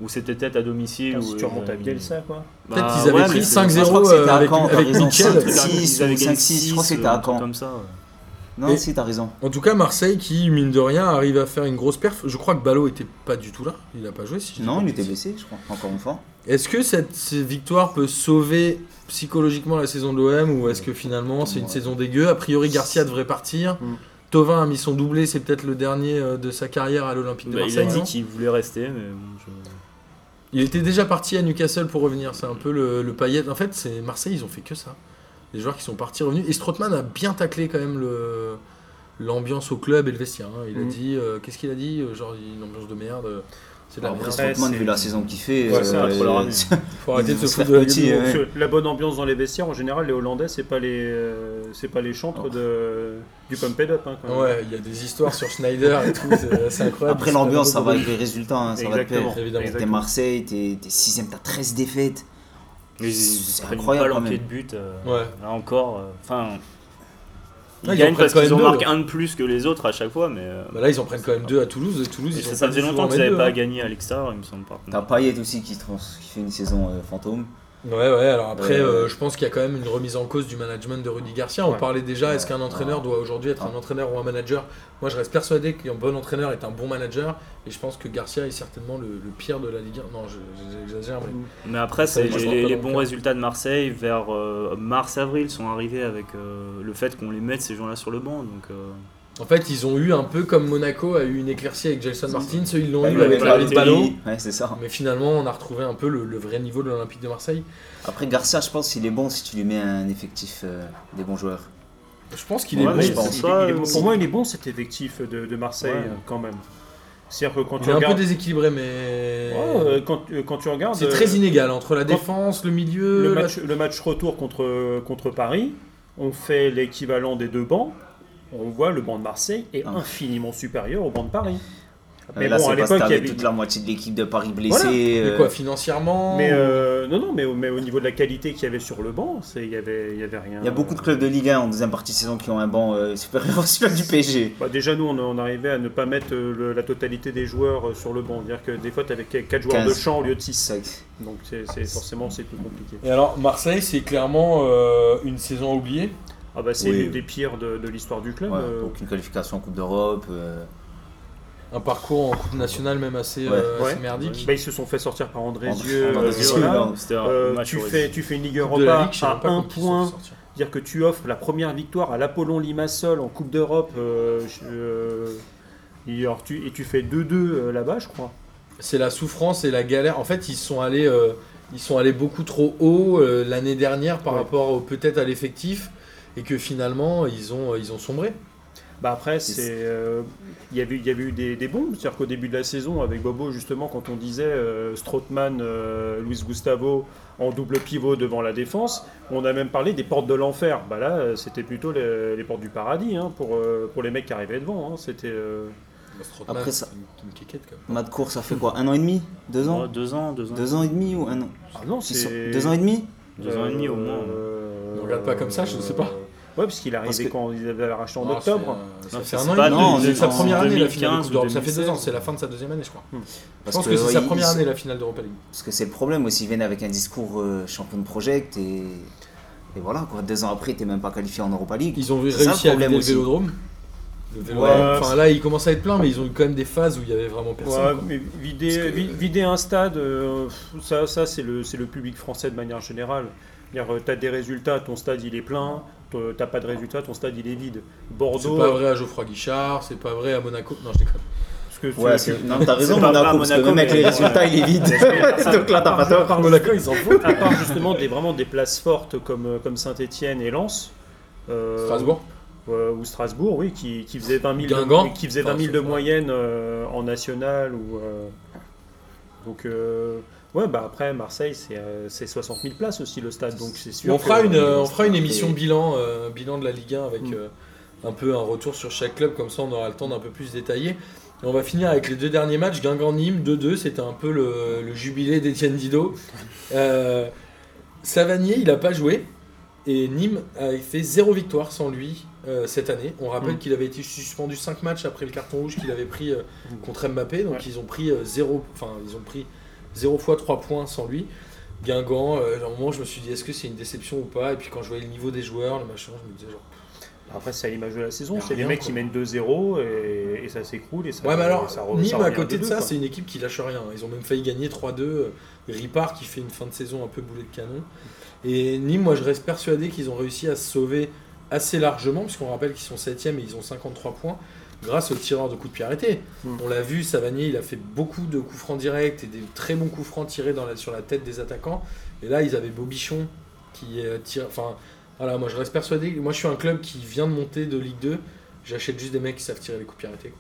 D: où c'était peut-être à domicile.
B: Ah, si
D: où
B: tu remontes
D: ils
B: à
D: avaient-
B: Bielsa, quoi.
D: Bah,
A: Peut-être qu'ils avaient
D: ouais, mais
A: pris
D: c'est-
C: Je crois
A: 5-0
C: que c'était
A: euh,
C: à
A: avec,
C: Caen, t'as
A: avec
C: raison.
A: Mitchell.
C: Cinq- Six
D: Ils avaient
C: ou
D: gagné
C: cinq-six, je
D: six,
C: crois que c'était
D: euh,
C: à
D: un truc
C: Caen.
D: Comme ça. ouais.
C: Non,
A: Et-
C: si, t'as raison.
A: En tout cas, Marseille qui, mine de rien, arrive à faire une grosse perf. Je crois que Ballot était pas du tout là. Il a pas joué. Si je dis
C: Non,
A: pas
C: il
A: de
C: était
A: bêtises.
C: blessé, je crois, encore une fois.
A: Est-ce que cette victoire peut sauver psychologiquement la saison de l'OM ou est-ce que finalement c'est une
C: Ouais.
A: saison dégueu A priori, Garcia devrait partir.
B: Mm.
A: Tovin a mis son doublé, c'est peut-être le dernier euh, de sa carrière à l'Olympique de
D: Bah, il a
A: Marseille.
D: dit
A: non
D: qu'il voulait rester, mais bon, je-
A: Il était déjà parti à Newcastle pour revenir. C'est un peu le, le paillet. En fait, c'est Marseille, ils ont fait que ça. Les joueurs qui sont partis, revenus. Et Strootman a bien taclé quand même le l'ambiance au club et le vestiaire. hein. Il a
C: Mm.
B: Mhm.
A: dit, euh, qu'est-ce qu'il a dit Euh, Genre une ambiance de merde. euh, C'est de la
C: Après,
A: merde.
B: c'est-
C: Stockman, vu la saison qu'il fait,
B: Ouais, c'est un troll
C: euh,
B: armé.
A: Faut arrêter de se
C: c'est
A: foutre de la
C: petit,
A: gueule.
C: hein.
B: Parce que La bonne ambiance dans les vestiaires, en général, les Hollandais, c'est pas les, euh, c'est pas les chantres de, du Pumped Up. hein, quand même.
A: Ouais, il y a des histoires sur Schneider et tout. C'est c'est incroyable.
C: après l'ambiance, ça va avec les résultats, hein, ça va de
B: Exactement.
C: pair.
A: Évidemment.
C: T'es Marseille, t'es 6ème, t'as 13 défaites.
D: Ils- ils
C: C'est
D: prennent une
C: incroyable,
D: balle en
C: quand
D: pied de
C: même.
D: but. euh,
A: Ouais.
D: Là encore, euh, enfin. ils
A: Ouais, ils en
D: gagnent
A: prennent
D: parce
A: quand
D: qu'ils
A: même
D: en
A: deux,
D: marquent
A: ouais.
D: un de plus que les autres à chaque fois, mais. euh,
A: Bah là, ils en prennent quand même deux à Toulouse. Et Toulouse,
D: et
A: ils
D: ça,
A: ont
D: ça
A: pas
D: faisait
A: dû
D: longtemps
A: souvent
D: qu'ils n'avaient
A: mettre
D: pas
A: deux, hein.
D: gagné à l'extérieur, il me semble. Par contre.
C: T'as Payet aussi qui, trans- qui fait une saison euh, fantôme.
A: Ouais, ouais, alors après,
C: Ouais.
A: euh, je pense qu'il y a quand même une remise en cause du management de Rudy Garcia. On
B: Ouais.
A: parlait déjà, est-ce
C: Ouais.
A: qu'un entraîneur doit aujourd'hui être un entraîneur ou un manager Moi, je reste persuadé qu'un bon entraîneur est un bon manager, et je pense que Garcia est certainement le, le pire de la Ligue 1. Non, je- je- j'exagère, mais...
D: Mais après,
A: Ça,
D: c'est
A: moi, je
D: les,
A: m'en rappelle
D: les
A: encore.
D: bons résultats de Marseille vers euh, mars-avril sont arrivés avec euh, le fait qu'on les mette ces gens-là sur le banc. Donc, euh,
A: En fait, ils ont eu un peu comme Monaco a eu une éclercie avec Gelson Martin, ceux ils l'ont eu
D: ouais,
A: avec
D: ouais,
A: David
D: ouais,
A: Ballot.
C: Ouais, c'est ça.
A: Mais finalement, on a retrouvé un peu le, le vrai niveau de l'Olympique de Marseille.
C: Après, Garcia, je pense qu'il est bon si tu lui mets un effectif euh, des bons joueurs.
A: Je pense qu'il
D: Ouais,
A: est
D: mais
A: bon.
D: je
B: Il-
D: pense
B: il-
D: pas,
B: il est
D: euh,
B: bon-
D: si.
B: pour moi, il est bon cet effectif de, de Marseille
D: Ouais.
B: euh, quand même. C'est-à-dire que quand
A: Il est
B: tu
A: un peu
B: regardes,
A: déséquilibré, mais
B: Ouais, euh, quand, euh, quand tu regardes,
A: c'est
B: euh,
A: très inégal entre la
B: quand-
A: défense, le milieu,
B: le
A: la-
B: match, le match retour contre contre Paris, on fait l'équivalent des deux bancs. On voit le banc de Marseille est
C: Ah.
B: infiniment supérieur au banc de Paris. Mais
C: Euh, là,
B: bon, à
C: c'est parce que
B: l'époque, il y
C: t'avais
B: avait
C: toute la moitié de l'équipe de Paris
B: Voilà.
C: blessée.
A: Mais
C: euh,
A: quoi, financièrement
B: Mais euh, non, non, mais, au- mais au niveau de la qualité qu'il y avait sur le banc, c'est- il y avait, il y avait rien.
C: Il y a beaucoup de clubs de Ligue 1 en deuxième partie de saison qui ont un banc euh, supérieur au celui du PSG.
B: Bah, déjà, nous, on, on arrivait à ne pas mettre euh, le- la totalité des joueurs euh, sur le banc. C'est-à-dire que des fois, tu avais 4 joueurs de
C: 15.
B: champ au lieu de 6.
C: Ça-
B: Donc, c'est c'est- forcément, c'est plus compliqué.
A: Et alors, Marseille, c'est clairement euh, une saison oubliée.
B: Ah, bah, c'est
C: Oui.
B: l'une des pires de, de l'histoire du club.
C: Ouais,
B: euh,
C: aucune qualification en Coupe d'Europe. euh,
A: Un parcours en Coupe nationale, même assez,
C: Ouais.
A: euh, assez
B: Ouais.
A: merdique.
B: bah, ils se sont fait sortir par Andrézieux.
C: André-
B: euh,
C: Andrézieux,
B: voilà.
C: non.
D: c'était un
B: Euh,
D: match
B: tu,
D: horrible.
B: fais, tu fais une Ligue
A: Coupe de la
B: Europa
A: Ligue, je sais
B: à
A: même pas
B: un
A: comment ils sont
B: point.
A: sortis.
B: Dire que tu offres la première victoire à l'Apollon Limassol en Coupe d'Europe. euh, je- euh, et, alors, tu, et tu fais 2-2 euh, là-bas, je crois.
A: C'est la souffrance et la galère. En fait, ils sont allés, euh, ils sont allés beaucoup trop haut euh, l'année dernière par
B: Ouais.
A: rapport au- peut-être à l'effectif. Et que finalement, ils ont, ils ont sombré.
B: Bah après, c'est, euh, il y avait il y avait eu des, des bombes. C'est-à-dire qu'au début de la saison, avec Bobo, justement, quand on disait euh, Strootman, euh, Luis Gustavo en double pivot devant la défense, on a même parlé des portes de l'enfer. Bah là, euh, c'était plutôt les, les portes du paradis hein, pour, euh, pour les mecs qui arrivaient devant. hein. C'était, euh,
C: Après ça-
A: c'est une, une quéquette, quand même.
C: Matt Cour, ça fait quoi Un an et demi Deux
D: Ouais,
C: ans
D: deux ans, deux ans.
C: Deux ans et demi ou un an
B: ah non,
C: Ils sont-
B: c'est
C: Deux ans et demi
D: Deux ans et demi au moins.
B: Euh,
A: On regarde pas comme ça, je ne sais pas.
B: Ouais, parce qu'il est
C: Parce
B: arrivé
C: que-
B: quand ils avaient racheté en
A: Ah, c'est,
B: octobre.
A: euh,
D: Non,
A: Ça fait
D: c'est
A: un
D: pas
A: an et demi.
C: non,
A: C'est sa
C: en
A: première année, la finale de
D: 2015
A: Coupe
D: ou
A: d'Europe. Ça fait deux ans,
D: 2016.
A: c'est la fin de sa deuxième année, je crois. Je
C: Parce
A: pense que c'est sa
C: ouais,
A: première
C: ils-
A: année, la finale d'Europa League.
C: Parce que c'est le problème aussi, ils viennent avec un discours euh, champion de project et, et voilà quoi, deux ans après t'es même pas qualifié en Europa League.
A: Ils ont
C: C'est
A: réussi
C: ça, le
A: à vider
C: problème
A: le
C: aussi.
A: vélodrome. Le vélodrome.
B: Ouais.
A: Enfin là, il commence à être plein, mais ils ont eu quand même des phases où il y avait vraiment personne.
B: Ouais,
A: quoi.
B: mais
A: Parce
B: vider,
A: que-
B: vi- vider un stade, euh, ça, ça c'est le, c'est le public français de manière générale. C'est-à-dire, euh, T'as des résultats, ton stade il est plein. te- T'as pas de résultats, ton stade il est vide.
A: C'est
B: Bordeaux,
A: pas vrai à Geoffroy Guichard, c'est pas vrai à Monaco. Non, je déconne.
B: parce que
C: Ouais,
B: tu-
C: c'est- non, t'as raison,
D: C'est pas
C: Monaco,
D: grave,
C: parce que
D: Monaco,
C: même avec
D: mais-
C: les résultats, il est vide. Donc là, t'as pas tort.
A: Par Monaco, ils en font.
B: à part justement des, vraiment des places fortes comme, euh, comme Saint-Etienne et Lens. euh,
A: Strasbourg.
B: euh, ou Strasbourg, oui, qui, qui faisait 20 000
A: Guingamp.
B: de, qui faisait
A: Enfin,
B: 20 000 de
A: sauf-
B: moyenne euh, en national. Ou, euh, donc, euh, ouais, bah après, Marseille, c'est euh, c'est 60 000 places aussi le stade, donc c'est sûr.
A: on
B: que-
A: fera une, euh, on
C: c'est
A: fera une
C: un
A: émission
C: peu-
A: bilan, euh, bilan de la Ligue 1 avec
B: Mm.
A: euh, un peu un retour sur chaque club, comme ça on aura le temps d'un peu plus détailler. Et on va finir avec les deux derniers matchs, Guingamp-Nîmes 2-2, c'était un peu le, le jubilé d'Étienne Didot. Euh, Savanier, il n'a pas joué, et Nîmes a fait zéro victoire sans lui euh, cette année. On rappelle
B: Mm.
A: qu'il avait été suspendu 5 matchs après le carton rouge qu'il avait pris euh,
B: Mm.
A: contre Mbappé, donc
B: Ouais.
A: ils ont pris euh, zéro, enfin ils ont pris 0 fois 3 points sans lui. Guingamp, euh, à un moment je me suis dit est-ce que c'est une déception ou pas Et puis quand je voyais le niveau des joueurs, le machin, je me disais genre.
B: Après, c'est à l'image de la saison.
A: Y a
B: C'est les
A: rien,
B: mecs
A: quoi.
B: qui mènent 2-0 et, et ça s'écroule. Et ça,
A: ouais, mais alors,
B: ça re- ça
A: Nîmes à
B: revient
A: côté de
B: 2-2,
A: ça,
B: quoi.
A: c'est une équipe qui lâche rien. Ils ont même failli gagner 3-2. euh, Ripard qui fait une fin de saison un peu boulet de canon. Et Nîmes, moi je reste persuadé qu'ils ont réussi à se sauver assez largement, puisqu'on rappelle qu'ils sont 7 et ils ont 53 points. grâce aux tireurs de coups de pied arrêtés.
B: Mm.
A: On l'a vu, Savanier, il a fait beaucoup de coups francs directs et des très bons coups francs tirés dans la- sur la tête des attaquants. Et là, ils avaient Bobichon qui euh, tire. Enfin, voilà, moi je reste persuadé. Moi, je suis un club qui vient de monter de Ligue 2. J'achète juste des mecs qui savent tirer les coups de pied arrêtés. quoi.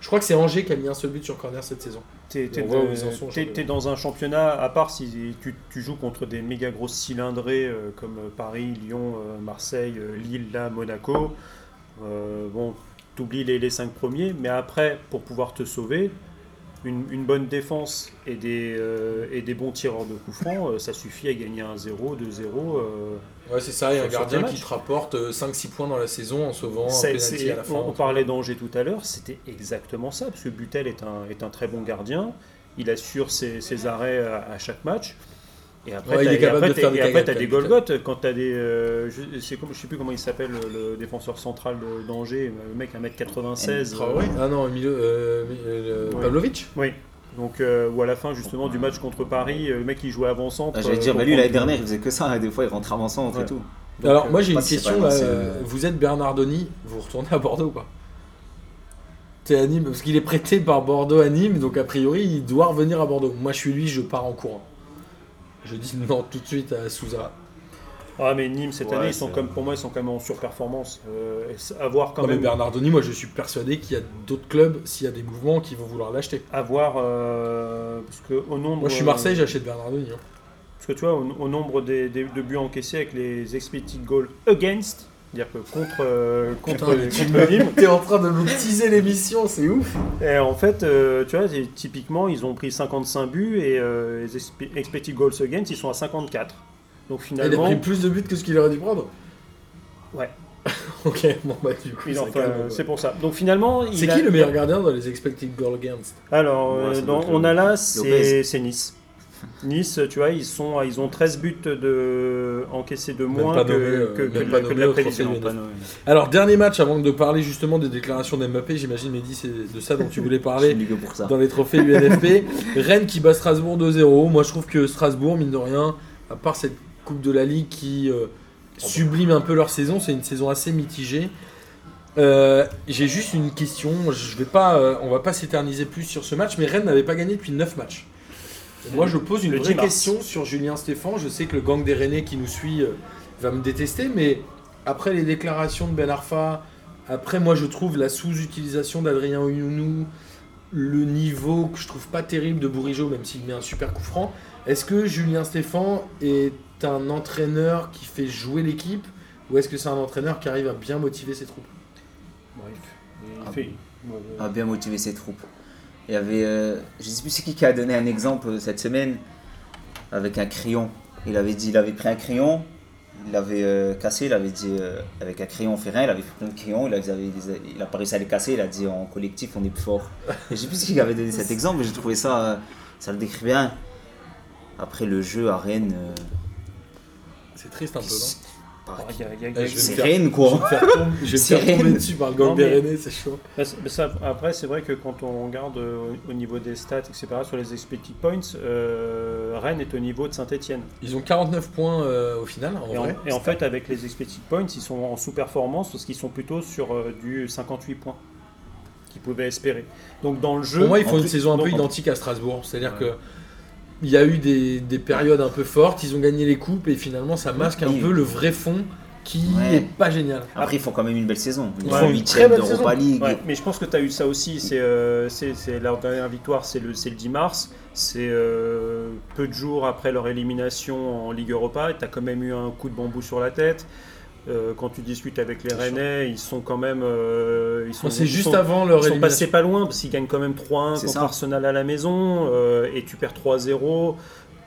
A: Je crois que c'est Angers qui a mis un seul but sur corner cette saison.
B: T'es t'es
A: On voit où
B: de-
A: ils en sont au
B: t'es-
A: championnat.
B: t'es dans un championnat, à part si tu, tu joues contre des méga grosses cylindrées euh, comme euh, Paris, Lyon, euh, Marseille, euh, Lille, là, Monaco. euh, bon, t'oublies les, les cinq premiers, mais après, pour pouvoir te sauver, une, une bonne défense et des, euh, et des bons tireurs de coups francs, euh, ça suffit à gagner 1-0, 2-0. euh,
A: Ouais, c'est ça. Il y a un
B: Sur- sur
A: gardien
B: deux
A: qui
B: matchs.
A: te rapporte 5-6 points dans la saison en sauvant un
B: C'est-
A: penalty
B: c'est-
A: à la fin.
B: on, on parlait d'Angers tout à l'heure, c'était exactement ça, parce que Butel est un, est un très bon gardien, il assure ses, ses arrêts à, à chaque match. Et après,
A: Ouais, il
B: t'as-
A: est
B: et
A: capable
B: après,
A: de faire
B: t'as-
A: des
B: et après,
A: cagades,
B: t'as
A: quand
B: des
A: même,
B: Golgoth. Quand t'as des. euh, je, c'est comme, je sais plus comment il s'appelle, le, le défenseur central de- d'Angers, le mec 1m96.
A: Traoré
B: euh,
A: Ah non, Emilio, euh, euh,
B: Ouais.
A: Pavlovic
B: oui. Donc, euh, ou à la fin, justement, du match contre Paris, euh, le mec, il jouait avant-centre.
C: Ah, J'allais
B: euh,
C: dire,
B: pour
C: bah lui l'année
B: prendre-
C: dernière il faisait que ça, et des fois il rentrait avant centre
B: Ouais.
C: et tout.
B: Donc,
A: Alors,
B: euh,
A: moi j'ai une
C: pas si c'est
A: question
C: vraiment,
A: là.
C: c'est,
A: euh,
C: euh,
A: Vous êtes Bernardoni, vous retournez à Bordeaux ou pas T'es à Nîmes Parce qu'il est prêté par Bordeaux à Nîmes, donc a priori il doit revenir à Bordeaux. Moi je suis lui, je pars en courant. Je dis non tout de suite à Souza.
B: Ah, mais Nîmes, cette
D: Ouais,
B: année, ils sont
D: c'est-
B: comme, pour moi, ils sont quand même en surperformance. Euh, et à voir quand
A: Non, mais
B: même.
A: Bernardoni, moi je suis persuadé qu'il y a d'autres clubs, s'il y a des mouvements, qui vont vouloir l'acheter.
B: à voir euh, parce que au nombre euh,
A: Moi je suis Marseille, j'achète Bernardoni. hein.
B: parce que tu vois au, au nombre des, des- de buts encaissés avec les expected goals against c'est-à-dire que contre euh, contre,
A: Putain, mais tu
B: contre Nîmes.
A: T'es en train de me teaser l'émission, c'est ouf
B: et en fait euh, tu vois c'est- typiquement ils ont pris 55 buts et euh, les expe- expected goals against ils sont à 54 donc
A: Il a
B: finalement
A: pris plus de buts que ce qu'il aurait dû prendre
B: Ouais.
A: ok, bon bah du coup,
B: il
A: ça
B: en fait,
A: calme,
B: euh,
A: quoi.
B: c'est pour ça donc finalement il
A: C'est
B: a-
A: qui le meilleur gardien dans les Expected Goal Against
B: alors
D: Ouais,
B: euh,
D: ça doit
B: dans-
D: être
B: on a là
C: Lopez.
B: c'est c'est Nice Nice, tu vois, ils, sont, ils ont 13 buts de, encaissés de
A: Même
B: moins
A: pas
B: que,
A: nommé, euh,
B: que-
A: même
B: que-
A: pas
B: que de
A: nommé
B: la
A: au
B: prévision.
A: trophée.
D: Pas Noël.
A: Alors, dernier match avant de parler justement des déclarations d'Mbappé, j'imagine Mehdi, c'est de ça dont tu voulais
C: Je
A: parler
C: suis que pour ça.
A: dans les trophées UNFP. Rennes qui bat Strasbourg 2-0. Moi, je trouve que Strasbourg, mine de rien, à part cette Coupe de la Ligue qui euh, sublime un peu leur saison, c'est une saison assez mitigée. Euh, J'ai juste une question. Je vais pas, euh, on va pas s'éterniser plus sur ce match, mais Rennes n'avait pas gagné depuis 9 matchs. Et Moi, je pose une
B: Le
A: vraie
B: 10 mars.
A: question sur Julien Stéphan. Je sais que le gang des Rennais qui nous suit euh, va me détester, mais après les déclarations de Ben Arfa, après moi, je trouve la sous-utilisation d'Adrien Ounou, le niveau que je trouve pas terrible de Bourigeau, même s'il met un super coup franc. Est-ce que Julien Stéphan est un entraîneur qui fait jouer l'équipe ou est-ce que c'est un entraîneur qui arrive à bien motiver ses troupes
B: Bref. Il
C: Ah
B: fait-
C: a bien motivé ses troupes. Il y avait, euh, je sais plus c'est qui qui a donné un exemple euh, cette semaine avec un crayon. Il avait dit, il avait pris un crayon, il l'avait euh, cassé, il avait dit euh, avec un crayon on fait rien, il avait pris plein de crayons, il, avait- il avait- il a pas réussi à les casser, il a dit en collectif on est plus fort. Et je sais plus c'est qui qui avait donné cet exemple, mais j'ai trouvé ça, euh, ça le décrit bien. Après le jeu à Rennes, euh,
A: C'est triste un peu,
C: c'est-
A: non
C: par-
B: Il y a- il y a-
A: Euh, je-
C: c'est
A: faire-
C: Rennes
A: Je vais
C: quoi.
A: me faire tomber, je vais me faire
C: Sirène.
A: tomber dessus par le gang
B: Non,
A: des
B: mais-
A: Rennais, c'est chaud.
B: Bah, c'est- bah, ça, après, c'est vrai que quand on regarde euh, au niveau des stats, etc., sur les expected points, euh, Rennes est au niveau de Saint-Etienne.
A: Ils ont 49 points euh, au final, en
B: Et, en,
A: vrai.
B: et en fait, avec les expected points, ils sont en sous-performance parce qu'ils sont plutôt sur euh, du 58 points qu'ils pouvaient espérer. Donc, dans le jeu.
A: Pour moi, ils font
B: en
A: une
B: plus-
A: saison un peu
B: donc, en-
A: identique à Strasbourg. C'est-à-dire
D: Ouais.
A: que il y a eu des, des périodes un peu fortes, ils ont gagné les coupes et finalement ça masque un
C: Oui.
A: peu le vrai fond qui
C: Ouais.
A: est pas génial.
C: Après ils font quand même une belle saison, ils
B: Ouais,
C: font
B: une
C: huitième
A: très belle
C: d'Europa League.
B: Ouais, mais je pense que tu as eu ça aussi. C'est euh, c'est- c'est leur dernière victoire, c'est le, c'est le 10 mars. C'est euh, peu de jours après leur élimination en Ligue Europa. Tu as quand même eu un coup de bambou sur la tête. Euh, quand tu discutes avec les Rennais, ils sont quand même. euh, ils sont,
A: C'est
B: ils
A: juste
B: sont-
A: avant leur
B: ils sont
A: élimination.
B: passés pas loin parce qu'ils gagnent quand même 3-1
C: C'est
B: contre
C: ça.
B: Arsenal à la maison euh, et tu perds 3-0.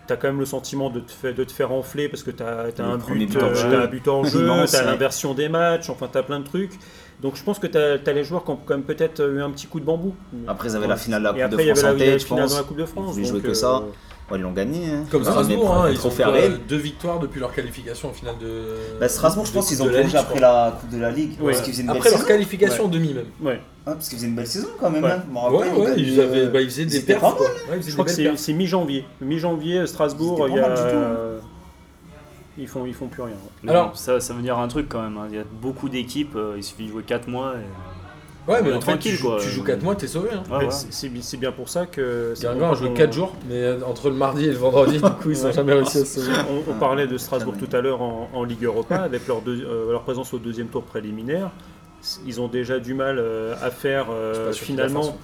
B: T'as quand même le sentiment de te, fa- de te faire enfler parce que t'as as
C: Le
B: un,
C: premier
B: but,
C: but en
B: euh,
C: jeu.
B: t'as un but en jeu,
C: Immense,
B: t'as
C: ouais.
B: l'inversion des matchs, enfin t'as plein de trucs. Donc je pense que t'as as les joueurs qui ont quand même peut-être euh, eu un petit coup de bambou.
C: Après ils avaient la finale de
B: Et
C: Ah, la Coupe
B: après, il y
C: de
B: avait
C: France
B: la,
C: en
B: la
C: tête, je
B: finale de
C: pense.
B: la Coupe de France.
C: Ils
B: donc, euh,
C: jouaient que ça. Ouais, ils l'ont gagné. Hein.
A: Comme
C: Ils ont ramené
A: Strasbourg,
C: le
A: hein,
C: premier
A: ils ont
C: trophée à
A: quoi,
C: Rennes.
A: deux victoires depuis leur qualification en finale de.
C: Bah, Strasbourg, je
A: de
C: pense
A: Coupe
C: qu'ils
A: de
C: ont
A: la Ligue,
C: plongé
A: je
C: après
A: crois.
C: la Coupe de la Ligue.
B: Ouais.
C: Parce qu'ils faisaient une belle
A: Après leur
C: saison.
A: qualification en demi même.
B: Ouais.
C: Ah, parce qu'ils faisaient une belle saison quand même.
B: Ouais.
C: hein. Je m'en
A: Ouais,
C: rappelle, on
A: ouais,
C: gagnait,
A: ils, avaient,
C: euh,
A: bah, ils faisaient des
C: étaient
A: perfs.
C: pas hein.
A: quoi. Ouais, ils
B: Je
A: faisaient
B: crois
A: des
B: que
A: belles
B: c'est
A: perfs.
B: c'est mi-janvier. Mi-janvier, Strasbourg,
C: C'était
B: il y
C: pas
B: a-
C: mal du tout, hein.
B: ils, font, ils font plus rien. ouais.
D: Mais
A: Alors-
D: bon, ça, ça veut dire un truc quand même. hein. Il y a beaucoup d'équipes, euh, il suffit de jouer 4 mois. et-
A: Ouais,
D: On
A: mais
D: est
A: en fait, tu,
D: tranquille, quoi.
A: tu joues 4 mois, t'es sauvé. Hein.
D: Ouais,
B: Et
D: voilà.
B: c'est- C'est bi- c'est bien pour ça que. c'est
A: Guingamp a
B: pour
A: joué
B: qu'on-
A: 4 jours, mais euh, entre le mardi et le vendredi, du coup, ils ont
B: Ouais.
A: jamais réussi à se sauver.
B: On, on parlait de Strasbourg
C: Putain, mais-
B: tout à l'heure en, en Ligue Europa avec leur, deux- euh, leur présence au deuxième tour préliminaire. S- Ils ont déjà du mal euh, à faire euh,
A: Je suis pas sûr qu'ils la
B: finalement
A: fassent.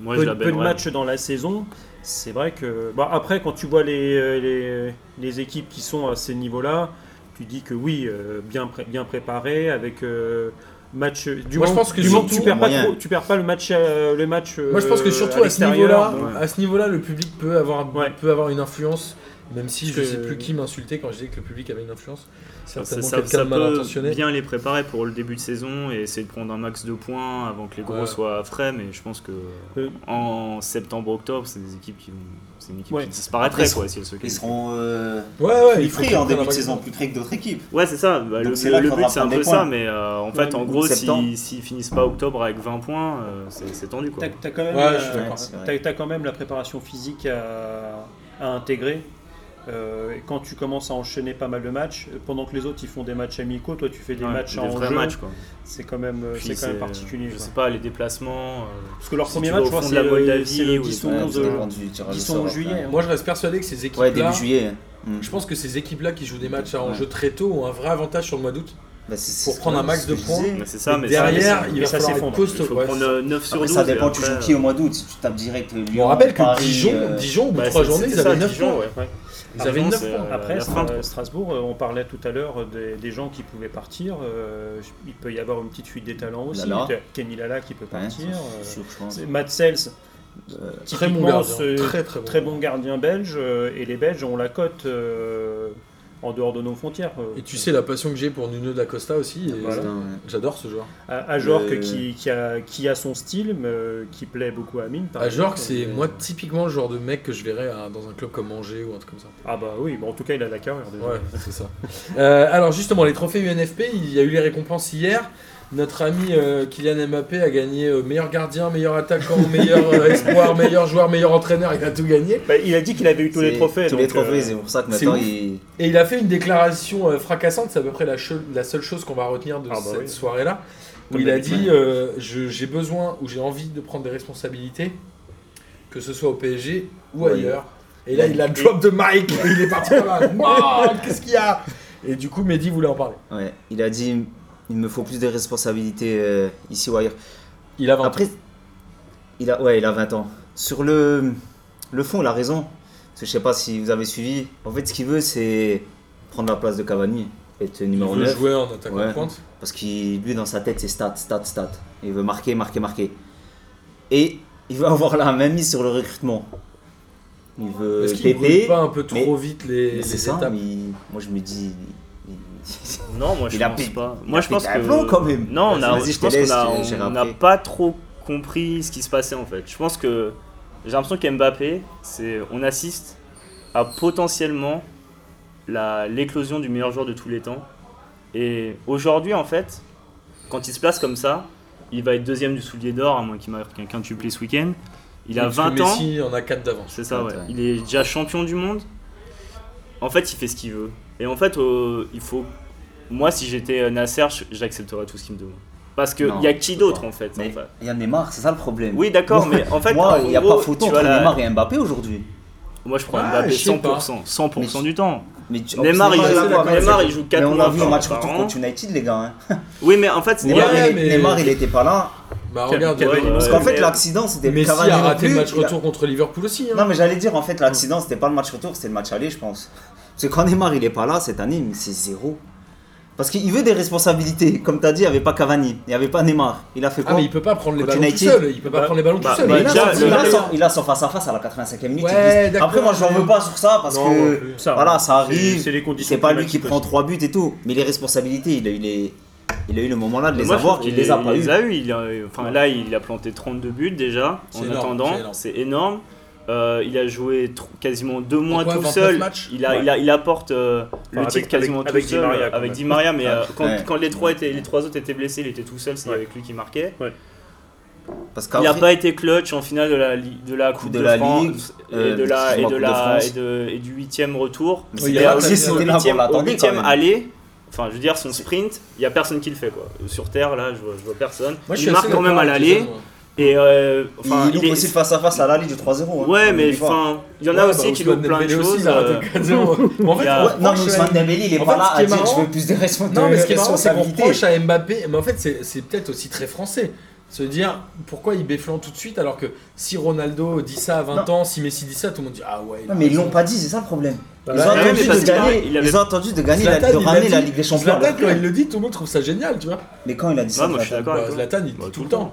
D: Moi,
B: peu,
D: je la
B: peu de
D: baigne, ouais.
B: matchs dans la saison. C'est vrai que. bah, après, quand tu vois les, euh, les, les équipes qui sont à ces niveaux-là, tu dis que oui, euh, bien, pré- bien préparé avec. euh, match du
A: Moi, je
B: moment-
A: pense que
B: du moment que tu
A: surtout-
B: perds pas
C: moyen.
B: trop- tu perds pas le match euh, le match
A: Moi, je pense que surtout à, ce niveau-là, à ce niveau-là, le public peut avoir,
B: Ouais.
A: peut avoir une influence. Même si je
B: Parce
A: sais
B: que- Ah,
A: plus qui m'insultait quand je disais que le public avait une influence.
D: Ça, ça-
A: Certainement
D: ça
A: quelqu'un de mal
D: peut
A: intentionné.
D: bien les préparer pour le début de saison et essayer de prendre un max de points avant que les gros
A: Ouais.
D: soient frais. Mais je pense que
B: Euh.
D: en septembre-octobre, c'est des équipes qui vont, c'est une équipe
B: Ouais.
D: qui disparaîtrait
C: Après,
D: quoi si elles se
C: Ils
D: qualifient.
C: seront euh,
A: Ouais, ouais,
C: plus
A: il faut
C: frais en
A: qu'on prenne
C: début
A: un
C: de saison,
A: maximum.
C: plus frais que d'autres équipes.
D: Ouais, c'est ça. Bah, le
C: Donc c'est là
D: le
C: qu'on
D: but,
C: va
D: c'est un
C: prendre
D: peu
C: des
D: ça,
C: points.
D: mais euh, en
B: Ouais,
D: fait, en
B: mais
D: gros,
C: septembre.
D: s'ils s'ils finissent pas octobre avec 20 points, euh, c'est c'est tendu quoi.
B: T'as t'as quand même,
A: Ouais,
B: la-
A: je suis
C: d'accord.
B: t'as-
C: C'est vrai.
B: t'as- t'as quand même la préparation physique à, à intégrer. Euh, et quand tu commences à enchaîner pas mal de matchs, euh, pendant que les autres ils font des matchs amicaux, toi tu fais des
D: Ouais,
B: matchs
D: des
B: en
D: vrais
B: jeu.
D: matchs quoi.
B: C'est quand même, euh, c'est
D: Puis
B: quand même
D: c'est,
B: particulier.
D: Je
B: quoi.
D: sais pas, les déplacements. euh,
B: Parce que leur
D: si
B: premier
D: tu
B: match,
D: vas au
B: je crois,
D: fond
B: c'est
D: de la
B: le,
D: Moldavie
B: c'est le
D: ou-
B: 10 ou
D: Ouais,
B: 11,
C: ça
B: euh,
C: dépend du tirage au
B: 10
C: sort,
B: en
C: après.
B: juillet.
A: Moi, je reste persuadé que ces
C: Ouais,
A: équipes-là,
C: début juillet. Mm.
A: je pense que ces équipes-là qui jouent des matchs à
C: Ouais.
A: enjeu très tôt ont un vrai avantage sur le mois d'août.
C: Bah, c'est- c'est
A: Pour
C: ce
A: prendre
C: que-
A: un max
C: ce que
A: de
C: je
A: points.
C: disais.
D: Mais c'est ça,
A: Mais
D: mais ça,
A: derrière,
D: mais
A: il va
B: ça
A: falloir être
B: s'effondre.
D: Il
A: costaud.
D: faut
A: ouais.
D: prendre euh, 9 sur
C: Après,
D: 12.
C: ça
D: et
C: dépend, tu
D: après, euh,
C: joues qui au mois d'août Si tu tapes direct euh,
A: Je me
C: Lyon,
A: rappelle que
C: Paris,
A: Dijon,
C: euh,
A: Dijon, au bout
D: bah,
A: de 3
D: c'est-
A: journées,
D: c'est
A: ils
D: ça,
A: avaient 9
D: Dijon,
A: points.
D: ouais.
A: Ils avaient 9
D: c'est,
A: points.
D: euh,
B: Après,
D: la
B: Stra-
D: fin, quoi.
B: Strasbourg, euh, on parlait tout à l'heure des, des gens qui pouvaient partir. euh, il peut y avoir une petite fuite des talents aussi.
C: Lala.
B: T'as Kenny Lala qui peut
C: ouais,
B: partir.
C: c'est-
B: euh,
C: c'est chaud, je pense.
B: c'est Matt Sells,
C: Euh,
A: Très bon
B: typiquement,
A: gardien.
B: ce-
A: Très, très bon.
B: Très bon gardien belge euh, et les Belges ont la cote euh, en dehors de nos frontières. euh.
A: Et tu sais la passion que j'ai pour Nuno da Costa aussi. et
B: Voilà.
C: putain, ouais.
A: J'adore ce joueur.
B: À, à Jorg,
C: Le-
B: qui, qui a, qui a son style, mais euh, qui plaît beaucoup à Mine. par
A: À Jorg,
B: exemple,
A: c'est
B: euh,
A: moi typiquement le genre de mec que je verrais à- dans un club comme Angers ou un truc comme ça.
B: Ah bah oui, bah en tout cas il a la carrière déjà.
A: Ouais, c'est ça. Euh, alors justement, les trophées UNFP, il y a eu les récompenses hier. Notre ami euh, Kylian Mbappé a gagné euh, meilleur gardien, meilleur attaquant, meilleur euh, espoir, meilleur joueur, meilleur entraîneur. Il a tout gagné.
B: Bah, il a dit qu'il avait eu tous les
C: C'est-
B: trophées.
C: Tous les
B: donc, euh,
C: trophées, c'est pour ça que
A: c'est
C: maintenant
A: ouf.
C: il.
A: Et il a fait une déclaration euh, fracassante. C'est à peu près la, che- la seule chose qu'on va retenir de
B: Ah bah
A: cette
B: oui.
A: soirée-là, où
B: Comme
A: il a
B: d'habitude.
A: dit euh, je- j'ai besoin ou j'ai envie de prendre des responsabilités, que ce soit au PSG ou
C: Ouais.
A: ailleurs. Et là, il a le drop de Mike. Il est parti là Qu'est-ce qu'il y a Et du coup, Mehdi voulait en parler.
C: Ouais, il a dit il me faut plus de responsabilités euh, ici ou ailleurs.
A: Il a 20
C: Après, il a, ouais, il a 20 ans. Sur le, le fond, il a raison. Parce que je sais pas si vous avez suivi. En fait, ce qu'il veut, c'est prendre la place de Cavani, être numéro
A: Il veut
C: 9.
A: jouer en attaquant
C: Ouais.
A: de pointe.
C: Parce que lui, dans sa tête, c'est stat, stat, stat. Il veut marquer, marquer, marquer. Et il veut avoir la même mise sur le recrutement. Il veut
A: Est-ce qu'il brûle
C: PP.
A: pas un peu trop
C: Euh, mais-
A: vite les,
C: mais
A: les
C: C'est ça,
A: étapes
C: mais il- moi je me dis. il-
D: Non, moi je
C: Il a
D: pense
C: pété-
D: pas.
C: il
D: Moi
C: a
D: je pense
C: pété un
D: que
C: plomb, quand même.
D: Non, on a,
C: Vas-y, je
D: je
C: te
D: pense
C: laisse,
D: qu'on a-
C: j'ai
D: on n'a
C: rappelé.
D: pas trop compris ce qui se passait en fait. Je pense que j'ai l'impression qu'Mbappé, c'est on assiste à potentiellement la l'éclosion du meilleur joueur de tous les temps. Et aujourd'hui en fait, quand il se place comme ça, il va être deuxième du soulier d'or à moins qu'il marque un quintuplé ce week-end. Il a
A: Parce que
D: 20 ans.
A: Messi en a 4 d'avance.
D: C'est ça, ouais.
C: Attends.
D: Il est déjà champion du monde. En fait, il fait ce qu'il veut. Et en fait, euh, il faut. Moi, si j'étais euh, Nasser, je- j'accepterais tout ce qu'il me demande. Parce qu'il
C: Non,
D: y a qui
C: je
D: d'autre,
C: peux
D: en fait,
C: Mais
D: en fait
C: il y a Neymar, c'est ça le problème.
D: Oui, d'accord, mais en fait.
C: Moi,
D: en
C: il n'y a
D: gros,
C: pas photo
D: tu
C: entre
D: vois, là-
C: Neymar et Mbappé aujourd'hui.
D: Moi, je prends
A: Ouais,
D: Mbappé
A: Ah, je sais
D: 100%. 100% du temps.
C: Mais tu- en
D: Neymar,
C: plus,
D: il
A: Neymar,
D: joue,
A: c'est d'accord,
D: Neymar,
A: c'est-
D: il joue
C: Mais
D: 4
C: on
D: mois.
C: l'a vu au match
D: par
C: retour
D: an.
C: contre United, les gars. hein.
D: Oui, mais en fait, c'est-
C: Neymar, il,
A: mais-
C: Neymar, il était pas là.
A: Bah regarde,
B: Cavani,
A: euh,
C: Parce
D: Ouais,
C: qu'en fait,
D: mais-
C: l'accident, c'était
A: Messi
C: Cavani
A: a
C: non
A: raté
C: plus,
A: le match
C: il a-
A: retour contre Liverpool aussi. hein.
C: Non, mais j'allais dire, en fait, l'accident, c'était pas le match retour, c'était le match aller, je pense. Parce que quand Neymar, il est pas là, cette année, mais c'est zéro. Parce qu'il veut des responsabilités. Comme tu as dit, il n'y avait pas Cavani, il n'y avait pas Neymar. Il a fait
A: ah
C: quoi
A: mais il peut pas prendre les
C: Contre
A: ballons tout
C: United.
A: seul. Il peut pas
B: Bah,
A: prendre les ballons
D: bah,
A: tout seul.
D: bah,
A: Il a
D: déjà,
A: sorti
D: le-
A: la
C: il, a
A: balle.
C: son, il a son face-à-face à la 85e minute.
A: Ouais,
C: ils disent-
A: d'accord,
C: Après, moi, j'en
A: mais-
C: veux pas sur ça parce
B: Non,
C: que
B: ouais, plus ça. euh,
C: voilà, ça arrive.
B: C'est- c'est les conditions
C: C'est pas lui qui
B: climatiques
C: prend
B: aussi.
C: trois buts et tout. Mais les responsabilités, il a eu les, il a eu le moment là de les
D: Moi, je
C: avoir,
D: trouve
C: il
D: qu'il
C: les a
D: est-
C: pas
D: il
C: eu.
D: les a eu. Il a- enfin,
B: Ouais.
D: Là, il a planté 32 buts déjà.
A: C'est
D: En
A: énorme,
D: attendant,
A: c'est énorme.
D: c'est énorme. Euh, il a joué tr- quasiment deux mois
A: quoi,
D: tout
A: 29
D: seul.
A: matchs
D: Il, a,
B: Ouais.
D: il, a- il apporte euh, le
B: avec-
D: titre quasiment
B: avec- avec
D: tout
B: Di
D: seul
B: Maria, quand
D: avec
B: même.
D: Di Maria. Mais
A: Ah.
D: euh, quand,
C: Ouais.
D: quand les, trois étaient, les trois autres étaient blessés, il était tout seul. C'est
B: Ouais.
D: avec lui qui marquait.
C: Parce
D: Il n'a
C: qu'après,
D: pas été clutch en finale de la, li- de la Coupe
C: De
D: de,
C: la
D: France
C: Ligue,
D: et,
C: euh,
D: de la,
C: excuse-moi,
D: et, de
C: Coupe de
D: la,
C: France.
D: et, de- et du huitième retour.
C: mais
A: Oui,
C: c'était
A: il a
C: là
A: aussi
C: aussi, c'était là qu'on
D: Huitième- Au
C: l'attendait quand
D: huitième
C: même.
D: aller, Enfin, je veux dire, son sprint, il n'y a personne qui le fait. quoi. Sur Terre, là, je vois, je vois personne.
A: Moi, je suis
D: il marque
A: assez
D: quand même
A: d'accord
D: à
A: avec
D: l'aller.
A: Jason, ouais.
D: Et euh, enfin,
C: il loupe
D: il est-
C: aussi le face à face à l'Ali du 3-0. hein.
D: Ouais,
C: On
D: mais
C: oublie pas.
D: enfin, il y en a
A: Ouais,
D: aussi
A: bah,
D: qui
A: Ousmane
D: louent plein de
A: Dembélé aussi,
D: choses.
A: il a raté
D: euh,
A: 4-0. Mais en fait,
D: il y a-
A: on
C: Ouais, non, mais
A: reproche
C: Ousmane
A: à-
C: Dembélé, il est
A: en
C: pas
A: fait,
C: là
A: ce qui
C: à
A: est
C: dire
A: marrant-
C: je veux plus de respons-
A: Non,
C: de
A: mais ce qui est marrant, c'est qu'on
C: responsabilité.
A: reproche à Mbappé, mais en fait, c'est c'est peut-être aussi très français. Se dire pourquoi il béflant tout de suite alors que si Ronaldo dit ça à 20 ans, si Messi dit ça, tout le monde dit ah ouais. il a
C: Non, mais ils
A: raison.
C: l'ont pas dit, c'est ça le problème.
B: Bah,
C: Ils ont
B: bah,
D: ouais, mais
C: attendu
D: parce
C: de
D: que
C: gagner,
D: il avait-
C: ils ont attendu de gagner, la-
A: Zlatan,
C: de
A: il
C: ramener
A: l'a
C: la
A: dit.
C: Ligue des Champions.
A: Zlatan,
C: alors.
A: quand il le dit, tout le monde trouve ça génial, tu vois.
C: Mais quand il a dit ça,
D: Ouais, moi, je suis
C: Zlatan-
D: d'accord
A: Bah,
D: avec toi.
A: Zlatan, il le
D: Bah,
A: dit tout le temps.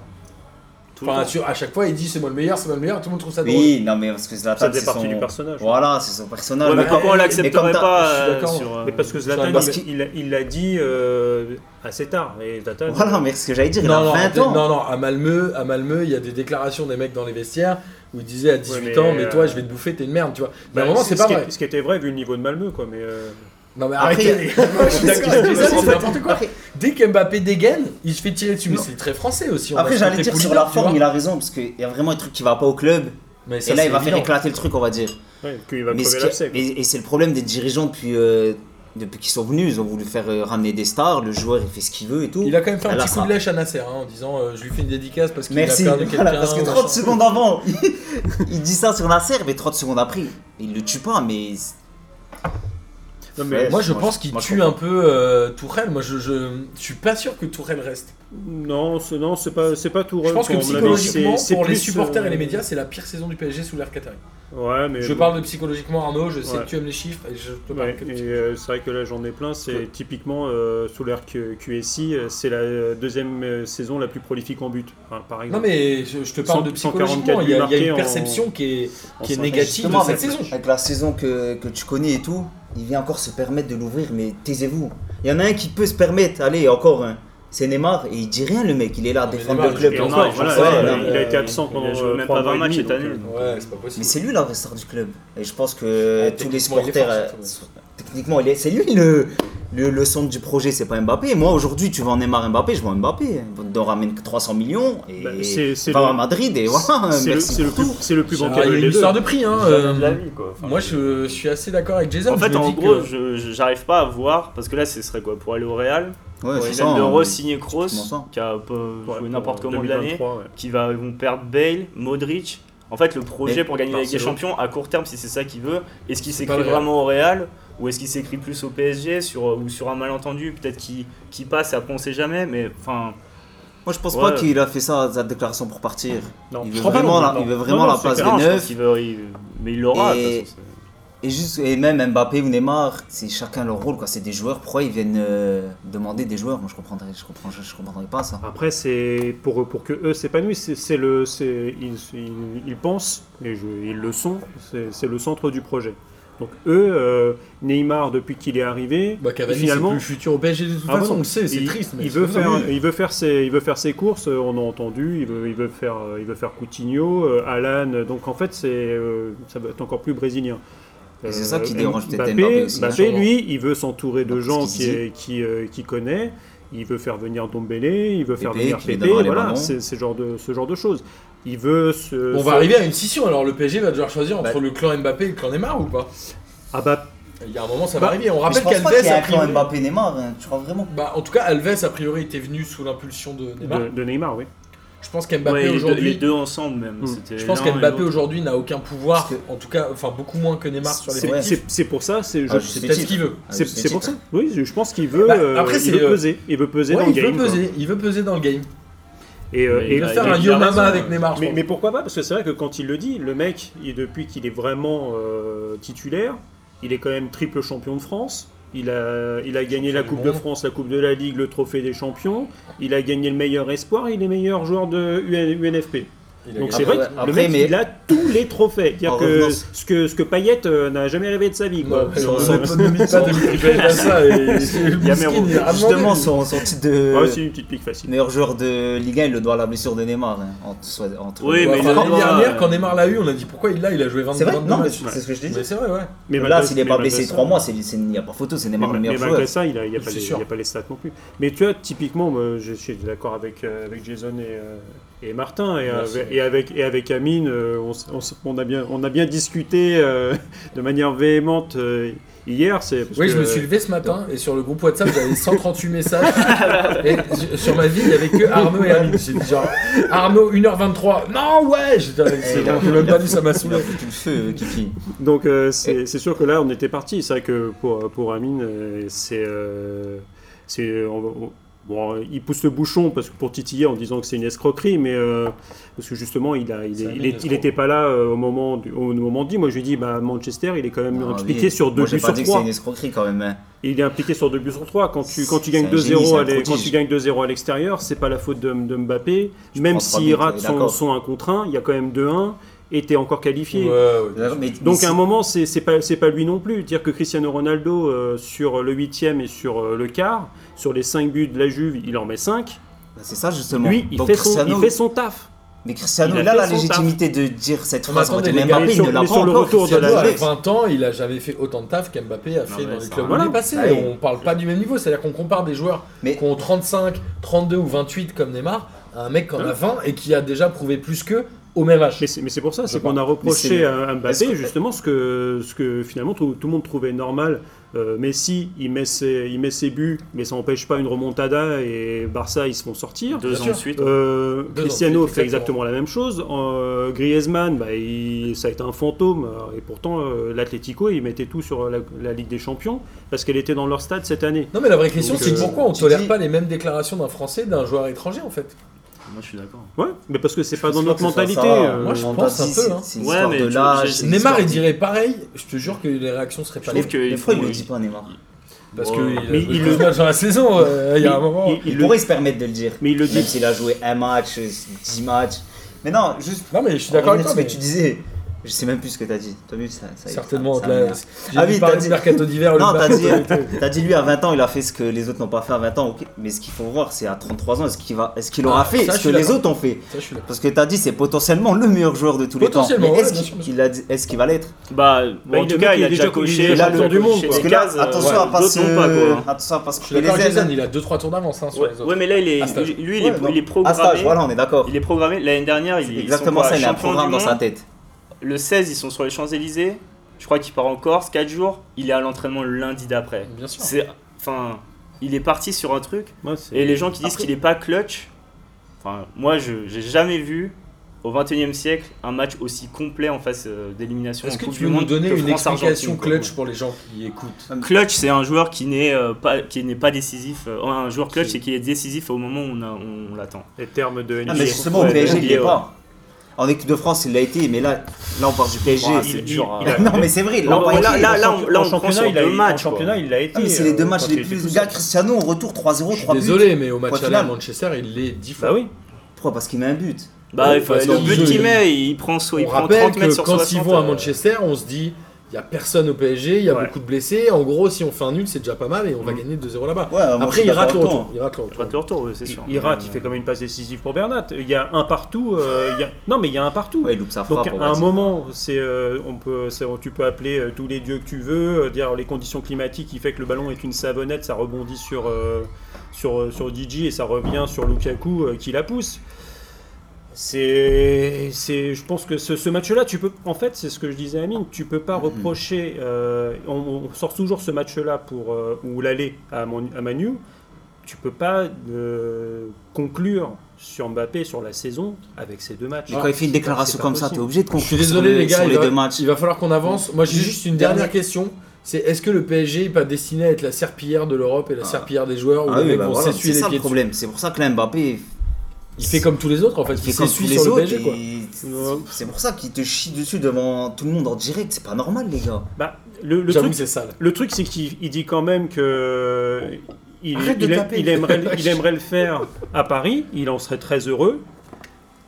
D: Tout le
A: Enfin,
D: temps.
A: sur- à chaque fois, il dit c'est moi le meilleur, c'est moi le meilleur, tout le monde trouve ça drôle.
C: Oui, non, mais parce que Zlatan,
B: Ça faisait
C: c'est
B: partie du
C: son...
B: personnage.
C: Voilà, c'est son
D: Ouais,
C: personnage.
D: mais
A: bah,
D: pourquoi on
A: mais
D: l'accepterait
C: comme t'as-
D: pas
A: je suis
D: euh,
A: d'accord.
D: sur. euh,
B: Mais parce que Zlatan,
A: parce
B: il- il l'a- il l'a dit euh, assez tard. Et Zlatan, euh,
C: Voilà, mais ce que j'allais dire, il
A: Non, non,
C: a 20 ans.
A: non, non, à Malmö, à Malmö, il y a des déclarations des mecs dans les vestiaires où ils disaient à 18
B: Ouais, mais,
A: ans, mais toi,
B: euh,
A: je vais te bouffer, t'es une merde, tu vois. Mais
B: bah,
A: à un moment, c'est
B: ce
A: pas
B: qui-
A: vrai.
B: Ce qui était vrai vu le niveau de Malmö, quoi. Mais euh,
A: Non, mais
C: Après,
A: arrêtez. Je suis d'accord, je dis ça,
C: En
A: c'est
C: fait,
A: n'importe quoi.
C: après-
A: Dès qu'Mbappé dégaine, il se fait tirer dessus. Mais
C: Non.
A: c'est très français aussi. on
C: Après,
A: reste
C: j'allais
A: très
C: dire sur
A: polyglotte,
C: la
A: tu
C: forme,
A: vois.
C: il a raison, parce qu'il y a vraiment un truc qui va pas au club.
A: Mais ça,
C: Et là,
A: c'est
C: il va faire
A: évident.
C: éclater le truc, on va dire.
B: ouais, qu'il va
C: Mais ce
B: crever
C: qui-
B: l'abcès. quoi.
C: mais- et c'est le problème des dirigeants depuis, euh, depuis qu'ils sont venus. Ils ont voulu faire euh, ramener des stars, le joueur il fait ce qu'il veut et tout.
A: Il a quand même fait un
C: Elle a
A: petit
C: ça.
A: coup de lèche à Nasser hein, en disant euh, je lui fais une dédicace parce qu'il a
C: Merci,
A: perdu quelqu'un.
C: voilà, parce que 30
A: machin.
C: secondes avant, il dit ça sur Nasser, mais 30 secondes après, il le tue pas, mais.
B: Non, mais-
A: Moi je
C: Moi,
A: pense
C: je-
A: qu'il
C: moi, je
A: tue un peu euh, Tourelle. Moi je, je, je suis pas sûr que Tourelle reste.
B: Non, c'est non, c'est pas, c'est pas tout.
A: Je pense que psychologiquement, pour les supporters
C: euh,
A: et les médias,
B: c'est
A: c'est la pire saison du PSG sous l'ère Qatari.
B: euh, Ouais, mais
A: Je
B: bon.
A: parle de psychologiquement, Arnaud. Je sais
B: Ouais.
A: que tu aimes les chiffres et je te parle
B: Ouais,
A: que de
B: et
A: psychologie.
B: euh, c'est vrai que là j'en ai plein, c'est
A: Ouais.
B: typiquement euh, sous l'ère Q- QSI, euh, c'est la euh, deuxième euh, saison la plus prolifique en but, hein, par
A: Non
B: exemple.
A: mais je, je te parle de
B: 144
A: psychologiquement. Il y a, il y a
B: buts
A: une
B: marqués
A: perception qui est,
B: en
A: qui est
B: cinq-
A: négative de
C: Bah, Justement,
A: cette
C: avec,
A: saison.
C: avec la saison que, que tu connais et tout, il vient encore se permettre de l'ouvrir, mais taisez-vous. Il y en a un qui peut se permettre, allez, encore un. C'est Neymar, et il dit rien le mec, il est là à
A: Non, mais
C: défendre
A: Neymar,
C: le club.
A: il
B: Et
A: fait
B: non,
C: encore,
D: rien,
B: voilà,
C: ouais,
B: ouais,
C: non,
A: euh,
B: il,
C: mais-
B: a été absent
D: il a
B: pendant
D: joué
B: euh,
D: même
B: trois
D: pas
B: mois
D: 20
B: et demi,
D: matchs cette
B: donc,
D: année.
B: euh,
A: Ouais, c'est pas possible.
C: Mais c'est lui la star du club. Et je pense que
A: Ah,
C: tous les
A: techniquement, il est fort,
C: supporters, euh,
A: surtout.
C: techniquement, il est- c'est lui le, le, le centre du projet, c'est pas Mbappé. Moi aujourd'hui, tu vends Neymar Mbappé, je vends Mbappé. On ramène que 300 millions et
B: Bah, c'est- c'est
C: va
B: le-
C: à Madrid et voilà.
B: c'est le,
C: merci
B: c'est le
C: pour
B: plus,
C: tout.
B: c'est le plus
A: Alors,
B: bancal
A: Ah, il y a
B: des
A: une
B: euh, deux.
A: histoire de prix. Hein,
D: Jamais de
A: euh,
D: la vie, quoi. Enfin,
A: moi je, je suis assez d'accord avec Jason.
D: En fait,
A: je me
D: en
A: dis que-
D: gros, je- je- j'arrive pas à voir, parce que là, ce serait quoi Pour aller au Real
C: Ouais,
D: Ils
C: c'est
D: viennent de
C: hein.
D: re-signer Kroos,
C: c'est ça.
D: qui a peu-
B: Ouais,
D: joué n'importe
B: pour euh,
D: comment de l'année,
B: 2023, ouais.
D: qui va, ils vont perdre Bale, Modric. En fait, le projet
C: Mais
D: pour gagner la Ligue des
A: Barcelone.
D: Champions, à court terme, si c'est ça qu'il veut, est-ce qu'il
A: pas
D: s'écrit
A: le Real.
D: vraiment au Real ou est-ce qu'il s'écrit plus au PSG sur, euh, ou sur un malentendu peut-être qui qui passe et après on sait jamais mais enfin
C: Moi, je pense
D: Ouais.
C: pas qu'il a fait ça, sa déclaration pour partir.
B: Non,
C: Il
B: je
C: veut
B: crois pas
C: vraiment,
B: non
C: la,
B: plus,
C: il
B: non.
C: veut vraiment
B: Non, non,
C: la
B: c'est
C: place
B: clair.
C: des
D: non, je pense
C: neufs.
D: qu'il veut il- mais il l'aura de toute
C: Et-
D: façon, c'est-
C: Et, juste, et même Mbappé ou Neymar, c'est chacun leur rôle. quoi. C'est des joueurs. Pourquoi ils viennent euh, demander des joueurs Moi, je comprendrais, je comprends, je, je comprendrais pas ça.
B: Après, c'est pour, pour que eux s'épanouissent, c'est- c'est le, c'est- ils, ils, ils pensent, et je- ils le sont, c'est c'est le centre du projet. Donc eux, euh, Neymar, depuis qu'il est arrivé,
A: Bah, Cavani,
B: finalement,
A: c'est plus le futur au PSG de toute
B: Ah bah
A: façon,
B: non.
A: on le sait, c'est
B: il,
A: triste. Mais
B: il veut
A: c'est-
B: faire,
A: Oui.
B: il veut faire ses, il veut faire ses courses. euh, On a entendu. Il veut, il veut faire, euh, il veut faire Coutinho, euh, Alan. euh, Donc en fait, c'est, euh, ça va être encore plus brésilien.
C: Et Ah, c'est ça qui
B: Euh,
C: dérange peut-être
B: Mbappé,
C: Mbappé aussi,
B: Mbappé,
A: sûrement.
B: lui, il veut s'entourer de
C: Parce
B: gens qui,
C: qu'il dit.
B: qui, euh, qui connaît. Il veut faire venir Dombélé, il veut faire
C: Pépé,
B: venir
C: qui lui
B: Pépé,
C: donnera les
B: voilà,
C: ballons.
B: c'est c'est ce genre de ce genre de choses. Il veut se.
A: On va
B: se-
A: arriver à une scission, alors le PSG va devoir choisir entre
C: Bah-
A: le clan Mbappé et le clan Neymar ou pas
B: Ah bah,
A: Il y a un moment, ça
B: Bah,
A: va arriver. On
C: Mais je
A: rappelle
C: pense pas qu'il
A: qu'Alves,
C: y
A: a
C: a quand
A: priori.
C: Mbappé Neymar. hein. Tu crois vraiment
A: Bah, en tout cas, Alves, a priori, était venu sous l'impulsion de Neymar.
B: de, de Neymar, oui.
A: Je pense qu'Mbappé
D: Ouais, les deux- les
A: aujourd'hui.
D: deux ensemble même
B: Hmm.
D: c'était
A: Je pense
D: l'un et
A: qu'Mbappé
D: l'autre.
A: aujourd'hui n'a aucun pouvoir,
C: Parce que-
A: en tout cas, enfin beaucoup moins que Neymar sur les
B: C'est
C: Ouais.
B: c'est- c'est pour ça, c'est je-
C: Ah, je
A: C'est
C: sais
A: peut-être
C: titre.
A: ce qu'il veut.
C: Ah,
B: c'est-
C: juste
B: c'est pour ça.
C: titre.
B: Oui, je pense qu'il veut.
A: Bah,
B: euh,
A: après,
B: il
A: c'est,
B: veut
A: euh,
B: peser. Il veut peser
A: Ouais,
B: dans le
A: il
B: game.
A: veut
B: quoi.
A: peser, il veut peser dans le game.
B: Et, euh,
D: Mais
B: et
A: Il
D: il
A: veut
D: a-
A: faire
D: il a
A: un Yomama
D: raison,
A: avec
D: euh.
A: Neymar, je
B: Mais,
A: pense.
B: mais pourquoi pas Parce que c'est vrai que quand il le dit, le mec, il, depuis qu'il est vraiment euh, titulaire, il est quand même triple champion de France. Il a, il a
A: Champion
B: gagné la
A: du
B: Coupe
A: monde.
B: de France, la Coupe de la Ligue, le Trophée des Champions. Il a gagné le meilleur espoir et les meilleurs joueurs de UN UNFP.
A: Il a
B: Donc
A: gagné.
B: c'est vrai que
C: Après,
B: le
C: après,
B: mec,
C: mais-
B: il a tous les trophées. C'est-à-dire
C: En Bah,
B: que
C: revenance.
B: ce que, ce que Payet euh, n'a jamais rêvé de sa vie.
A: Non,
B: Quoi.
A: mais
B: Sans-
A: Bah, on
B: sans-
A: ne peut- ne dit pas Dimitri Payet à ça. et-
D: y a Mero.
A: Miskin, il a
C: Ah, Justement,
A: demandé.
C: son, son titre de
B: Ah, c'est une petite pique facile.
C: meilleur joueur de Ligue 1, il le doit à la blessure de Neymar. hein, entre- soit- entre-
D: Oui,
A: Enfin,
D: mais il a-
A: L'année dernière,
D: euh,
A: quand Neymar l'a eu, on a dit pourquoi il l'a, il a joué 22
C: C'est vrai Non, mais
A: matchs.
C: c'est ce que je t'ai
A: Mais
C: dit.
A: c'est vrai, ouais.
B: Mais
C: Là,
B: malgré-
C: s'il n'est
B: mais
C: pas
B: malgré
C: blessé
B: ça,
C: 3 mois, c'est- c'est- il n'y a pas photo, c'est Neymar
B: mais,
C: le meilleur
B: mais
C: joueur.
B: malgré ça, il n'y a, pas
A: C'est
B: les-
A: sûr.
B: il a pas les stats non plus. Mais tu vois, typiquement, moi, je suis d'accord avec, euh, avec Jason et, euh, et Martin et,
A: Merci.
B: avec, et, avec, et avec Amine. euh, on, s- on s- on a bien, on a bien discuté euh, de manière véhémente euh, Hier, c'est. parce
A: Oui,
B: que-
A: je me suis levé ce matin et sur le groupe WhatsApp, j'avais 138 messages. et j- sur ma vie, il n'y avait que Arnaud et Amine. J'ai dit genre, Arnaud, 1h23. Non, ouais J'ai dit, ah, c'est
C: il a-
A: bon, j'ai même
C: il a
A: pas vu, ça m'a
C: Il a
A: saoulé.
C: foutu le feu, euh, Kiki.
B: Donc euh, c'est c'est sûr que là on était parti. C'est vrai que pour, pour Amine, euh, c'est euh, c'est- on va- on- bon, il pousse le bouchon parce que pour titiller en disant que c'est une escroquerie, mais euh, parce que justement il a il,
A: C'est
B: est-
A: Amine,
B: il est- il
A: l'escroc.
B: était pas là euh, au moment du, au moment dit. Moi je lui dis bah Manchester il est quand même
C: Ah,
B: impliqué
C: oui.
B: sur deux
C: Moi, j'ai
B: buts
C: pas
B: sur
C: dit que c'est
B: trois.
C: une escroquerie quand même. hein.
B: Il est impliqué sur deux buts sur trois. Quand tu quand tu gagnes
C: C'est un génie,
B: 2-0
C: c'est un
B: à l'e- quand
C: prodige.
B: tu gagnes 2-0 à l'extérieur, c'est pas la faute de, de Mbappé. Même
C: prends trois
B: s'il
C: buts,
B: rate son,
C: d'accord.
B: son 1 contre 1, il y a quand même 2-1 et t'es encore qualifié.
C: D'accord, mais- mais
B: Donc
C: si-
B: à un moment, c'est c'est pas, c'est pas lui non plus. Dire que Cristiano Ronaldo, euh, sur le huitième et sur euh, le quart, sur les 5 buts de la Juve, il en met 5.
C: Bah, C'est ça justement.
B: Lui, il,
C: Donc,
B: fait son,
C: Cristiano-
B: il fait son taf.
C: Mais Cristiano,
B: il a
C: il a
B: fait
C: la
B: son taf.
C: légitimité de dire cette
A: On
C: phrase.
A: attendait
C: mais
A: les gars,
C: Mbappé,
B: mais
C: il ne
B: sur-
C: l'a
B: mais
C: pas
B: sur le
C: encore.
B: retour de la-
A: Cristiano, à
C: Cristiano,
A: 20 ans, il a jamais fait autant de taf qu'Mbappé a fait
D: mais
A: dans les
D: ça,
A: clubs où
B: voilà.
A: il est passé.
C: Ouais.
A: On parle pas du même niveau. C'est-à-dire qu'on compare des joueurs
C: Mais-
A: qui ont 35, 32 ou 28 comme Neymar à un mec qui en a 20 et qui a déjà prouvé plus qu'eux au même âge.
B: Mais c'est mais c'est pour ça, c'est
A: Je
B: qu'on a
C: Mais
B: reproché
C: c'est-
B: à à
C: Est-ce
B: Mbappé
C: que-
B: justement ce que, ce que finalement tout, tout le monde trouvait normal. Euh, Messi, il met, ses, il met ses buts, mais ça n'empêche pas une remontada et Barça, ils se font sortir.
D: Deux
A: Bien
D: ans
A: sûr.
D: de suite.
B: Euh,
A: Deux ans,
B: Cristiano
A: c'est
B: fait
A: exactement.
B: exactement la même chose. Euh, Griezmann, bah, il- ça a été un fantôme. euh, Et pourtant, euh, l'Atlético, il mettait tout sur la, la Ligue des Champions parce qu'elle était dans leur stade cette année.
A: Non mais la vraie question
B: Donc,
A: c'est
B: euh,
A: pourquoi on
C: tu
A: tolère
C: dis-
A: pas les mêmes déclarations d'un Français d'un joueur étranger en fait.
D: Moi, je suis d'accord.
B: Ouais, mais parce que c'est pas
C: Je
B: dans
C: pense
B: notre
C: pas que ce soit
B: mentalité.
C: ça.
B: euh,
A: Moi, je
C: On
A: pense
C: t'a
A: un
C: dit,
A: peu,
C: c'est-
A: hein.
C: C'est
D: Ouais,
C: une histoire
D: mais
C: de
D: tu-
C: l'âge.
D: j'ai-
C: c'est une
A: Neymar
C: histoire
A: il
C: de-
A: dirait pareil, je te jure que les réactions seraient
C: Je
A: pas les
C: trouve
A: mêmes.
C: que. Des fois, il ne le dit pas, Neymar.
A: parce
D: Ouais.
A: que
B: Mais
A: il
B: il
A: le
B: le-
A: match dans la saison euh, il y a un
B: il-
A: moment.
B: il- il
C: Il
B: le-
C: pourrait se permettre de le dire.
B: mais il le dit.
C: Même s'il a joué un match, euh, 10 matchs. Mais non, juste.
A: Non mais je suis
C: pour
A: d'accord
C: revenir
A: avec
C: sur
A: toi
C: ce que
A: mais
C: tu disais. Je sais même plus ce que t'as dit. T'as vu ça, ça-
A: certainement
C: ça-
A: de la
C: ça-
A: j'ai
C: Ah
A: dû
C: oui,
A: parler
C: t'as
A: du
C: dit-
A: mercato d'hiver Oh, le
C: Non, t'as
A: mercato
C: dit,
A: d'été.
C: t'as dit lui à 20 ans, il a fait ce que les autres n'ont pas fait à 20 ans. ok. Mais ce qu'il faut voir, c'est à 33 ans, est-ce qu'il va, est-ce qu'il aura
A: Ah,
C: fait
A: ça, je
C: ce que
A: suis
C: les
A: d'accord.
C: autres ont fait
A: Ça, je suis d'accord.
C: Parce que t'as dit, c'est potentiellement le meilleur joueur de tous les temps.
A: Potentiellement,
C: Mais
A: ouais,
C: est-ce
A: bien
C: qu'il-
A: sûr, bien
C: il a dit- est-ce qu'il va l'être
D: Bah,
B: Bah,
D: en
B: il-
D: tout
B: le
D: cas,
B: mec,
D: il a déjà
B: il
D: coché.
B: est
D: il a
C: déjà
D: déjà
C: tour du
D: coché
B: monde,
D: des
C: Parce que là,
D: cases, euh,
C: attention
D: ouais,
C: à pas
D: d'autres n'ont pas, quoi, hein.
C: se... Attention à pas se
A: Je suis
C: couper
A: d'accord
C: les
A: avec Jason,
C: ailes.
A: il a 2-3 tours d'avance hein, sur
D: Ouais,
A: les autres.
D: ouais, mais là, il
A: À
D: est,
A: stage.
D: lui, lui, il,
C: Ouais,
D: est,
C: donc,
D: il est
C: À stage,
D: programmé.
C: voilà, on est d'accord.
D: Il est programmé. L'année dernière,
C: C'est
D: il
C: Exactement ça, il a un programme dans sa tête.
D: Le 16, ils sont sur les Champs-Élysées. Je crois qu'il part en Corse, 4 jours. Il est à l'entraînement le lundi d'après.
A: Bien sûr.
D: C'est. Enfin. Il est parti sur un truc.
B: Ouais, c'est-
D: Et les gens qui disent
B: Après-
D: qu'il est pas clutch. Enfin, moi, je j'ai jamais vu. Au 21 e siècle, un match aussi complet en face euh, d'élimination.
A: Est-ce
D: en
A: que
D: Coupe
A: tu
D: du
A: veux nous
D: Monde
A: donner
D: que
A: une
D: France-Argentine,
A: explication
D: quoi.
A: clutch pour les gens qui écoutent
D: Clutch, c'est un joueur qui n'est euh, pas qui n'est pas décisif. Euh, un joueur clutch, c'est qu'il est décisif au moment où on, a- on- on l'attend.
B: Les termes de
C: Ah,
B: NBA.
C: mais justement, au
D: Ouais,
C: PSG,
D: il
C: il est
D: est, ouais.
B: Ah,
C: pas. En équipe de France, il l'a été, mais là, là on parle du PSG.
D: Ah,
C: c'est-
D: c'est dur. hein.
B: il a-
C: Non, mais c'est vrai, là, on
D: Non,
C: parle-
D: là,
C: Ah,
D: là,
B: En
D: on-
B: en
D: là, on prend
B: championnat,
D: sur
B: il a-
D: deux
B: En
D: matchs, quoi.
B: championnat, il l'a été.
C: mais c'est les deux
B: euh,
C: matchs
B: quand
C: les
B: il était
C: plus.
B: tout
C: Le
B: seul.
C: gars, Cristiano, on retourne 3-0,
A: Je suis
C: 3 buts.
A: désolé mais au match
C: Point
A: aller à
C: final.
A: Manchester, il l'est 10 fois.
B: Bah oui.
C: Pourquoi Parce qu'il met un but.
D: Bah,
A: Ouais,
D: il faut-
A: parce
D: le
A: qu'il
D: but
A: joue,
D: qu'il
A: il-
D: met, il prend soit Bah, il
A: on
D: prend
A: rappelle
D: 30 mètres
A: que
D: sur
A: quand
D: 60.
A: ils vont à
D: euh,
A: Manchester, on se dit, il n'y a personne au PSG, il y a
B: Ouais.
A: beaucoup de blessés. En gros, si on fait un nul, c'est déjà pas mal et on va gagner 2-0 là-bas.
C: Ouais, Ah, moi, je
A: Après,
C: suis hein.
A: il rate le
C: d'accord avec
A: retour.
C: toi.
A: Il rate le retour.
D: Mm. Rate le retour, ouais, c'est sûr.
B: Il rate, il fait quand même une passe décisive pour Bernat. Il y a un partout. euh, il y a- Non, mais il y a un partout.
C: Ouais, il loupe sa
B: Donc
C: frappe. on
B: à
C: va
B: un
C: dire.
B: moment, c'est euh, on peut, c'est- tu peux appeler euh, tous les dieux que tu veux, euh, dire les conditions climatiques qui fait que le ballon est une savonnette, ça rebondit sur euh, sur euh, sur Didi et ça revient sur Lukaku euh, qui la pousse. C'est, c'est, je pense que ce, ce match-là, tu peux, en fait, c'est ce que je disais à Amine, tu peux
C: Mhm.
B: pas reprocher. euh, on, on sort toujours ce match-là pour euh, ou l'aller à, Mon- à Manu. Tu peux pas euh, conclure sur Mbappé sur la saison avec ces deux matchs.
C: Mais quand il fait une déclaration
B: c'est pas
C: comme ça, t'es
B: possible.
C: obligé de
A: Je suis
C: conclure sur
A: désolé, les
C: les
A: gars,
C: sur
A: il
C: les deux
A: va,
C: matchs.
A: il va falloir qu'on avance. Moi, j'ai
C: Juste
A: juste une dernière
C: dernière.
A: question. C'est est-ce que le PSG est pas destiné à être la serpillière de l'Europe et la
C: Ah.
A: serpillière des joueurs où
C: Ah
A: les
C: oui,
A: mecs
C: bah
A: vont
C: voilà, c'est
A: s'essuyer les
C: ça
A: pieds
C: le
A: dessus
C: problème. C'est pour ça que là, Mbappé,
A: Il fait comme tous les autres en fait.
C: il
A: Il,
C: fait comme tous
A: s'essuie
C: les
A: sur le
C: autres.
A: PSG quoi.
C: et C'est pour ça qu'il te chie dessus devant tout le monde en direct. C'est pas normal, les gars.
B: Bah, le, le
A: J'avoue
B: truc,
A: que c'est sale.
B: le truc, c'est qu'il il dit quand même que il,
A: Arrête de
B: il a-
A: taper.
B: il aimerait, il aimerait le faire à Paris. Il en serait très heureux,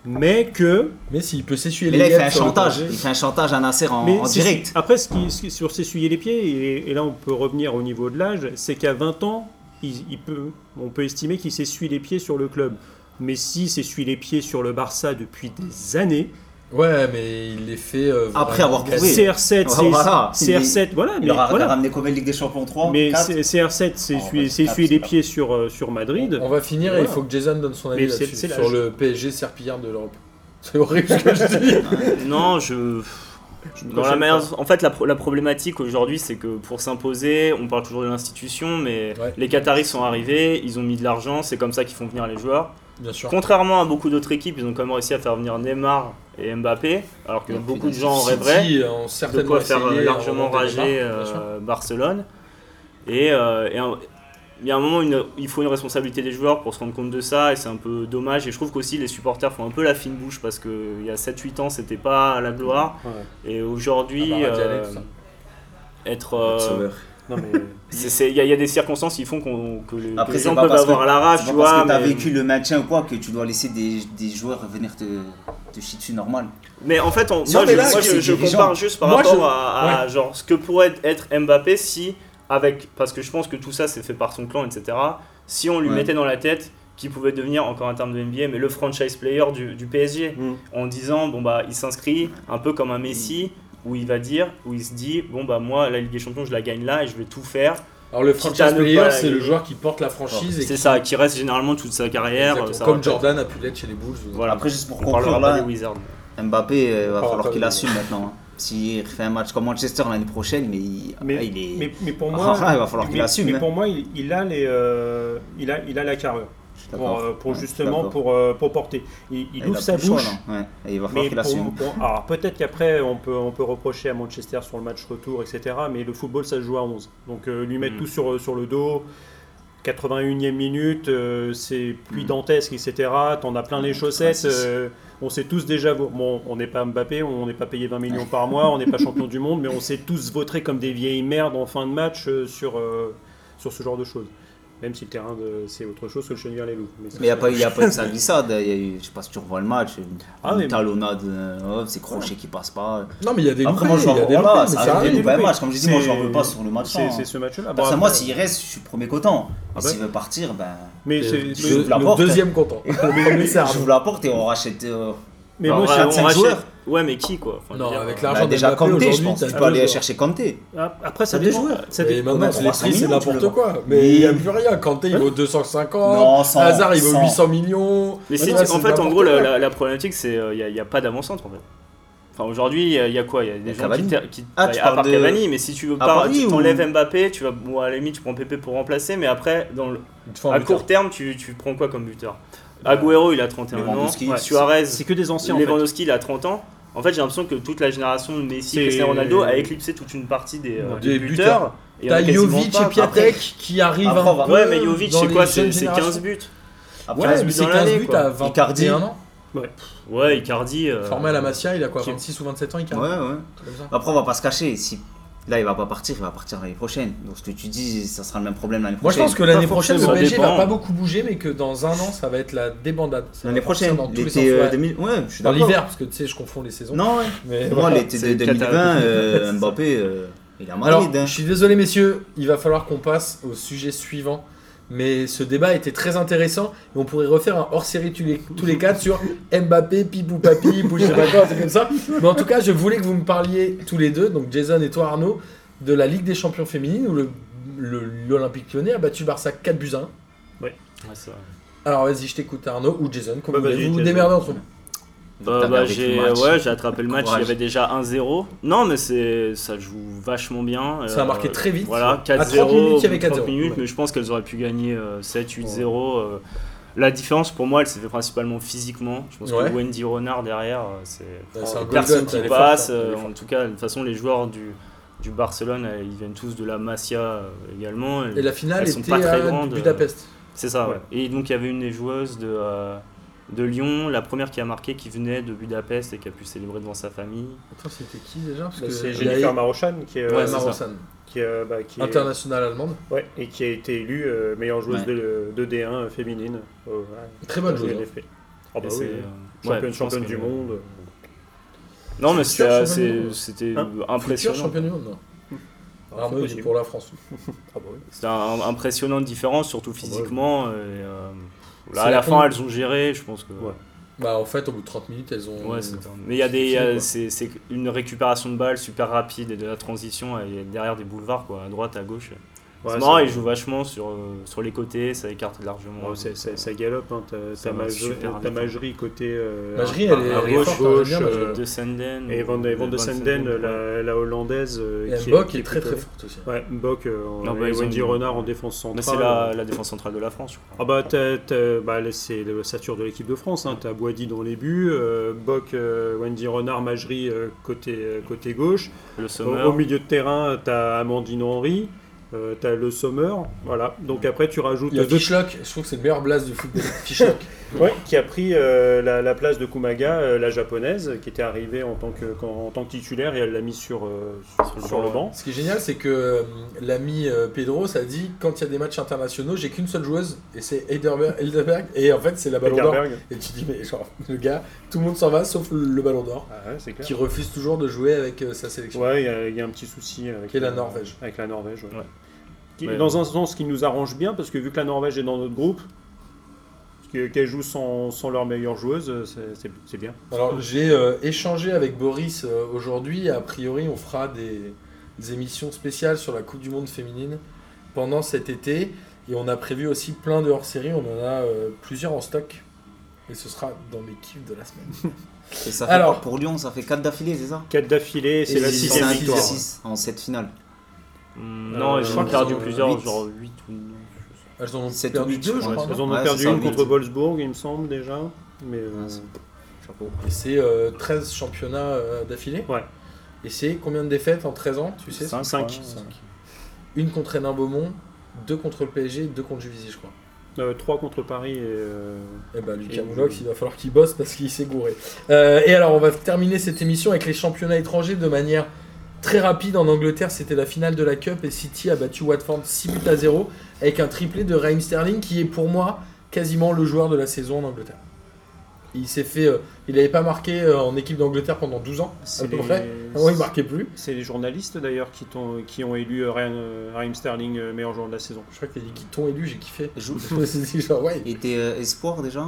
B: mais que
A: Mais s'il peut s'essuyer
C: Mais
A: les
C: là, il fait
A: gars
C: un
A: sur le
C: chantage.
A: PSG.
C: Il fait un chantage à Nasser en
B: mais
C: en
B: si-
C: direct.
B: Après, ce qui, ce qui- sur s'essuyer les pieds, et, et là on peut revenir au niveau de l'âge, c'est qu'à 20 ans, il, il peut, on peut estimer qu'il s'essuie les pieds sur le club. Mais s'il s'essuie les pieds sur le Barça depuis des années,
A: Ouais, mais il les fait. euh,
C: Après
A: vraiment
C: avoir prouvé. Oui.
B: CR7,
C: Ah, voilà.
B: CR7, voilà,
C: Il
B: mais
C: aura
B: voilà.
C: ramené combien de Ligue des Champions 3
B: Mais
C: 4
B: c'est- CR7 s'est
C: Ah, on va
B: essuyé
C: se
B: s'est essuyé
C: taper,
B: les
C: là.
B: pieds sur, euh, sur Madrid.
A: On va finir et il
B: Voilà.
A: faut que Jason donne son avis
B: Mais c'est-
A: là-dessus
B: c'est la-
A: sur le PSG serpillard de l'Europe. C'est horrible ce que je dis.
D: Non, je. Dans la manière- en fait, la, pro- la problématique aujourd'hui, c'est que pour s'imposer, on parle toujours de l'institution, mais
A: Ouais.
D: les Qataris sont arrivés, ils ont mis de l'argent, c'est comme ça qu'ils font venir les joueurs.
A: Bien sûr.
D: Contrairement à beaucoup d'autres équipes, ils ont quand même réussi à faire venir Neymar et Mbappé, alors que
C: Il y a plus
D: beaucoup de
C: de
D: gens en
A: City,
D: rêveraient
A: euh, ont
D: de
A: certainement
D: quoi faire
A: essayé
D: euh,
A: à
D: largement
A: remonter le
D: rager
A: départ, bien sûr.
D: euh, Barcelone. Et, euh, et un- il y a un moment, une- il faut une responsabilité des joueurs pour se rendre compte de ça, et c'est un peu dommage. Et je trouve qu'aussi les supporters font un peu la fine bouche parce qu'il y a 7-8 ans, c'était pas la gloire.
B: Ouais.
D: Et aujourd'hui,
A: Ah bah, Radial et
D: euh,
A: tout ça.
D: être.
C: Notre
D: euh,
C: sauveur.
B: Non, mais
D: c'est- c'est- Il y, a- il y a des circonstances qui font qu'on- que, les- que
C: Après,
D: les
C: c'est
D: gens
C: pas
D: peuvent
C: parce que-
D: avoir à l'arrache,
C: C'est
D: tu
C: pas parce
D: vois.
C: que t'as
D: mais-
C: vécu le maintien ou quoi que tu dois laisser des, des joueurs venir te, te chier dessus normal.
D: Mais en fait, on-
C: Non,
D: moi,
C: mais
D: je-
C: là,
D: moi, je,
C: c'est
D: je
C: dirigeant.
D: compare juste par
A: Moi,
D: rapport
A: je-
D: à, à, genre ce que pourrait être Mbappé si avec parce que je pense que tout ça c'est fait par son clan, etc. Si on lui
C: Ouais.
D: mettait dans la tête qu'il pouvait devenir encore un terme de NBA, mais le franchise player du, du PSG
B: Mm.
D: en disant bon bah il s'inscrit un peu comme un Messi où il va dire où il se dit bon bah moi la Ligue des Champions je la gagne là et je vais tout faire.
A: Alors le
D: Quitte à
A: franchise
D: ne
A: player,
D: pas-
A: c'est le joueur qui porte la franchise. et
D: C'est
A: qui-
D: ça qui reste généralement toute sa carrière. euh,
A: Exactement.
D: ça
A: Comme
D: rappelle.
A: Jordan a pu l'être chez les Bulls.
D: Voilà.
C: Après, juste pour
D: on parlera
C: conclure
D: pas
C: là,
D: des Wizards.
C: Mbappé, euh, va
A: parlera pas
C: falloir qu'il
A: de-
C: assume maintenant. hein. S'il refait un match comme Manchester l'année prochaine, mais il,
B: Mais-
C: ah, il est.
B: mais, mais pour
C: Ah,
B: moi,
C: ah, il va falloir qu'il
B: mais-
C: assume,
B: mais
C: hein.
B: pour moi, il, il a les, euh, il a, il a la carrure pour,
C: hein. D'accord.
B: euh, pour
C: Ouais, je suis
B: justement
C: d'accord.
B: pour, euh, pour porter. Il, il
C: Il
B: ouvre
C: a
B: sa
C: plus le choix,
B: bouche.
C: là. Ouais, et il va falloir
B: Mais
C: qu'il
B: pour-
C: assume.
B: pour- alors peut-être qu'après on peut, on peut reprocher à Manchester sur le match retour, etc. Mais le football ça se joue à 11. Donc euh, lui mettre
D: Mm.
B: tout sur, sur le dos, 81e minute, euh, c'est plus
C: Mm.
B: dantesque, etc. T'en as plein les chaussettes.
C: 86.
B: euh, on sait tous déjà, vo- bon, on n'est pas Mbappé, on n'est pas payé 20 millions par mois, on n'est pas champion du monde, mais on s'est tous votrés comme des vieilles merdes en fin de match euh, sur, euh, sur ce genre de choses. Même si le terrain de- c'est autre chose que le chenil les loups. ça,
C: Mais il n'y a
B: c'est-
C: pas, il y a pas une salvissade, il y a eu, je sais pas si tu revois le match, une,
B: Ah,
C: une
B: mais-
C: talonnade, euh, hop, ces crochets qui passent pas.
A: Non, mais il y a des
C: Après,
A: loupés,
C: moi je
A: il y
C: m'en
A: a des
C: veux pas,
A: loupés, mais
C: ça
A: ça
C: arrive des
A: arrive.
C: loupés matchs, comme je dis, moi je m'en
B: C'est-
C: veux pas sur le match.
B: C'est
C: hein.
B: c'est ce match-là. Bon,
C: Parce que moi,
B: après-
C: s'il reste, je suis premier content.
B: Ah
C: Et
B: bah.
C: S'il veut partir, ben.
B: Mais c'est-
A: Le-
B: mais-
C: j'ouvre la
A: le
C: porte.
A: deuxième content. Mais ça
C: J'ouvre
A: arrive.
C: la porte et on rachète. euh,
B: mais
D: Alors,
B: moi,
D: on
B: c'est-
D: rachète- on
C: 25
D: rachète-
C: joueurs.
D: Ouais, mais qui quoi Enfin, je
A: Non,
D: veux dire, euh,
A: avec
C: bah,
A: l'argent de
C: déjà
A: Mbappé
C: Kanté, je
A: aujourd'hui,
C: pense.
A: t'as
C: Tu
A: deux
C: peux aller
A: joueurs.
C: chercher Kanté.
B: Ah, Après, ça
C: T'as des
B: dépend.
C: joueurs.
B: Ça
A: Et
B: dépend.
A: maintenant,
C: Ouais,
A: c'est les
C: 300
A: prix, c'est
C: millions, tu
A: n'importe
C: le vois.
A: quoi. Mais il Hein n'y a
C: Oui.
A: plus rien. Kanté, il vaut 250.
C: Non, cent,
A: Hazard, il vaut
C: cent.
A: 800 millions.
D: Mais
A: Ouais,
D: c'est-
A: ouais, c'est
D: en fait, en
A: n'importe
D: gros, la,
A: quoi.
D: la- la problématique, c'est qu'il n'y a, y a pas d'avant-centre. En fait. Enfin, aujourd'hui, il y, a- y a quoi Il y a des gens
C: Cavani.
D: qui. ter- qui-
C: Ah,
D: bah,
C: tu
D: à
C: parles
D: part
C: de-
D: Cavani, mais si tu veux
C: à
D: pas.
C: Paris
D: Tu
C: ou-
D: t'enlèves Mbappé, tu vas. Bon, à la limite, tu prends Pépé pour remplacer, mais après, dans le-
A: Il te faut un
D: à
A: buteur.
D: court terme, tu, tu prends quoi comme buteur Agüero, il a 31 ans.
C: Lewandowski,
D: Ouais.
C: c'est-
D: Suarez,
B: C'est que des anciens. en fait.
D: Lewandowski, il a 30 ans. En fait, j'ai l'impression que toute la génération de Messi,
B: C'est-
D: Cristiano Ronaldo a éclipsé toute une partie des, euh,
A: Des
D: des buteurs. Et on
A: T'as
D: a quasiment
A: Jovic
D: pas-
A: et Piatek qui arrivent
C: Après, on va-
A: un
D: Après-
A: peu
D: Ouais, mais Jovic,
A: dans
D: c'est
A: les
D: quoi
A: jeunes
D: C'est c'est
A: générations.
D: 15 buts.
C: Après,
A: Ouais, mais
D: buts
A: c'est
D: dans
A: 15
D: l'année,
A: buts
D: quoi.
A: à 20
C: Icardi.
A: 21 ans.
D: Ouais, Icardi. euh,
A: Formé à la Masia, il a quoi
D: Qui-
A: 26 ou 27 ans,
C: ouais,
A: Icardi
C: ouais.
A: Comme ça.
C: Après, on va pas se cacher. Si... Là, il va pas partir, il va partir l'année prochaine. Donc, ce que tu dis, ça sera le même problème l'année
A: Moi, je
C: prochaine.
A: pense que l'année prochaine, le
D: forcément.
A: PSG
D: Ça
A: va
D: dépend.
A: pas beaucoup bouger, mais que dans un an, ça va être la débandade. Ça va
C: L'année
A: partir
C: prochaine,
A: dans tous les sens.
C: l'été euh,
A: ouais.
C: 2000. Ouais, je suis
A: Dans
C: d'accord.
A: l'hiver, parce que tu sais, je confonds les saisons.
C: Non, ouais.
A: Mais
C: Moi,
A: voilà.
C: l'été
D: c'est
C: de
D: le Qatar.
C: 2020, euh, Mbappé, euh, il est à
A: Alors,
C: Madrid. hein.
A: je suis désolé, messieurs, il va falloir qu'on passe au sujet suivant. Mais ce débat était très intéressant et on pourrait refaire un hors-série tous les, tous les quatre sur Mbappé, Pipou Papi, ou je sais pas quoi, un truc comme ça. Mais en tout cas, je voulais que vous me parliez tous les deux, donc Jason et toi Arnaud, de la Ligue des champions féminines où le- le- l'Olympique Lyonnais a battu le Barça 4 buts à 1.
D: ouais, c'est vrai.
A: Alors vas-y, je t'écoute Arnaud ou Jason, comme
B: Bah,
A: vous voulez.
B: vas-y,
A: Vous vous
B: Jason.
A: démerdez entre vous.
C: T'as
D: Euh, bah,
C: regardé
D: j'ai
C: tout le match.
D: ouais, j'ai attrapé le match, il y
C: Courage.
D: avait déjà 1-0. Non, mais c'est ça joue vachement bien.
A: Ça a
D: Euh,
A: marqué très vite.
D: Voilà,
A: À
D: 4-0.
A: 30 minutes, il y avait
D: 30
A: 4-0.
D: minutes,
A: Ouais.
D: mais je pense qu'elles auraient pu gagner euh, 7-8-0. euh. la différence pour moi, elle s'est fait principalement physiquement. Je pense
A: Ouais.
D: que Wendy Renard derrière, euh, c'est
A: Ouais, c'est un
D: personne
A: golden,
D: qui
A: elle est
D: passe.
A: forte, hein, elle est
D: euh, en tout cas, de toute façon, les joueurs du du Barcelone, euh, ils viennent tous de la Masia euh, également.
A: Et la finale
D: Elles sont
A: était
D: pas très
A: à
D: grandes, euh.
A: Budapest.
D: C'est ça,
B: Ouais.
D: ouais. Et donc il y avait une des joueuses de, euh, de Lyon, la première qui a marqué, qui venait de Budapest et qui a pu célébrer devant sa famille.
A: Attends, c'était qui déjà Parce
D: Bah,
A: que
B: C'est
A: il y
B: Jennifer
A: a-
B: Marochan qui est,
A: Ouais,
D: euh, c'est ça.
A: Marossan,
B: qui, est, bah, qui est-
A: internationale allemande.
B: ouais, et qui a été élue euh, meilleure joueuse de, de D1 féminine. au-
A: Très bonne
B: au
A: joueuse. hein.
B: LFP. Ah bah
D: Et c'est,
B: oui,
D: euh, ouais,
B: championne,
D: je pense
B: championne
D: que-
B: du monde.
D: Non, mais
A: Future
D: c'est- euh,
A: championne du
D: c'est-
A: monde.
D: c'était
B: Hein
A: Futur
D: impressionnant.
A: champion du monde, non
B: Ah,
A: Arnaud,
B: c'est
A: il est
B: possible.
A: pour la France.
B: Ah bah oui.
D: C'était un- impressionnant de différence, surtout
B: Ah bah
D: physiquement. et, euh, là,
A: C'est
D: à
A: la
D: la
A: première-
D: fin, elles ont géré, je pense que.
B: Ouais.
A: Bah, en fait, au bout de 30 minutes, elles ont.
D: Ouais, c'était- mais il y a des, il y a-
A: Fini, quoi.
D: c'est c'est une récupération de balles super rapide et de la transition et derrière des boulevards quoi, à droite, à gauche. C'est
B: Ouais,
D: marrant,
B: ça-
D: il joue vachement sur, euh, sur les côtés, ça écarte largement.
B: Ouais, c'est- c'est- ça galope, hein, ta,
D: Ça
B: ta
D: va
B: Maje-
D: super
B: ta
D: vite, hein.
B: magerie côté. euh,
A: Magerie, elle est-
B: à
D: elle est
B: gauche,
A: forte, hein,
B: gauche,
A: j'aime bien,
B: euh,
D: de Senden.
B: et Van,
D: euh,
B: Van de Senden,
D: ouais.
B: la, la hollandaise. euh,
A: Et
B: qui
A: Mbok
B: qui
A: est très
B: plutôt-
A: très forte aussi.
B: Ouais, Mbok euh, en-
D: Non, bah,
B: et
D: ils ont
B: Wendy
D: une-
B: Renard en défense centrale.
D: Mais c'est la, la défense centrale de la France, je crois.
B: Ah bah, t'as- t'as- bah, là, c'est la stature de l'équipe de France. Hein. T'as Boadi dans les buts, euh, Bock, euh, Wendy Renard, Magerie euh, côté, euh, côté gauche.
D: Le
B: Au,
D: Sommer.
B: au milieu de terrain, t'as Amandine Henry, euh, t'as le Sommer. Voilà. Donc après, tu rajoutes
A: Il y a
B: deux
A: Fishlock, je trouve que c'est le meilleur blast du football. Fishlock.
B: Ouais, qui a pris euh, la, la place de Kumaga, euh, la japonaise, qui était arrivée en tant que, qu'en- en tant que titulaire et elle l'a mis sur, euh, sur, sur le banc.
A: Ce qui est génial, c'est que euh, l'ami euh, Pedro, ça dit quand il y a des matchs internationaux, j'ai qu'une seule joueuse et c'est Heidelberg, Heidelberg, Et en fait, c'est la Ballon d'Or.
B: Zuckerberg.
A: Et tu dis, mais genre, le gars, tout le monde s'en va sauf le, le Ballon d'Or,
B: Ah ouais, c'est clair.
A: qui refuse toujours de jouer avec euh, sa sélection.
B: Ouais, il y a- il y, a un petit souci avec
A: Qui est la Norvège.
B: Avec la Norvège, ouais.
D: Ouais.
B: Qui-
D: Ouais.
B: dans un sens qui nous arrange bien parce que vu que la Norvège est dans notre groupe, parce que- qu'elle joue sans, sans leur meilleure joueuse, euh, c'est, c'est- c'est bien.
A: Alors, j'ai euh, échangé avec Boris euh, aujourd'hui. A priori, on fera des, des émissions spéciales sur la Coupe du Monde féminine pendant cet été. Et on a prévu aussi plein de hors-série. On en a euh, plusieurs en stock. Et ce sera dans mes kiffs de la semaine.
C: Et ça fait
A: Alors-
C: quoi pour Lyon, ça fait 4 d'affilée, c'est ça
B: Quatre d'affilée, c'est
A: Et
B: la
A: ils
C: Six,
A: sont
B: sixième
A: à
C: cinq,
B: victoire.
A: six.
C: six en 7 finales.
D: Hum, Non,
B: Euh,
D: je crois
A: ils
D: qu'ils perdu
A: ont
D: plusieurs,
C: huit.
D: genre 8 ou 9.
A: Elles en ont
C: Sept ou
A: perdu
C: huit,
A: deux,
C: je
A: je
C: crois,
A: crois.
C: elles
A: non
B: Ils en ont
C: Ouais,
B: perdu
C: c'est ça,
B: une
C: oui.
B: contre Wolfsburg, il me semble déjà. Mais euh,
C: Ouais, c'est- Chapeau.
A: Et c'est euh, 13 championnats euh, d'affilée.
B: Ouais.
A: Et c'est combien de défaites en 13 ans, tu sais
B: Cinq.
A: Une contre Hénin Beaumont, deux contre le PSG, deux contre Juvisy, je crois.
B: euh, trois contre Paris et. euh,
A: Eh ben, Lucas
B: Et-
A: Moulox, il va falloir qu'il bosse parce qu'il s'est gouré. Euh, et alors, on va terminer cette émission avec les championnats étrangers de manière très rapide. En Angleterre, c'était la finale de la Cup et City a battu Watford 6 buts à 0 avec un triplé de Raheem Sterling qui est pour moi quasiment le joueur de la saison en Angleterre. Il s'est fait, euh, il n'avait pas marqué euh, en équipe d'Angleterre pendant 12 ans, à
B: c'est
A: peu
B: les-
A: près. Avant, il marquait plus.
B: C'est les journalistes d'ailleurs qui, t'ont- qui ont élu euh, Ryan, euh, Raheem Sterling euh, meilleur joueur de la saison.
A: Je crois qu'il a dit qui t'ont élu, j'ai kiffé.
C: Jou-
A: Je me suis dit, genre, ouais.
C: Il était euh, espoir déjà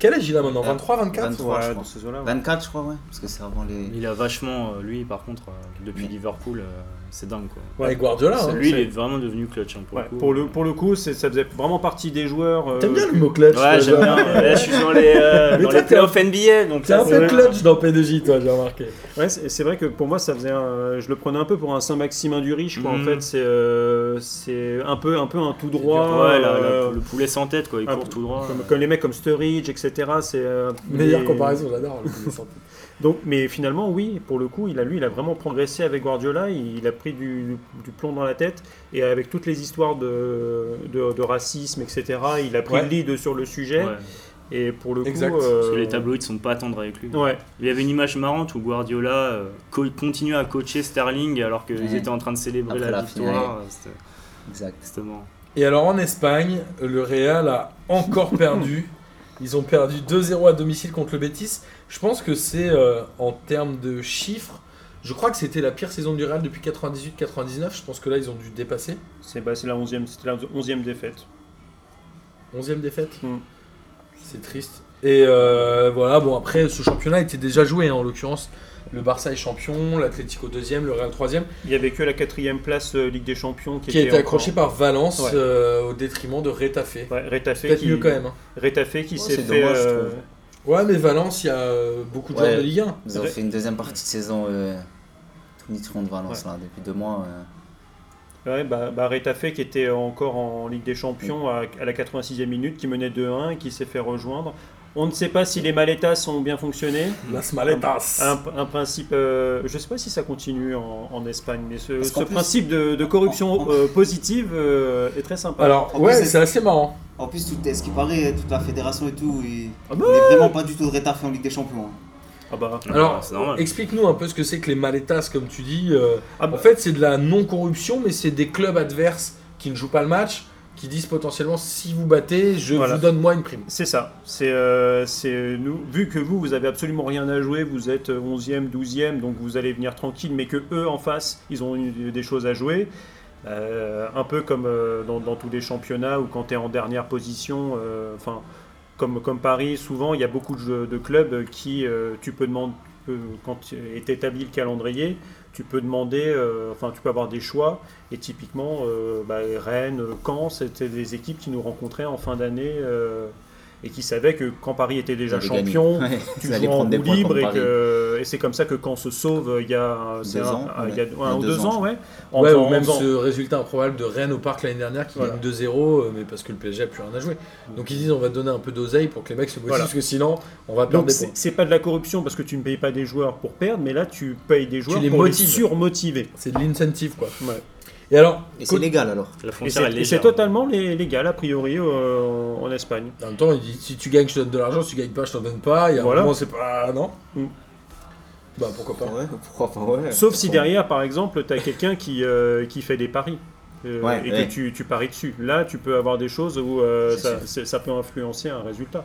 A: Quel âge il a
D: Ah.
A: maintenant
C: Euh,
A: 23, 24
C: 23,
B: Ouais,
C: je
B: dans
C: crois.
B: ces eaux-là, ouais.
C: 24, je crois, ouais. Parce que c'est avant les.
D: Il a vachement, euh, lui par contre, euh, depuis
C: Mais-
D: Liverpool, euh, c'est dingue quoi.
A: Avec Guardiola. hein.
B: Ouais,
D: Ah, Lui, il
B: c'est-
D: est vraiment devenu clutch hein, pour
B: Ouais,
D: le coup.
B: pour, le, pour le coup, c'est- ça faisait vraiment partie des joueurs. euh,
A: T'aimes bien le mot clutch toi,
D: Ouais, j'aime
A: genre.
D: bien. Là, je suis dans les, euh,
A: Mais
D: dans
A: toi,
D: les playoffs NBA, donc euh,
A: T'es un
D: ça,
A: peu
D: c'est-
A: clutch dans P2J, toi, j'ai remarqué.
B: ouais, c'est c'est vrai que pour moi, ça faisait un- je le prenais un peu pour un Saint-Maximin du riche. Quoi. En
D: Mhm.
B: fait, c'est euh, c'est un peu, un peu un tout droit.
D: Ouais, là, là,
B: euh,
D: le poulet sans tête quoi, il
B: Ah,
D: court tout droit.
B: comme, comme les mecs comme Sturridge, etc. C'est euh,
A: Meilleure
B: des-
A: comparaison, j'adore. le premier centre.
B: Donc, mais finalement, oui, pour le coup, il a, lui, il a vraiment progressé avec Guardiola, il, il a pris du, du plomb dans la tête, et avec toutes les histoires de, de, de racisme, etc., il a pris
A: Ouais.
B: le lead sur le sujet,
D: Ouais,
B: et pour le
A: Exact.
B: coup... euh,
D: parce que les tabloïds sont pas tendres avec lui.
B: Ouais,
D: Il y avait une image marrante où Guardiola euh, co- continuait à coacher Sterling alors qu'ils
C: Ouais.
D: étaient en train de célébrer
C: Après
D: la,
C: la
D: victoire. C'était
C: Exact.
D: c'était marrant.
A: Et alors en Espagne, le Real a encore perdu. Ils ont perdu 2-0 à domicile contre le Betis. Je pense que c'est euh, en termes de chiffres. Je crois que c'était la pire saison du Real depuis 98-99. Je pense que là, ils ont dû dépasser.
B: c'est bah, c'est la 11e, c'était la 11e défaite.
A: 11e défaite.
B: Mm.
A: C'est triste. Et euh, voilà, bon, après, ce championnat était déjà joué hein, en l'occurrence. Le Barça est champion, l'Atlético deuxième, le Real troisième,
B: Il n'y avait que la quatrième place euh, Ligue des Champions qui,
A: qui a été accroché
B: encore-
A: par Valence
B: Ouais.
A: euh, au détriment de Retafe.
B: Ouais, Retafe
A: Peut-être
B: qui,
A: mieux quand même. hein.
B: Retafe qui
C: Oh,
B: s'est
C: c'est
B: fait...
C: dommage, je
B: euh,
C: trouve.
A: Ouais, mais Valence, il y a euh, beaucoup de
C: Ouais.
A: joueurs de Ligue 1.
C: Ils ont
B: Ré-
C: fait une deuxième partie de saison euh, tout mitron de Valence là, depuis deux mois. euh.
B: ouais, bah, bah, Retafe qui était encore en Ligue des Champions à, à la 86e minute, qui menait 2-1 et qui s'est fait rejoindre. On ne sait pas si les maletas ont bien fonctionné.
A: Las maletas.
B: Mm. un, un principe, euh, je ne sais pas si ça continue en, en Espagne, mais ce,
C: Parce qu'en
B: ce
C: plus-
B: principe de, de corruption
C: en- en-
B: euh, positive euh, est très sympa.
A: Alors,
C: En
A: ouais,
C: plus,
A: c'est assez marrant.
C: En plus, tout est, ce qui paraît, toute la fédération et tout, ils-
B: Ah
C: on est vraiment pas du tout de rétafé en Ligue des Champions. hein.
B: Ah bah,
D: Ouais,
A: Alors,
D: c'est normal.
A: explique-nous un peu ce que c'est que les maletas, comme tu dis. euh,
B: ah
A: En
B: bah,
A: fait, c'est de la non-corruption, mais c'est des clubs adverses qui ne jouent pas le match, qui disent potentiellement si vous battez, je
B: Voilà.
A: vous donne moi une prime.
B: c'est ça. C'est euh, c'est nous. Vu que vous, vous avez absolument rien à jouer, vous êtes 11e, 12e, donc vous allez venir tranquille, mais que eux en face, ils ont eu des choses à jouer. Euh, un peu comme euh, dans, dans tous les championnats où quand tu es en dernière position, euh, enfin, comme, comme Paris, souvent il y a beaucoup de, de clubs qui euh, tu peux demander. peux, quand est établi le calendrier, tu peux demander, euh, enfin, tu peux avoir des choix. Et typiquement, euh, bah, Rennes, Caen, c'était des équipes qui nous rencontraient en fin d'année euh, et qui savaient que quand Paris était déjà
C: Ils allaient
B: champion,
C: gagner. Ouais,
B: tu
C: ils allaient
B: joues en
C: prendre des
B: roue
C: points
B: libre
C: contre
B: et,
C: Paris.
B: que- et c'est comme ça que Caen se sauve euh, il y a, c'est
C: Deux
B: un-
C: ans,
B: un- il y a
C: ouais.
B: un ou deux ans, ouais. En
A: Ouais,
B: faisant-
A: ou
B: en
A: même
B: faisant-
A: ce résultat improbable de Rennes au parc l'année dernière qui
B: Voilà.
A: gagne 2-0, euh, mais parce que le PSG a plus rien à jouer. Donc ils disent on va donner un peu d'oseille pour que les mecs se motivent,
B: Voilà.
A: parce que sinon on va perdre
B: Donc
A: des
B: c'est
A: points.
B: c'est pas de la corruption parce que tu ne payes pas des joueurs pour perdre, mais là tu payes des joueurs
A: les
B: pour les
A: motives.
B: surmotiver.
A: C'est de l'incentive quoi.
B: Ouais.
A: Et alors,
C: Et c'est légal alors.
D: La
B: Et c'est-
D: frontière, elle est
B: et c'est
D: légère.
B: totalement lé- légal a priori euh, en Espagne.
A: en même temps, il dit si tu gagnes, je te donne de l'argent, si tu gagnes pas, je t'en donne pas. Et à
B: Voilà.
A: un moment, c'est pas. ah, Non
B: Mm.
A: Bah pourquoi pas.
C: Ouais, pourquoi pas, ouais.
B: Sauf si derrière, par exemple, tu as quelqu'un qui, euh, qui fait des paris euh,
C: Ouais,
B: et
C: ouais.
B: que tu, tu paries dessus. Là, tu peux avoir des choses où euh,
C: Bien
B: ça,
C: sûr.
B: c'est- ça peut influencer un résultat.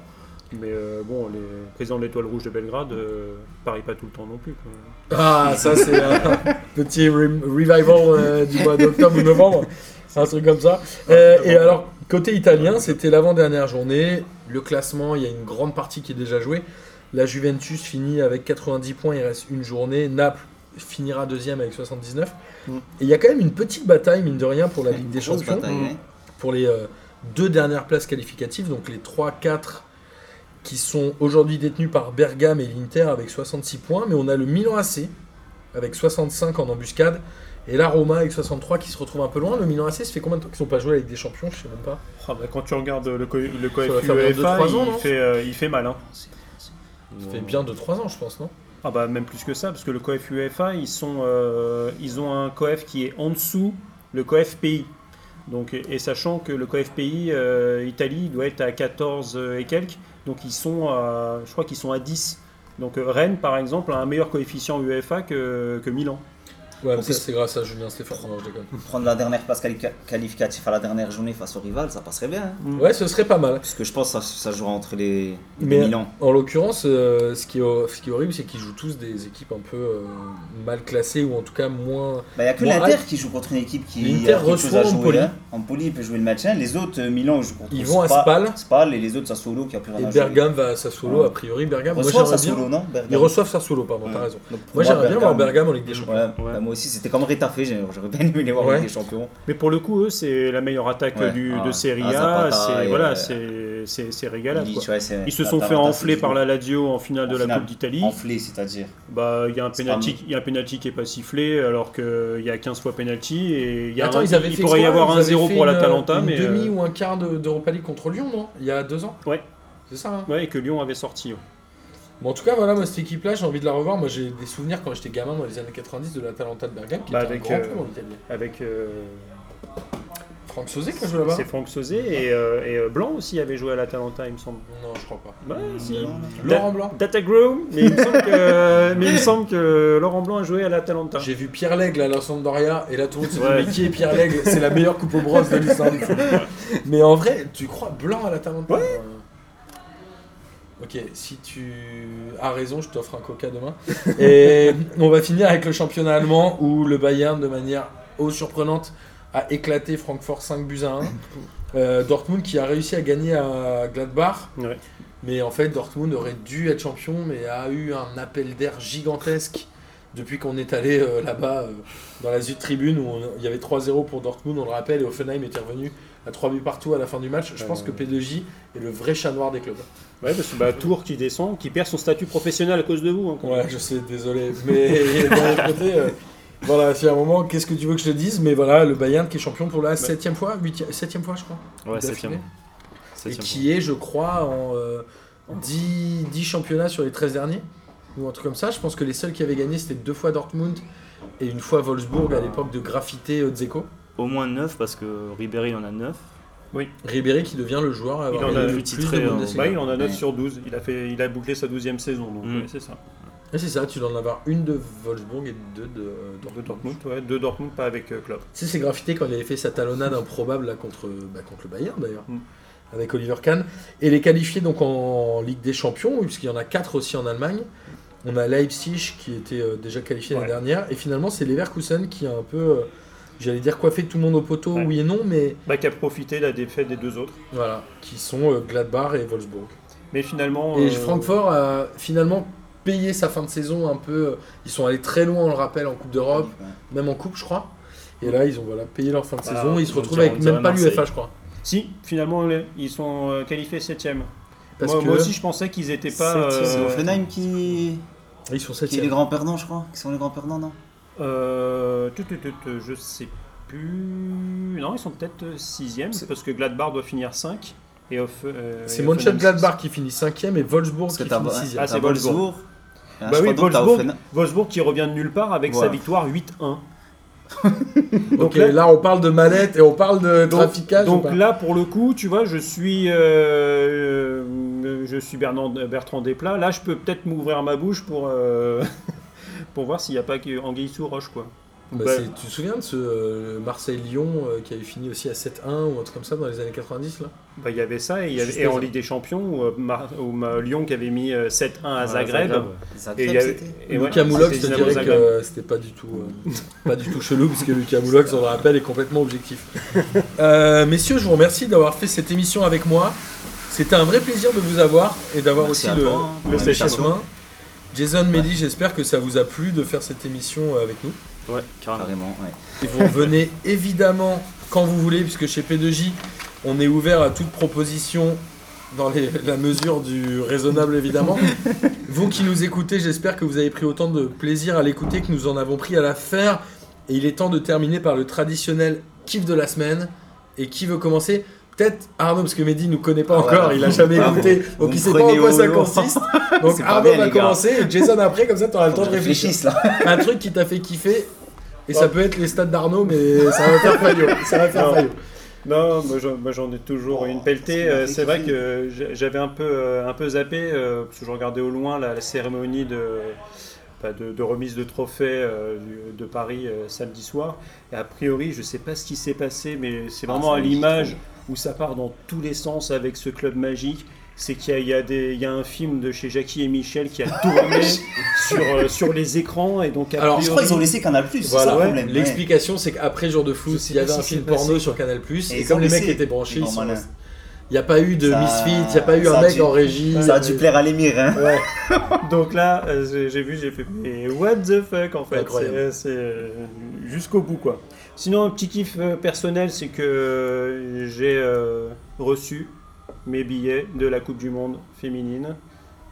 B: Mais euh, bon, les présidents de l'Étoile Rouge de Belgrade euh, parient pas tout le temps non plus. quoi.
A: Ah, ça c'est un petit re- revival euh, du mois d'octobre ou novembre, c'est un truc comme ça. Euh, et alors, côté italien, c'était l'avant-dernière journée, le classement, il y a une grande partie qui est déjà jouée. La Juventus finit avec 90 points, il reste une journée. Naples finira deuxième avec 79.
B: Mm.
A: Et il y a quand même une petite bataille, mine de rien, pour la Ligue des
C: Grosse
A: Champions
C: bataille,
B: Mm.
C: ouais.
A: pour les euh, deux dernières places qualificatives, donc les 3-4 qui sont aujourd'hui détenus par Bergame et l'Inter avec 66 points, mais on a le Milan AC avec 65 en embuscade, et la Roma avec 63 qui se retrouve un peu loin. Le Milan AC, ça fait combien de temps qu'ils sont pas joués avec des champions Je sais même pas.
B: Ah bah, quand tu regardes le, co- le
A: va faire bien deux,
B: UEFA,
A: trois ans,
B: il,
A: non
B: fait, euh, il fait mal. hein.
A: Ça fait bien 2-3 ans, je pense, non
B: Ah bah même plus que ça, parce que le COEF UEFA, ils, sont, euh, ils ont un COEF qui est en dessous le COEF pays. Donc, et et sachant que le COEF pays, euh, Italie, doit être à 14 et quelques, donc ils sont à, je crois qu'ils sont à 10. Donc euh, Rennes, par exemple, a un meilleur coefficient UEFA que, que Milan.
A: Ouais,
C: mais
A: ça
C: ça,
A: c'est grâce à Julien Stéphane. Non, je déconne.
C: hein. Prendre la dernière passe quali- qualificative à la dernière journée face au rival, ça passerait bien. hein.
A: Ouais, ce serait pas mal.
C: Parce que je pense que ça, ça jouera entre les, les
A: Mais-
C: deux Milan.
A: En l'occurrence, euh, ce, qui est, hor- ce qui est horrible, c'est qu'ils jouent tous des équipes un peu euh, mal classées ou en tout cas moins
C: Il n'y Bah, a que
A: Bon,
C: l'Inter
A: ouais.
C: qui joue contre une équipe qui
A: L'Inter
C: a quelque chose à
A: reçoit
C: jouer.
A: Empoli.
C: hein. Empoli peut jouer le match. hein. Les autres, euh, Milan, joue contre
A: Ils vont à
C: Spa-
A: Spal.
C: Spal et les autres, Sassuolo qui a plus
A: Et
C: rien à jouer.
A: Bergame va à Sassuolo,
C: Ouais.
A: a priori Bergame. Moi
C: Reçoit
A: j'aimerais
C: Sassuolo,
A: bien.
C: non
A: Ils
C: Bergame.
A: reçoivent Sassuolo, pardon,
C: Ouais.
A: t'as raison.
C: Donc, pour
A: Moi j'aimerais bien voir Bergame en Ligue des
C: Ouais,
A: Champions.
C: bah,
D: Ouais.
C: moi aussi, c'était comme Rétafé, j'ai- j'aurais bien aimé les voir en
A: Ouais.
C: Ligue des champions.
B: Mais pour le coup, eux, c'est la meilleure attaque
C: Ouais,
B: du, de
C: ah,
B: Serie
C: ah,
B: A.
C: Zapata
B: C'est
C: et,
B: voilà,
C: euh,
B: c'est- c'est c'est régalable.
C: Ils,
B: quoi.
C: tu vois, c'est-
B: Ils se
C: la
B: sont fait
C: Taranta,
B: enfler
C: c'est
B: par
C: du-
B: la Lazio en finale
C: En
B: de la
C: finale.
B: Coupe d'Italie.
C: Enfler, c'est-à-dire.
B: Bah, il y a un
C: C'est
B: penalty,
C: pas
B: il y a un penalty qui est pas sifflé, alors qu'il y a 15 fois penalty et il y a
A: Attends,
B: un-
A: ils avaient
B: il
A: fait
B: pourrait y
A: quoi
B: avoir
A: Ils
B: un
A: avaient
B: 0
A: fait
B: pour
A: une-
B: l'Atalanta,
A: une
B: mais euh,
A: demi ou un quart de- d'Europa League contre Lyon, non Il y a deux ans
B: Ouais.
A: C'est ça, hein
B: ouais, et que Lyon avait sorti. ouais.
A: Bon, en tout cas, voilà, moi, cette équipe-là, j'ai envie de la revoir. Moi, j'ai des souvenirs quand j'étais gamin dans les années 90 de l'Atalanta de Bergame, qui
B: Bah,
A: était
B: avec,
A: un grand
B: euh,
A: club en Italie.
B: Avec euh,
A: Franck Sauzé qui a joué là-bas
B: c'est Franck Sauzé et, euh, et, euh, Blanc aussi avait joué à l'Atalanta, il me semble.
A: Non, je crois pas.
B: Bah, si.
A: Laurent Blanc
B: Data Groom, mais il me semble que, mais il me semble que Laurent Blanc a joué à l'Atalanta.
A: J'ai vu Pierre Lègle à la Sampdoria et là tout le monde s'est dit,
D: Ouais.
A: mais qui est Pierre Lègle C'est la meilleure coupe aux brosses de l'histoire du foot. Mais en vrai, tu crois blanc à la Talenta Ok, si tu as raison, je t'offre un coca demain. Et on va finir avec le championnat allemand où le Bayern, de manière oh surprenante, a éclaté Francfort 5 buts à 1. Euh, Dortmund qui a réussi à gagner à Gladbach.
B: Ouais.
A: Mais en fait, Dortmund aurait dû être champion, mais a eu un appel d'air gigantesque depuis qu'on est allé euh, là-bas euh, dans la Zut Tribune où on- il y avait 3-0 pour Dortmund, on le rappelle, et Offenheim était revenu à 3 buts partout à la fin du match. Je pense que P2J est le vrai chat noir des clubs.
B: Ouais, parce que bah, Tours qui descend, qui perd son statut professionnel à cause de vous. hein, quand même.
A: Ouais, je sais, désolé. Mais d'un autre côté, euh, voilà, c'est un moment, qu'est-ce que tu veux que je te dise Mais voilà, le Bayern qui est champion pour la 7 fois, 8 septième fois, je crois.
D: Ouais,
A: d'affilée.
D: septième.
A: et
D: Septième.
A: qui est, je crois, en euh, 10, 10 championnats sur les 13 derniers, ou un truc comme ça. Je pense que les seuls qui avaient gagné, c'était deux fois Dortmund et une fois Wolfsburg à l'époque de Graffité euh, Dzeko.
D: Au moins 9 parce que Ribéry en a 9.
A: Ribéry qui devient le joueur à avoir
B: Il en a
A: gagné
B: le
A: le
D: plus
A: plus de
D: titré, hein.
A: Bundesliga.
B: Bah, il en a 9
C: Ouais.
B: sur 12. Il a, fait, il a bouclé sa 12e saison, donc
D: Mm.
B: ouais, c'est ça.
A: Et c'est ça, tu dois en avoir une de Wolfsburg et deux de euh,
B: De
A: Dortmund.
B: Dortmund, ouais, de Dortmund, pas avec euh, Klopp.
A: Tu sais, c'est graffité quand il avait fait sa talonnade improbable là, contre, bah, contre le Bayern d'ailleurs,
B: Mm.
A: avec Oliver Kahn. Et les qualifiés donc en Ligue des Champions, puisqu'il y en a 4 aussi en Allemagne. On a Leipzig qui était euh, déjà qualifié l'année
B: Ouais.
A: dernière. Et finalement, c'est Leverkusen qui a un peu, euh, j'allais dire, coiffé tout le monde au poteau,
B: Ouais.
A: oui et non, mais
B: Bah, qui a profité de la défaite des deux autres.
A: voilà, qui sont euh, Gladbach et Wolfsburg.
B: Mais finalement.
A: Et
B: euh,
A: Francfort a finalement payer sa fin de saison un peu. euh, Ils sont allés très loin, on le rappelle, en Coupe d'Europe,
C: Ouais.
A: même en Coupe, je crois. Et là, ils ont voilà, payé leur fin de
D: Bah,
A: saison. Ils se
D: on
A: retrouvent
D: dirait-
A: avec
D: on dirait
A: même pas
D: Marseille.
A: l'UFA, je crois.
B: Si, finalement, les- ils sont euh, qualifiés 7ème.
A: Parce
B: moi,
A: que
B: moi aussi, je pensais qu'ils étaient pas.
A: Septième.
C: C'est
B: euh,
C: Offenheim qui...
A: ils sont
C: qui est les
A: septième.
C: grands perdants, je crois. Qui sont les grands perdants, non
B: euh, tut, tut, tut, euh, je sais plus. Non, ils sont peut-être 6ème
C: C'est-
B: parce que Gladbach doit finir 5. Et off, euh,
A: C'est
B: et Offenheim
A: Mönchengladbach qui finit cinquième et Wolfsburg
C: Parce
A: qui
C: que t'as
A: finit
B: Ah,
A: sixième.
B: c'est
C: t'as
B: Wolfsburg.
C: Ah,
B: Bah
C: je
B: oui,
C: crois donc t'as
B: Wolfsburg.
C: Offenheim.
B: 6. Wolfsburg qui revient de nulle part avec
C: Voilà.
B: sa victoire 8-1.
A: Donc
B: Ah,
A: euh,
B: donc
A: là, là, on parle de mallette et on parle de
B: Donc-
A: traficage. ou
B: Donc
A: pas
B: là, pour le coup, tu vois, je suis, euh, euh, je suis Bernard- Bertrand Desplat. Là, je peux peut-être m'ouvrir ma bouche pour, euh, pour voir s'il n'y a pas que Anguille sous roche, quoi.
A: Bah,
B: Bah,
A: c'est- Tu te souviens de ce euh, Marseille-Lyon euh, qui avait fini aussi à 7-1 ou un truc comme ça dans les années 90 là
B: Bah, il y avait ça, et, il y
A: Je
B: avait-
A: suis
B: et en
A: présent.
B: Ligue des Champions, où, euh, Mar- où, euh, Lyon qui avait mis euh,
A: Ah,
B: 7-1 à
D: Ouais,
B: Zagreb. Et
C: Zagreb,
B: il y avait-
C: c'était
B: et ouais,
A: Lucas Moulox, je
B: c'était
A: te
B: Dynamo
A: dirais que
B: Zagreb.
A: euh, c'était pas du tout, euh, pas du tout chelou, parce que Lucas Moulox, on le rappelle, est complètement objectif. Euh, messieurs, je vous remercie d'avoir fait cette émission avec moi. C'était un vrai plaisir de vous avoir et d'avoir
C: Merci
A: aussi
C: à
A: le,
C: toi, hein, pour
A: le
C: l'invitation.
A: séchissement. Jason, Mehdi, j'espère que ça vous a plu de faire cette émission euh, avec nous.
D: Ouais, carrément.
C: Carrément, ouais.
A: Et vous revenez évidemment quand vous voulez, puisque chez P2J, on est ouvert à toute proposition dans les- la mesure du raisonnable, évidemment. vous qui nous écoutez, j'espère que vous avez pris autant de plaisir à l'écouter que nous en avons pris à la faire. Et il est temps de terminer par le traditionnel kiff de la semaine. Et qui veut commencer Peut-être Arnaud, parce que Mehdi ne nous connaît pas
C: Ah,
A: encore,
C: voilà.
A: il a jamais
C: Ah,
A: écouté,
C: vous
A: donc il
C: me
A: sait pas en
C: prenez
A: quoi
C: au
A: ça
C: lourd.
A: consiste. Donc
C: C'est pas
A: Arnaud
C: bien,
A: va
C: les gars.
A: commencer et Jason après, comme ça tu auras le temps
C: Faut
A: de
C: que je
A: réfléchir
C: réfléchisse là.
A: un truc qui t'a fait kiffer. Et ça
B: Ouais.
A: peut être les stades d'Arnaud, mais ça va faire faillot. Ça va faire
B: Non.
A: faillot. Oh,
B: Non, moi j'en- moi, j'en ai toujours une pelletée.
C: c'est
B: Euh,
C: magnifique.
B: C'est vrai que j'a- j'avais un peu, euh, un peu zappé, euh, parce que je regardais au loin la, la cérémonie de, bah, de, de remise de trophée euh, du- de Paris euh, samedi soir. Et a priori, je sais pas ce qui s'est passé, mais c'est vraiment à
C: Ah, ça me dit
B: l'image où ça part dans tous les sens avec ce club magique. C'est qu'il y, a- il y, a des- il y a un film de chez Jackie et Michel qui a tourné sur, euh, sur les écrans. Et donc, a
A: Alors,
C: Je
B: priori-
C: crois qu'ils ont laissé Canal Plus, c'est
A: Voilà,
C: ça le
B: ouais,
C: problème. ouais.
A: L'explication, c'est qu'après Jour de Flou,
B: Je sais
A: il y
B: pas
A: avait
B: si
A: un
B: c'est
A: film
B: passé,
A: porno
B: quoi.
A: sur Canal, et,
C: Et ils
A: comme
C: ont
A: les mecs
C: laissé.
A: étaient branchés,
C: Ils
A: ils
C: sont
A: sont
C: malins.
A: restés. Il n'y a pas eu de
C: Ça-
A: Misfit, il n'y a pas eu
C: ça
A: un
C: a
A: mec
C: dû-
A: en régie.
C: Ça a dû plaire à l'émir, hein.
A: Ouais.
B: Donc là, euh, j'ai- j'ai vu, j'ai fait mais what the fuck en fait,
A: Incroyable.
B: c'est c'est, euh, jusqu'au bout quoi. Sinon, un petit kiff euh, personnel, c'est que euh, j'ai euh, reçu mes billets de la Coupe du Monde féminine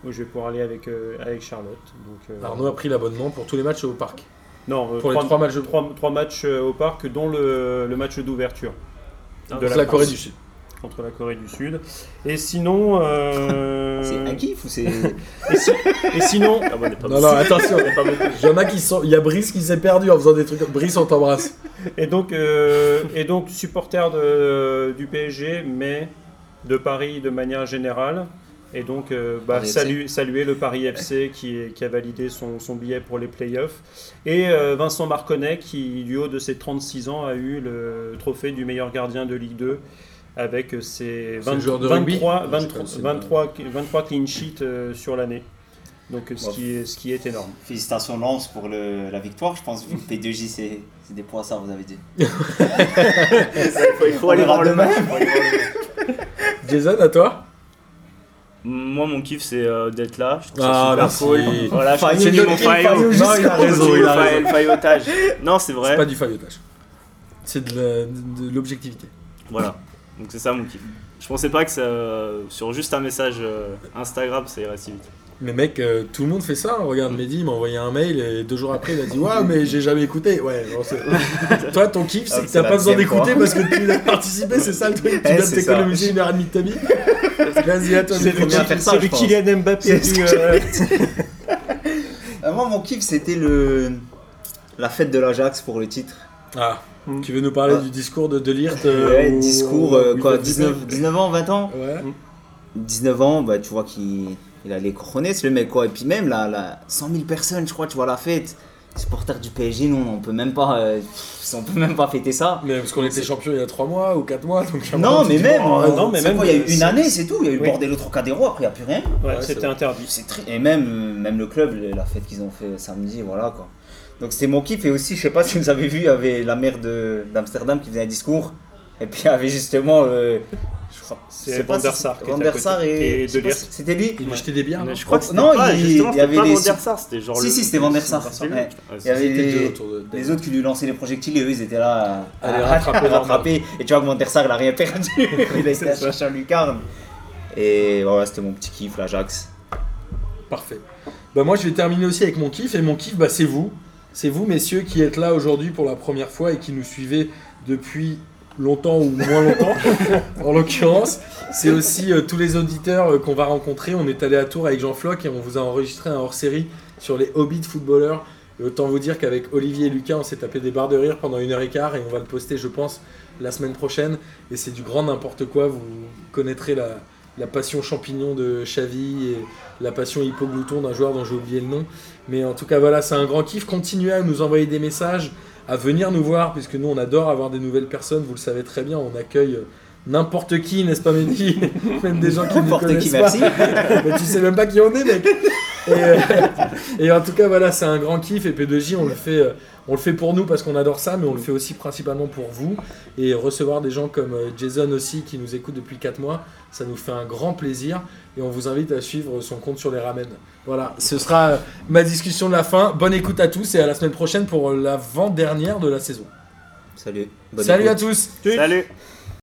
B: où je vais pouvoir aller avec, euh, avec Charlotte. Donc, euh,
A: Arnaud a pris l'abonnement pour tous les matchs au parc.
B: non, euh,
A: Pour les
B: trois,
A: trois matchs de
B: trois- trois matchs euh, au parc, dont le, le match d'ouverture
D: Ah,
B: de
A: C'est
B: la,
A: la Corée
B: France
A: du Sud.
B: contre la Corée du Sud. Et sinon, euh,
C: C'est un kiff ou c'est.
B: et, si- et sinon,
D: Ah ouais, on est pas
A: Non,
D: bon.
A: non, attention.
D: On est pas bon.
A: Il y en a qui sont. Il y a Brice qui s'est perdu en faisant des trucs. Brice, on t'embrasse.
B: Et donc, euh, et donc supporter de, du PSG, mais de Paris de manière générale. Et donc, euh, bah,
C: Paris FC.
B: salu- saluer le Paris FC qui, est- qui a validé son, son billet pour les playoffs. Et euh, Vincent Marconnet qui, du haut de ses 36 ans, a eu le trophée du meilleur gardien de Ligue 2 avec ses
A: C'est le
B: 20
A: joueur de rugby
B: 23,
A: Ouais, je
B: 23,
A: pense que c'est
B: 23, 23 clean sheets euh, sur l'année. Donc, ce,
C: Bon.
B: qui est, ce qui est énorme.
C: Félicitations Lance pour le- la victoire, je pense. Vous, P2J, c'est c'est des poissards, vous avez dit.
D: Faut- il faut
C: On
D: aller
C: verra
D: voir le
C: demain.
D: match. faut aller voir le match.
A: Jason, à toi
D: Moi, mon kiff, c'est euh, d'être là. Je trouve
A: Ah,
D: ça super
A: merci.
D: cool. Voilà, je
A: Faillot,
D: continue
A: notre
D: mon
A: kiff,
D: faillot.
A: faillot,
D: Non, il
A: jusqu'au
D: a raison,
A: bout,
D: il a
A: il a
D: raison. Faillotage. Non, c'est vrai.
A: C'est pas du faillotage. C'est de la- de l'objectivité.
D: Voilà. Donc c'est ça mon kiff. Je pensais pas que ça, sur juste un message euh, Instagram, ça irait si vite.
A: Mais mec, euh, tout le monde fait ça. hein.
C: Mm.
A: Regarde, Mehdi il m'a envoyé un mail et deux jours après, il a dit Waouh, mais j'ai jamais écouté. Ouais, on sait. Toi, ton kiff,
C: Ah,
A: c'est que
C: c'est
A: t'as
C: la
A: pas besoin
C: deuxième
A: d'écouter
C: fois.
A: parce que tu as participé, c'est ça le truc. Tu
C: Eh,
A: viens de
C: c'est ça.
A: t'économiser une heure et demie de ta vie. Vas-y, à toi,
C: C'est
A: c'est
C: le premier à faire ça,
B: C'est
C: je
B: le
C: pense.
B: Kylian Mbappé
C: C'est ce
B: du,
C: que
B: euh,
C: Euh, moi, mon kiff, c'était le... la fête de l'Ajax pour le titre.
A: Ah,
B: Mm.
A: tu veux nous parler
C: Ouais.
A: du discours de euh, Delirte
C: Ouais, discours, euh, quoi, 19, 19 ans, 20 ans
A: Ouais.
C: 19 ans, bah, tu vois qu'il il allait couronner ce mec, quoi. Et puis même, là, là, 100 000 personnes, je crois, tu vois, la fête. Supporters du PSG, nous, on peut même pas, euh, pff, on peut même pas fêter ça.
A: Mais parce qu'on était champion il y a 3 mois ou 4 mois. Donc à un moment,
C: Non,
A: tu
C: mais
A: dis, oh,
C: même,
A: bon,
C: euh,
A: ouais,
B: non, mais
C: c'est
B: même,
C: quoi, il y a eu
B: euh,
C: une
B: c'est-
C: année, c'est tout. Il y a eu le
B: Oui.
C: bordel au Trocadéro, après, il n'y a plus rien.
B: Ouais,
A: Ouais, c'est
B: c'était
A: vrai.
B: interdit.
C: C'est très- Et même, même le club, le- la fête qu'ils ont fait samedi, voilà quoi. Donc c'était mon kiff et aussi, je sais pas si vous avez vu, il y avait la maire de- d'Amsterdam qui faisait un discours. Et puis il y avait justement, euh, je
B: C'est Van der Sar. qui était à
C: Van der
B: côté.
C: Sar et.
B: Et
C: je sais
B: De
C: pas
B: Ligt.
C: si- C'était lui
A: Il achetait des bières. non
D: Je crois que
C: Oh,
D: c'était
C: non,
D: pas,
C: il-
D: justement,
C: il y
D: c'était
C: avait
D: pas
C: des-
D: Van der Sar, c'était genre.
C: Si,
D: le-
C: si, c'était Van der
D: le-
C: Sar,
D: Van
C: ouais.
D: Ouais,
C: Il y avait
A: C'était deux
C: les,
A: autour de-
C: les autres qui lui lançaient les projectiles et eux ils étaient là à,
A: À les
C: à-
A: rattraper,
C: à rattraper. Et tu vois que Van der Sar, il a rien perdu. il a été à chercher un lucarne. Et voilà, c'était mon petit kiff, l'Ajax.
A: Parfait. Bah moi je vais terminer aussi avec mon kiff et mon kiff bah c'est vous. C'est vous messieurs qui êtes là aujourd'hui pour la première fois et qui nous suivez depuis longtemps ou moins longtemps en l'occurrence. C'est aussi euh, tous les auditeurs euh, qu'on va rencontrer. On est allé à Tours avec Jean Floch et on vous a enregistré un hors-série sur les hobbies de footballeurs. Et autant vous dire qu'avec Olivier et Lucas on s'est tapé des barres de rire pendant une heure et quart et on va le poster je pense la semaine prochaine. Et c'est du grand n'importe quoi. Vous connaîtrez la, la passion champignon de Xavi et la passion hypoglouton d'un joueur dont j'ai oublié le nom. Mais en tout cas, voilà, c'est un grand kiff. Continuez à nous envoyer des messages, à venir nous voir, puisque nous, on adore avoir des nouvelles personnes. Vous le savez très bien, on accueille euh, n'importe qui, n'est-ce pas, Mehdi Même des gens qui ne nous
C: N'importe
A: connaissent
C: qui,
A: pas.
C: merci.
A: Mais tu sais même pas qui on est, mec. Et, euh, et en tout cas, voilà, c'est un grand kiff. Et P2J, on le fait, euh, on le fait pour nous parce qu'on adore ça, mais on le fait aussi principalement pour vous. Et recevoir des gens comme euh, Jason aussi, qui nous écoute depuis 4 mois, ça nous fait un grand plaisir. Et on vous invite à suivre son compte sur les ramen. Voilà, ce sera euh, ma discussion de la fin. Bonne écoute à tous et à la semaine prochaine pour l'avant-dernière de la saison.
C: Salut. Bonne
A: Salut
C: écoute.
A: à tous
D: Salut